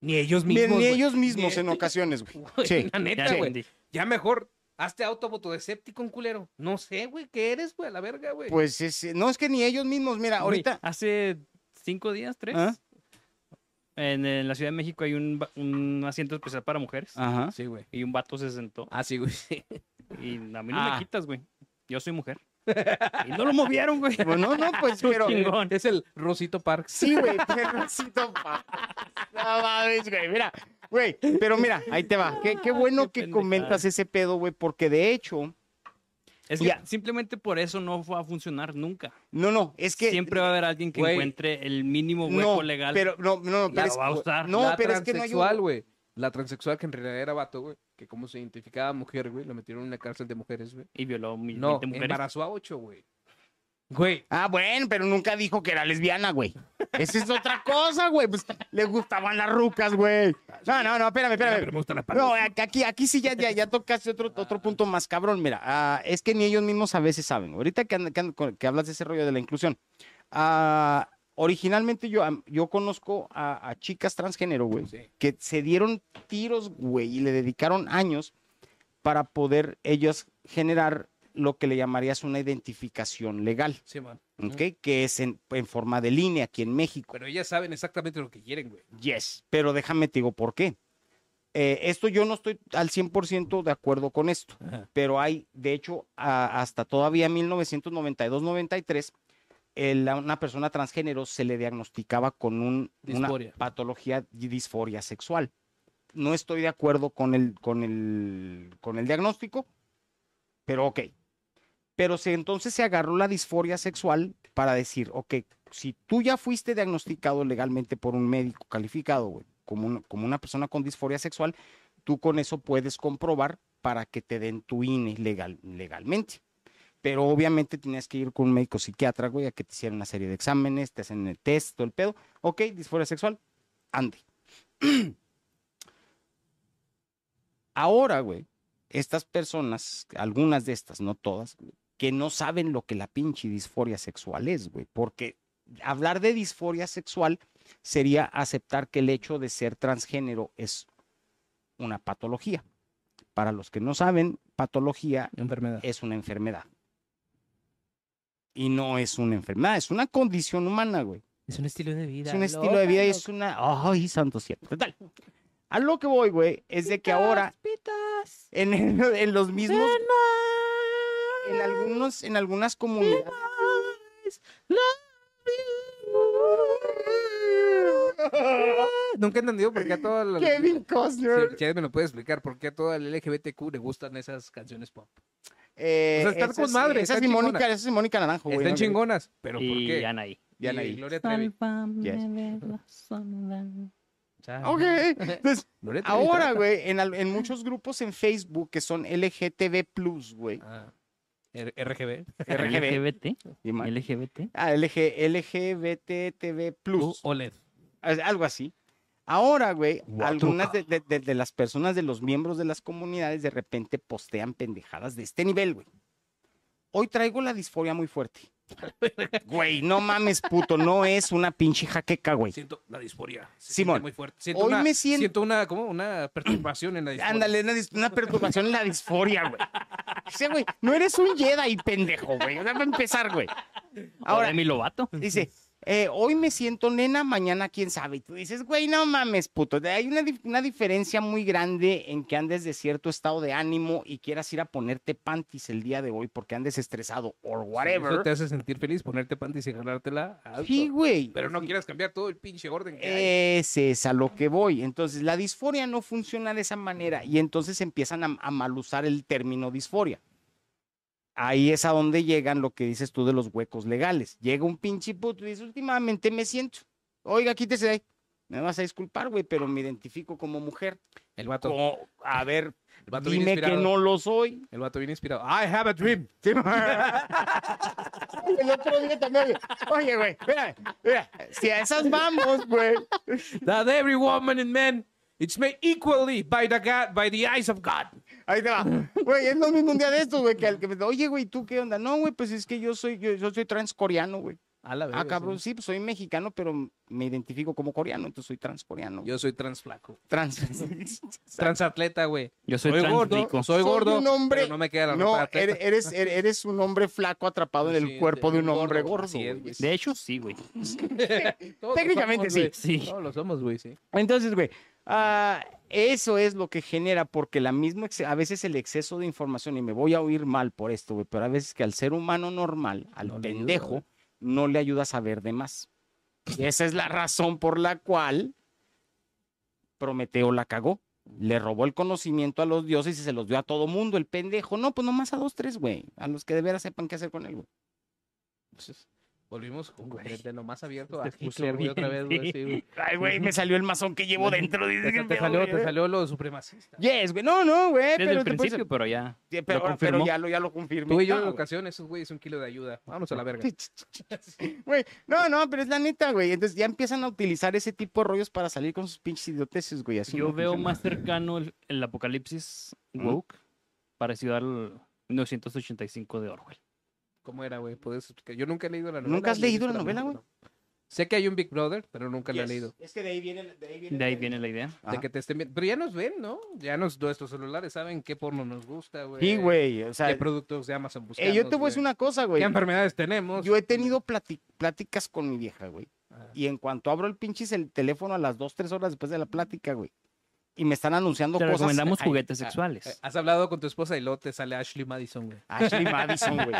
Ni ellos Ni, mismos. ni güey. ellos mismos Ni- en ocasiones, güey. Güey, Sí. La Ya neta, sí. güey. entendí. Ya mejor, hazte autoboto un culero. No sé, güey, qué eres, güey, a la verga, güey. Pues ese- no es que ni ellos mismos, mira, Güey, Ah, ahorita. Hace cinco días, tres. ¿Ah? En, en la Ciudad de México hay un, ba- un asiento especial para mujeres. Ajá. Sí, güey. Y un vato se sentó. Ah, sí, güey. sí. Y a mí no Ah. me quitas, güey. Yo soy mujer. Y no lo movieron, güey. Bueno, no, pues, pero. Chingón. Es el Rosito Parks. Sí, güey, perrocito, pa. No mames, güey, mira. Güey, pero mira, ahí te va. Qué, qué bueno Qué que pendejada. comentas ese pedo, güey, porque de hecho. Es que Ya. simplemente por eso no va a funcionar nunca. No, no, es que. Siempre va a haber alguien que Güey. encuentre el mínimo hueco Eh, no, legal. Pero, no, no, no, La pero es- va a usar. No, la pero es que no hay un- transexual, güey. La transexual que en realidad era vato, güey. Que como se identificaba mujer, güey, lo metieron en una cárcel de mujeres, güey. Y violó mi No, veinte mujeres. embarazó a ocho, güey. Güey, Ah, bueno, pero nunca dijo que era lesbiana, güey. Esa es otra cosa, güey. Pues le gustaban las rucas, güey. No, no, no, espérame, espérame. No, aquí, aquí sí ya, ya, ya tocaste otro, otro punto más cabrón. Mira, ah, es que ni ellos mismos a veces saben. Ahorita que, and- que and- que hablas de ese rollo de la inclusión. ah, originalmente yo, am- yo conozco a, a chicas transgénero, güey, Sí. que se dieron tiros, güey, y le dedicaron años para poder ellas generar lo que le llamarías una identificación legal. sí, man. ¿ok? Que es en, en forma de línea aquí en México. Pero ellas saben exactamente lo que quieren, güey. Yes. Pero déjame te digo por qué. Eh, esto yo no estoy al 100% de acuerdo con esto, pero hay, de hecho, a- hasta todavía 1992-93, el- a una persona transgénero se le diagnosticaba con un- una Disforia. patología y disforia sexual. No estoy de acuerdo con el, con el, con el diagnóstico, pero ok. Pero se, entonces se agarró la disforia sexual para decir, ok, si tú ya fuiste diagnosticado legalmente por un médico calificado, güey, como, un- como una persona con disforia sexual, tú con eso puedes comprobar para que te den tu INE legal, legalmente. Pero obviamente tenías que ir con un médico psiquiatra, güey, a que te hicieran una serie de exámenes, te hacen el test, todo el pedo. Ok, disforia sexual, ande. Ahora, güey, estas personas, algunas de estas, no todas, güey, que no saben lo que la pinche disforia sexual es, güey, porque hablar de disforia sexual sería aceptar que el hecho de ser transgénero es una patología. Para los que no saben, patología Enfermedad. es una enfermedad. Y no es una enfermedad, es una condición humana, güey. Es un estilo de vida. Es un estilo de vida y es una. ¡Ay, santo cielo! Total. A lo que voy, güey, es de que ahora. En, en los mismos. En, algunos, en algunas comunidades. Nunca he entendido por qué a toda la... Kevin Costner. Si Chad me lo puede explicar, por qué a toda la LGBTQ le gustan esas canciones pop. Eh, O sea, está esa con es- madre, Esa es está Mónica, chingona. esa es Mónica Naranjo, güey. Están ¿no? chingonas, pero ¿por Y qué? Anaí. Ya la Y vi. Gloria Trevi. Chale. Ok. Entonces, Gloria Trevi ahora, trata. güey, en, al- en muchos grupos en Facebook que son LGTB, güey. Ah. R- RGB. RGB. LGBT. y mal. LGBT. Ah, LG, LGBTTB. U- E OLED. Al- algo así. Ahora, güey, algunas de, de- de- de las personas de los miembros de las comunidades de repente postean pendejadas de este nivel, güey. Hoy traigo la disforia muy fuerte. Güey, no mames, puto, no es una pinche jaqueca, güey. Siento la disforia. Se Simón, siente Muy fuerte. Siento hoy una, me siento- una, como una perturbación en la disforia. Ándale, una, dis- una perturbación en la disforia, güey. O sea, güey, no eres un Jedi, pendejo, güey. O sea, para empezar, güey. Ahora, Ahora, mi Lobato. Dice, eh, hoy me siento nena, mañana quién sabe. Y tú dices, güey, no mames, puto. Hay una, dif- una diferencia muy grande en que andes de cierto estado de ánimo y quieras ir a ponerte panties el día de hoy porque andes estresado o Eso te whatever. hace sentir feliz, ponerte panties y jalártela alto. Sí, Eh, güey. Pero no quieras cambiar todo el pinche orden que hay. Ese es a lo que voy. Entonces, la disforia no funciona de esa manera y entonces empiezan a, a malusar el término disforia. Ahí es a donde llegan lo que dices tú de los huecos legales. Llega un pinche puto y dice, últimamente me siento. Oiga, quítese de ahí. Me vas a disculpar, güey, pero me identifico como mujer. El vato, Como, a ver, el vato bien dime que inspirado. no lo soy. El vato bien inspirado. I have a dream. El otro día también, güey. Oye, güey, mira, mira, si a esas vamos, güey. That every woman and man it's made equally by the God, by the eyes of God. Ahí te va. Güey, es lo mismo un día de estos, güey, que al que me dice, oye, güey, ¿tú qué onda? No, güey, pues es que yo soy, yo, yo soy transcoreano, güey. A la Ah, cabrón, sí, pues soy mexicano, pero me identifico como coreano, entonces soy transcoreano. güey. Yo soy trans flaco. Trans. Transatleta, güey. Yo soy, Soy, trans gordo, rico. soy Soy gordo, un hombre- pero no me queda la ropa de No, atleta. eres, eres, er- eres un hombre flaco atrapado en el Sí, cuerpo de un gordo, hombre gordo. así es, güey. De hecho, sí, güey. Eh, Todos lo técnicamente somos, sí. güey. Todos lo somos, güey, sí. Entonces, güey, ah, eso es lo que genera, porque la misma, ex- a veces el exceso de información, y me voy a oír mal por esto, güey, pero a veces que al ser humano normal, al No le ayuda, pendejo, güey. no le ayuda a saber de más. Y esa es la razón por la cual Prometeo la cagó. Le robó el conocimiento a los dioses y se los dio a todo mundo, el pendejo. No, pues nomás a dos, tres, güey. A los que de veras sepan qué hacer con él, güey. Entonces, volvimos con Güey. de, de lo más abierto a Te puse Hitler, güey, otra vez, bien, güey. sí. sí, güey. Ay, güey, me salió el masón que ¿eh? llevo dentro. Te, dice, te salió, te salió lo supremacista. Yes, güey. No, no, güey. Desde Pero, el te puedes- principio, pero ya. Sí, pero, ahora- pero confirmó. ya lo, ya lo confirmé. Tú y yo Ah, en güey. ocasión, esos güeyes un kilo de ayuda. Vámonos a la verga. Güey, no, no, pero es la neta, güey. Entonces ya empiezan a utilizar ese tipo de rollos para salir con sus pinches idioteces, güey. Así Yo no veo funciona. más cercano el, el apocalipsis ¿Mm? woke parecido al 1985 de Orwell. ¿Cómo era, güey? ¿Puedes explicar? Yo nunca he leído la novela. ¿Nunca has ni he leído visto la novela, película, no. Sé que hay un Big Brother, pero nunca la he Yes. leído. Es que de ahí viene. De ahí viene. De ahí viene la idea. Ajá. De que te estén viendo. Pero ya nos ven, ¿no? Ya nos, nuestros celulares saben qué porno nos gusta, güey. Sí, güey. O sea, Qué productos de Amazon buscamos. eh, yo te voy a decir güey. una cosa, güey. ¿Qué enfermedades tenemos? Yo he tenido plati- pláticas con mi vieja, güey. Ah. Y en cuanto abro el pinche el teléfono a las 2, 3 horas después de la plática, güey. Y me están anunciando Te cosas. recomendamos Ay, juguetes ah, sexuales. Eh, Has hablado con tu esposa y luego te sale Ashley Madison, güey. Ashley Madison, güey.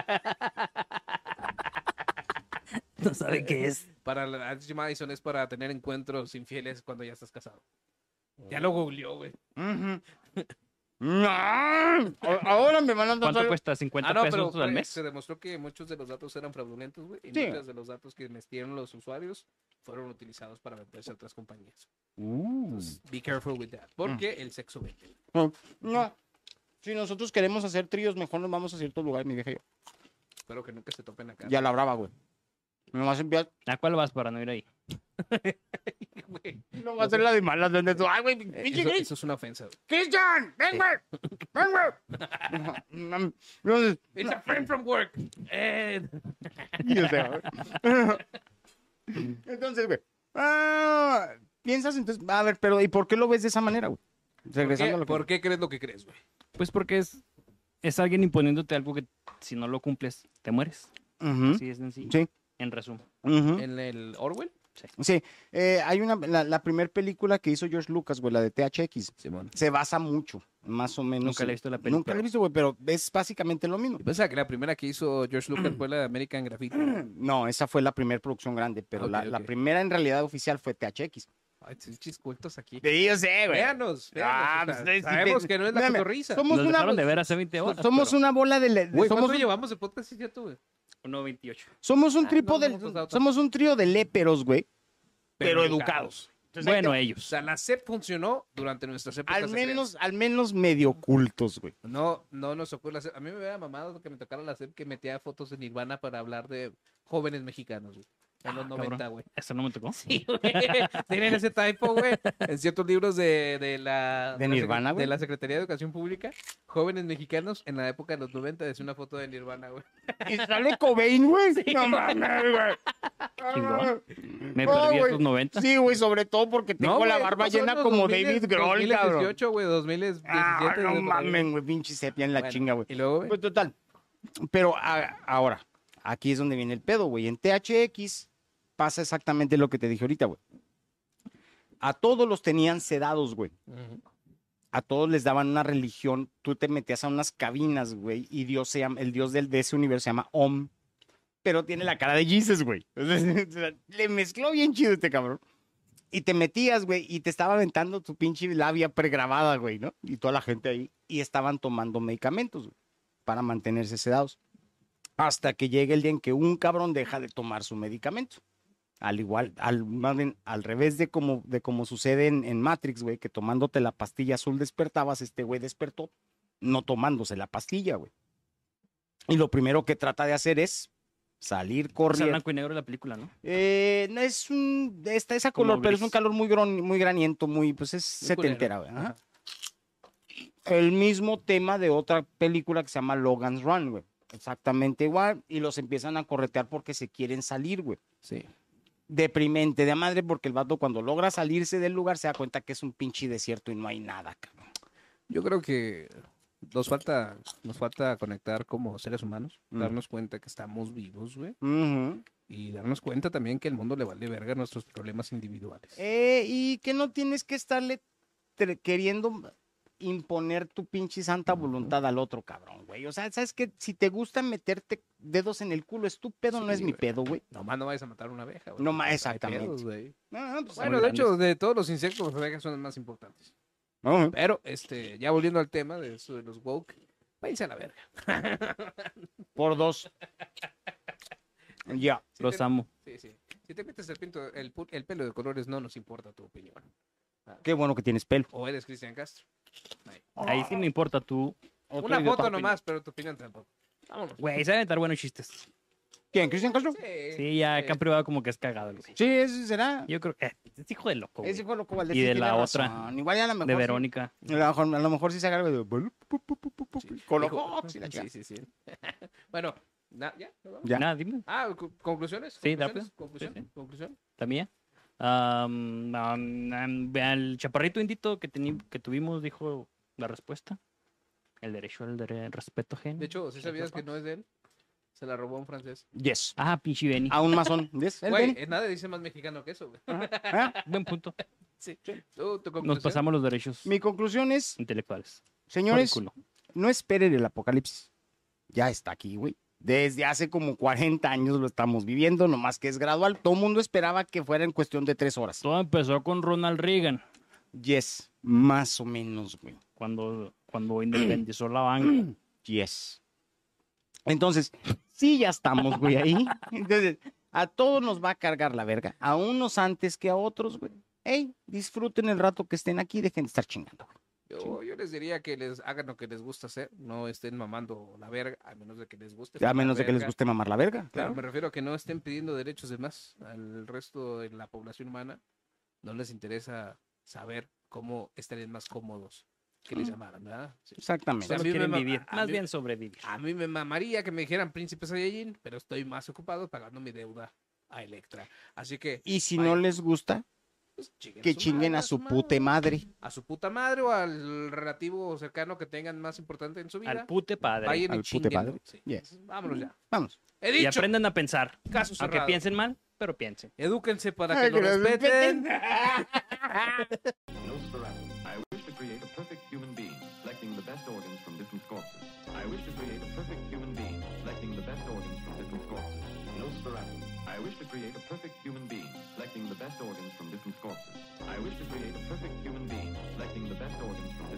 No sabe qué es. Para la- Ashley Madison es para tener encuentros infieles cuando ya estás casado. Ya lo googleó, güey. Ujú. No. A- Ahora me van a ¿Cuánto tratar- cuesta? ¿50 Ah, no, pero pesos al fue- mes? se demostró que muchos de los datos eran fraudulentos, güey. Y Sí. muchos de los datos que metieron los usuarios fueron utilizados para venderse a otras compañías. Uh. Be careful with that. Mm. Porque el sexo vende. No. Si nosotros queremos hacer tríos, mejor nos vamos a ciertos lugares, mi vieja y yo. Espero que nunca se topen acá. Ya la brava, güey. No vas a enviar. ¿A cuál vas para no ir ahí? güey. No va a ser la de malas, donde tú. ¡Ay, güey! pinche Eso, Chris! eso es una ofensa. güey. ¡Cristian! ¡Ven, güey! ¡Ven, güey! No, no, no, It's a friend from work. Eh, yo sé, güey. Entonces, güey. ah, Piensas entonces. A ver, pero ¿y por qué lo ves de esa manera, güey? ¿por, Regresando a qué, lo que- por qué crees lo que crees, güey? Pues porque es, es alguien imponiéndote algo que si no lo cumples, te mueres. Ujú. ¿Mm? Así es sencillo. Sí. en resumen. Ujú. ¿En el Orwell? Sí, eh, hay una, la, la primera película que hizo George Lucas, güey, la de THX, Simón. se basa mucho, más o menos. Nunca la he visto la Nunca la he película. visto, güey, pero es básicamente lo mismo. Yo pensaba que pues, la primera que hizo George Lucas fue la de American Graffiti. No, esa fue la primera producción grande, pero Ok, la, la ok. primera en realidad oficial fue THX. Ay, chis cultos aquí. Sí, yo sé, Véanos, véanos. o sea, Ah, pues, sí, sabemos sí, que no es la véame. cotorriza. Somos Nos una, dejaron de ver hace 20 horas. somos una bola de... le- Güey, ¿cuánto somos, llevamos de podcast, sí, cierto, güey? 1.28. somos un Ah, tripo no, de... no, pues, la otra. somos un trío de léperos, güey, pero, educados. Entonces, ahí Bueno, O ellos. sea, la SEP funcionó durante nuestras te- épocas. al de creas. menos, al menos medio ocultos, güey. No, no nos ocurre la SEP. A mí me hubiera mamado que me tocara la SEP que metía fotos de Nirvana para hablar de jóvenes mexicanos, güey. En los Ah, 90, cabrón. güey. Eso no me tocó. Sí, güey. Tienen ese typo, güey. En ciertos libros de, de la... De la Nirvana, secre- güey. De la Secretaría de Educación Pública. Jóvenes mexicanos en la época de los 90 decía una foto de Nirvana, güey. Y sale Cobain, güey. no mames, güey. Ah. Chingón. Me No, perdí güey. estos 90. Sí, güey, sobre todo porque tengo la güey, barba estos son llena los como 2000, David Grohl, cabrón. 2018, güey, 2017. Ah, no güey, por ahí. mames, güey, pinche sepia en la Bueno, chinga, güey. Y luego, güey. Pues total. Pero a- ahora, aquí es donde viene el pedo, güey. En THX pasa exactamente lo que te dije ahorita, güey. A todos los tenían sedados, güey. Ujú. A todos les daban una religión. Tú te metías a unas cabinas, güey, y Dios se llama, el Dios del, de ese universo se llama Om. Pero tiene la cara de Jesus, güey. Le mezcló bien chido este cabrón. Y te metías, güey, y te estaba aventando tu pinche labia pregrabada, güey, ¿no? Y toda la gente ahí. Y estaban tomando medicamentos, güey para mantenerse sedados. Hasta que llegue el día en que un cabrón deja de tomar su medicamento. Al igual, al, más bien, al revés de como, de como sucede en, en Matrix, güey, que tomándote la pastilla azul despertabas, este güey despertó no tomándose la pastilla, güey. Y lo primero que trata de hacer es salir Es corriendo. blanco y negro la película, ¿no? Eh, no, es un, está esa Como color, pero es gris. un calor muy, gron- muy graniento, muy, pues es Muy setentera, güey. Ajá. ajá. El mismo tema de otra película que se llama Logan's Run, güey. Exactamente igual, y los empiezan a corretear porque se quieren salir, güey. Sí. Deprimente de a madre, porque el vato cuando logra salirse del lugar se da cuenta que es un pinche desierto y no hay nada, cabrón. Yo creo que nos falta, nos falta conectar como seres humanos, Mm. darnos cuenta que estamos vivos, güey, Ujú. y darnos cuenta también que el mundo le vale verga nuestros problemas individuales. Eh, y que no tienes que estarle tre- queriendo imponer tu pinche santa voluntad al otro cabrón, güey. O sea, sabes que si te gusta meterte dedos en el culo, es tu pedo, no Sí, es mi güey. pedo, güey. Nomás no vayas a matar una abeja, güey. No ma- Hay exactamente. pedos, güey. No, no, pues, Bueno, de ahora- hecho, de todos los insectos, las abejas son las más importantes. Ujú. Pero, este, ya volviendo al tema de eso de los woke, váyanse a la verga. por dos. Ya. Si Los te- amo. Sí, sí. Si te metes el, pinto, el, pu- el pelo de colores, no nos importa tu opinión. Qué bueno que tienes pelo. O eres Cristian Castro. Ahí sí me importa tú. Una idiota foto opinión. nomás, pero tu opinión tampoco. Vámonos. Güey, saben estar buenos chistes. ¿Quién? ¿Cristian Castro? Sí, ya acá en privado como que es cagado, güey. Sí, ese será. Yo creo que eh, es hijo de loco, güey. Ese fue loco Valdés. Y sí de tiene la otra, razón. Igual ya a lo mejor. De sí- Verónica. A lo mejor, a lo mejor sí se agarra de. Con los ojos y la chica. Sí, sí, sí. bueno, na- ¿ya? ¿Nos vamos? Ya. Nada, dime. Ah, cu- ¿conclusiones? Sí, ¿Conclusiones? rápido. ¿Conclusión? Sí, sí. ¿Conclusión? La mía. Am, am, am, al chaparrito indito que, teni- que tuvimos dijo la respuesta. El derecho al dere- respeto, gen. De hecho, si sabías que no es de él, se la robó un francés. Yes. Ah, pinche Benny. A un masón. Yes. él Güey, viene. eh, nada dice más mexicano que eso, güey. Ah. Buen punto. Sí. ¿Tú, tu conclusión? Nos pasamos los derechos Mi conclusión es, intelectuales. Por el señores, culo. no esperen el apocalipsis. Ya está aquí, güey. Desde hace como 40 años lo estamos viviendo, nomás que es gradual. Todo el mundo esperaba que fuera en cuestión de tres horas. Todo empezó con Ronald Reagan, Yes, más o menos, güey. cuando, cuando independizó la banca. Yes. Entonces, sí, ya estamos, güey, ahí. Entonces, a todos nos va a cargar la verga. A unos antes que a otros, güey. Ey, disfruten el rato que estén aquí, dejen de estar chingando. güey. Yo, yo les diría que les hagan lo que les gusta hacer, no estén mamando la verga, a menos de que les guste. A menos de que les guste. guste mamar la verga. Claro, me refiero a que no estén pidiendo derechos de más al resto de la población humana. No les interesa saber cómo estarían más cómodos que Ah. les llamaran, ¿verdad? Sí. Exactamente. A Solo mí me quieren ma- vivir. a Más mí- bien sobrevivir. A mí me mamaría que me dijeran príncipe Saiyajin, pero estoy más ocupado pagando mi deuda a Electra. Así que Y si no les gusta, pues, chinguen a Que su chinguen madre, a su puta madre. a su puta madre o al relativo cercano que tengan más importante en su vida. Al pute padre. Vayan Al y pute chinguen. padre. Sí. Yes. Vámonos ya. Vamos. He Y dicho, aprendan a pensar. caso Aunque cerrado. piensen mal, pero piensen. Edúquense para que Ay, lo que lo respeten. Nosferatu. I wish to create a perfect human being, selecting the best organs from different corpses. I wish to create a perfect human being, selecting the best organs from different corpses. Nosferatu. I wish to create a perfect human being, selecting the best organs from different corpses. I wish to create a perfect human being, selecting the best organs from different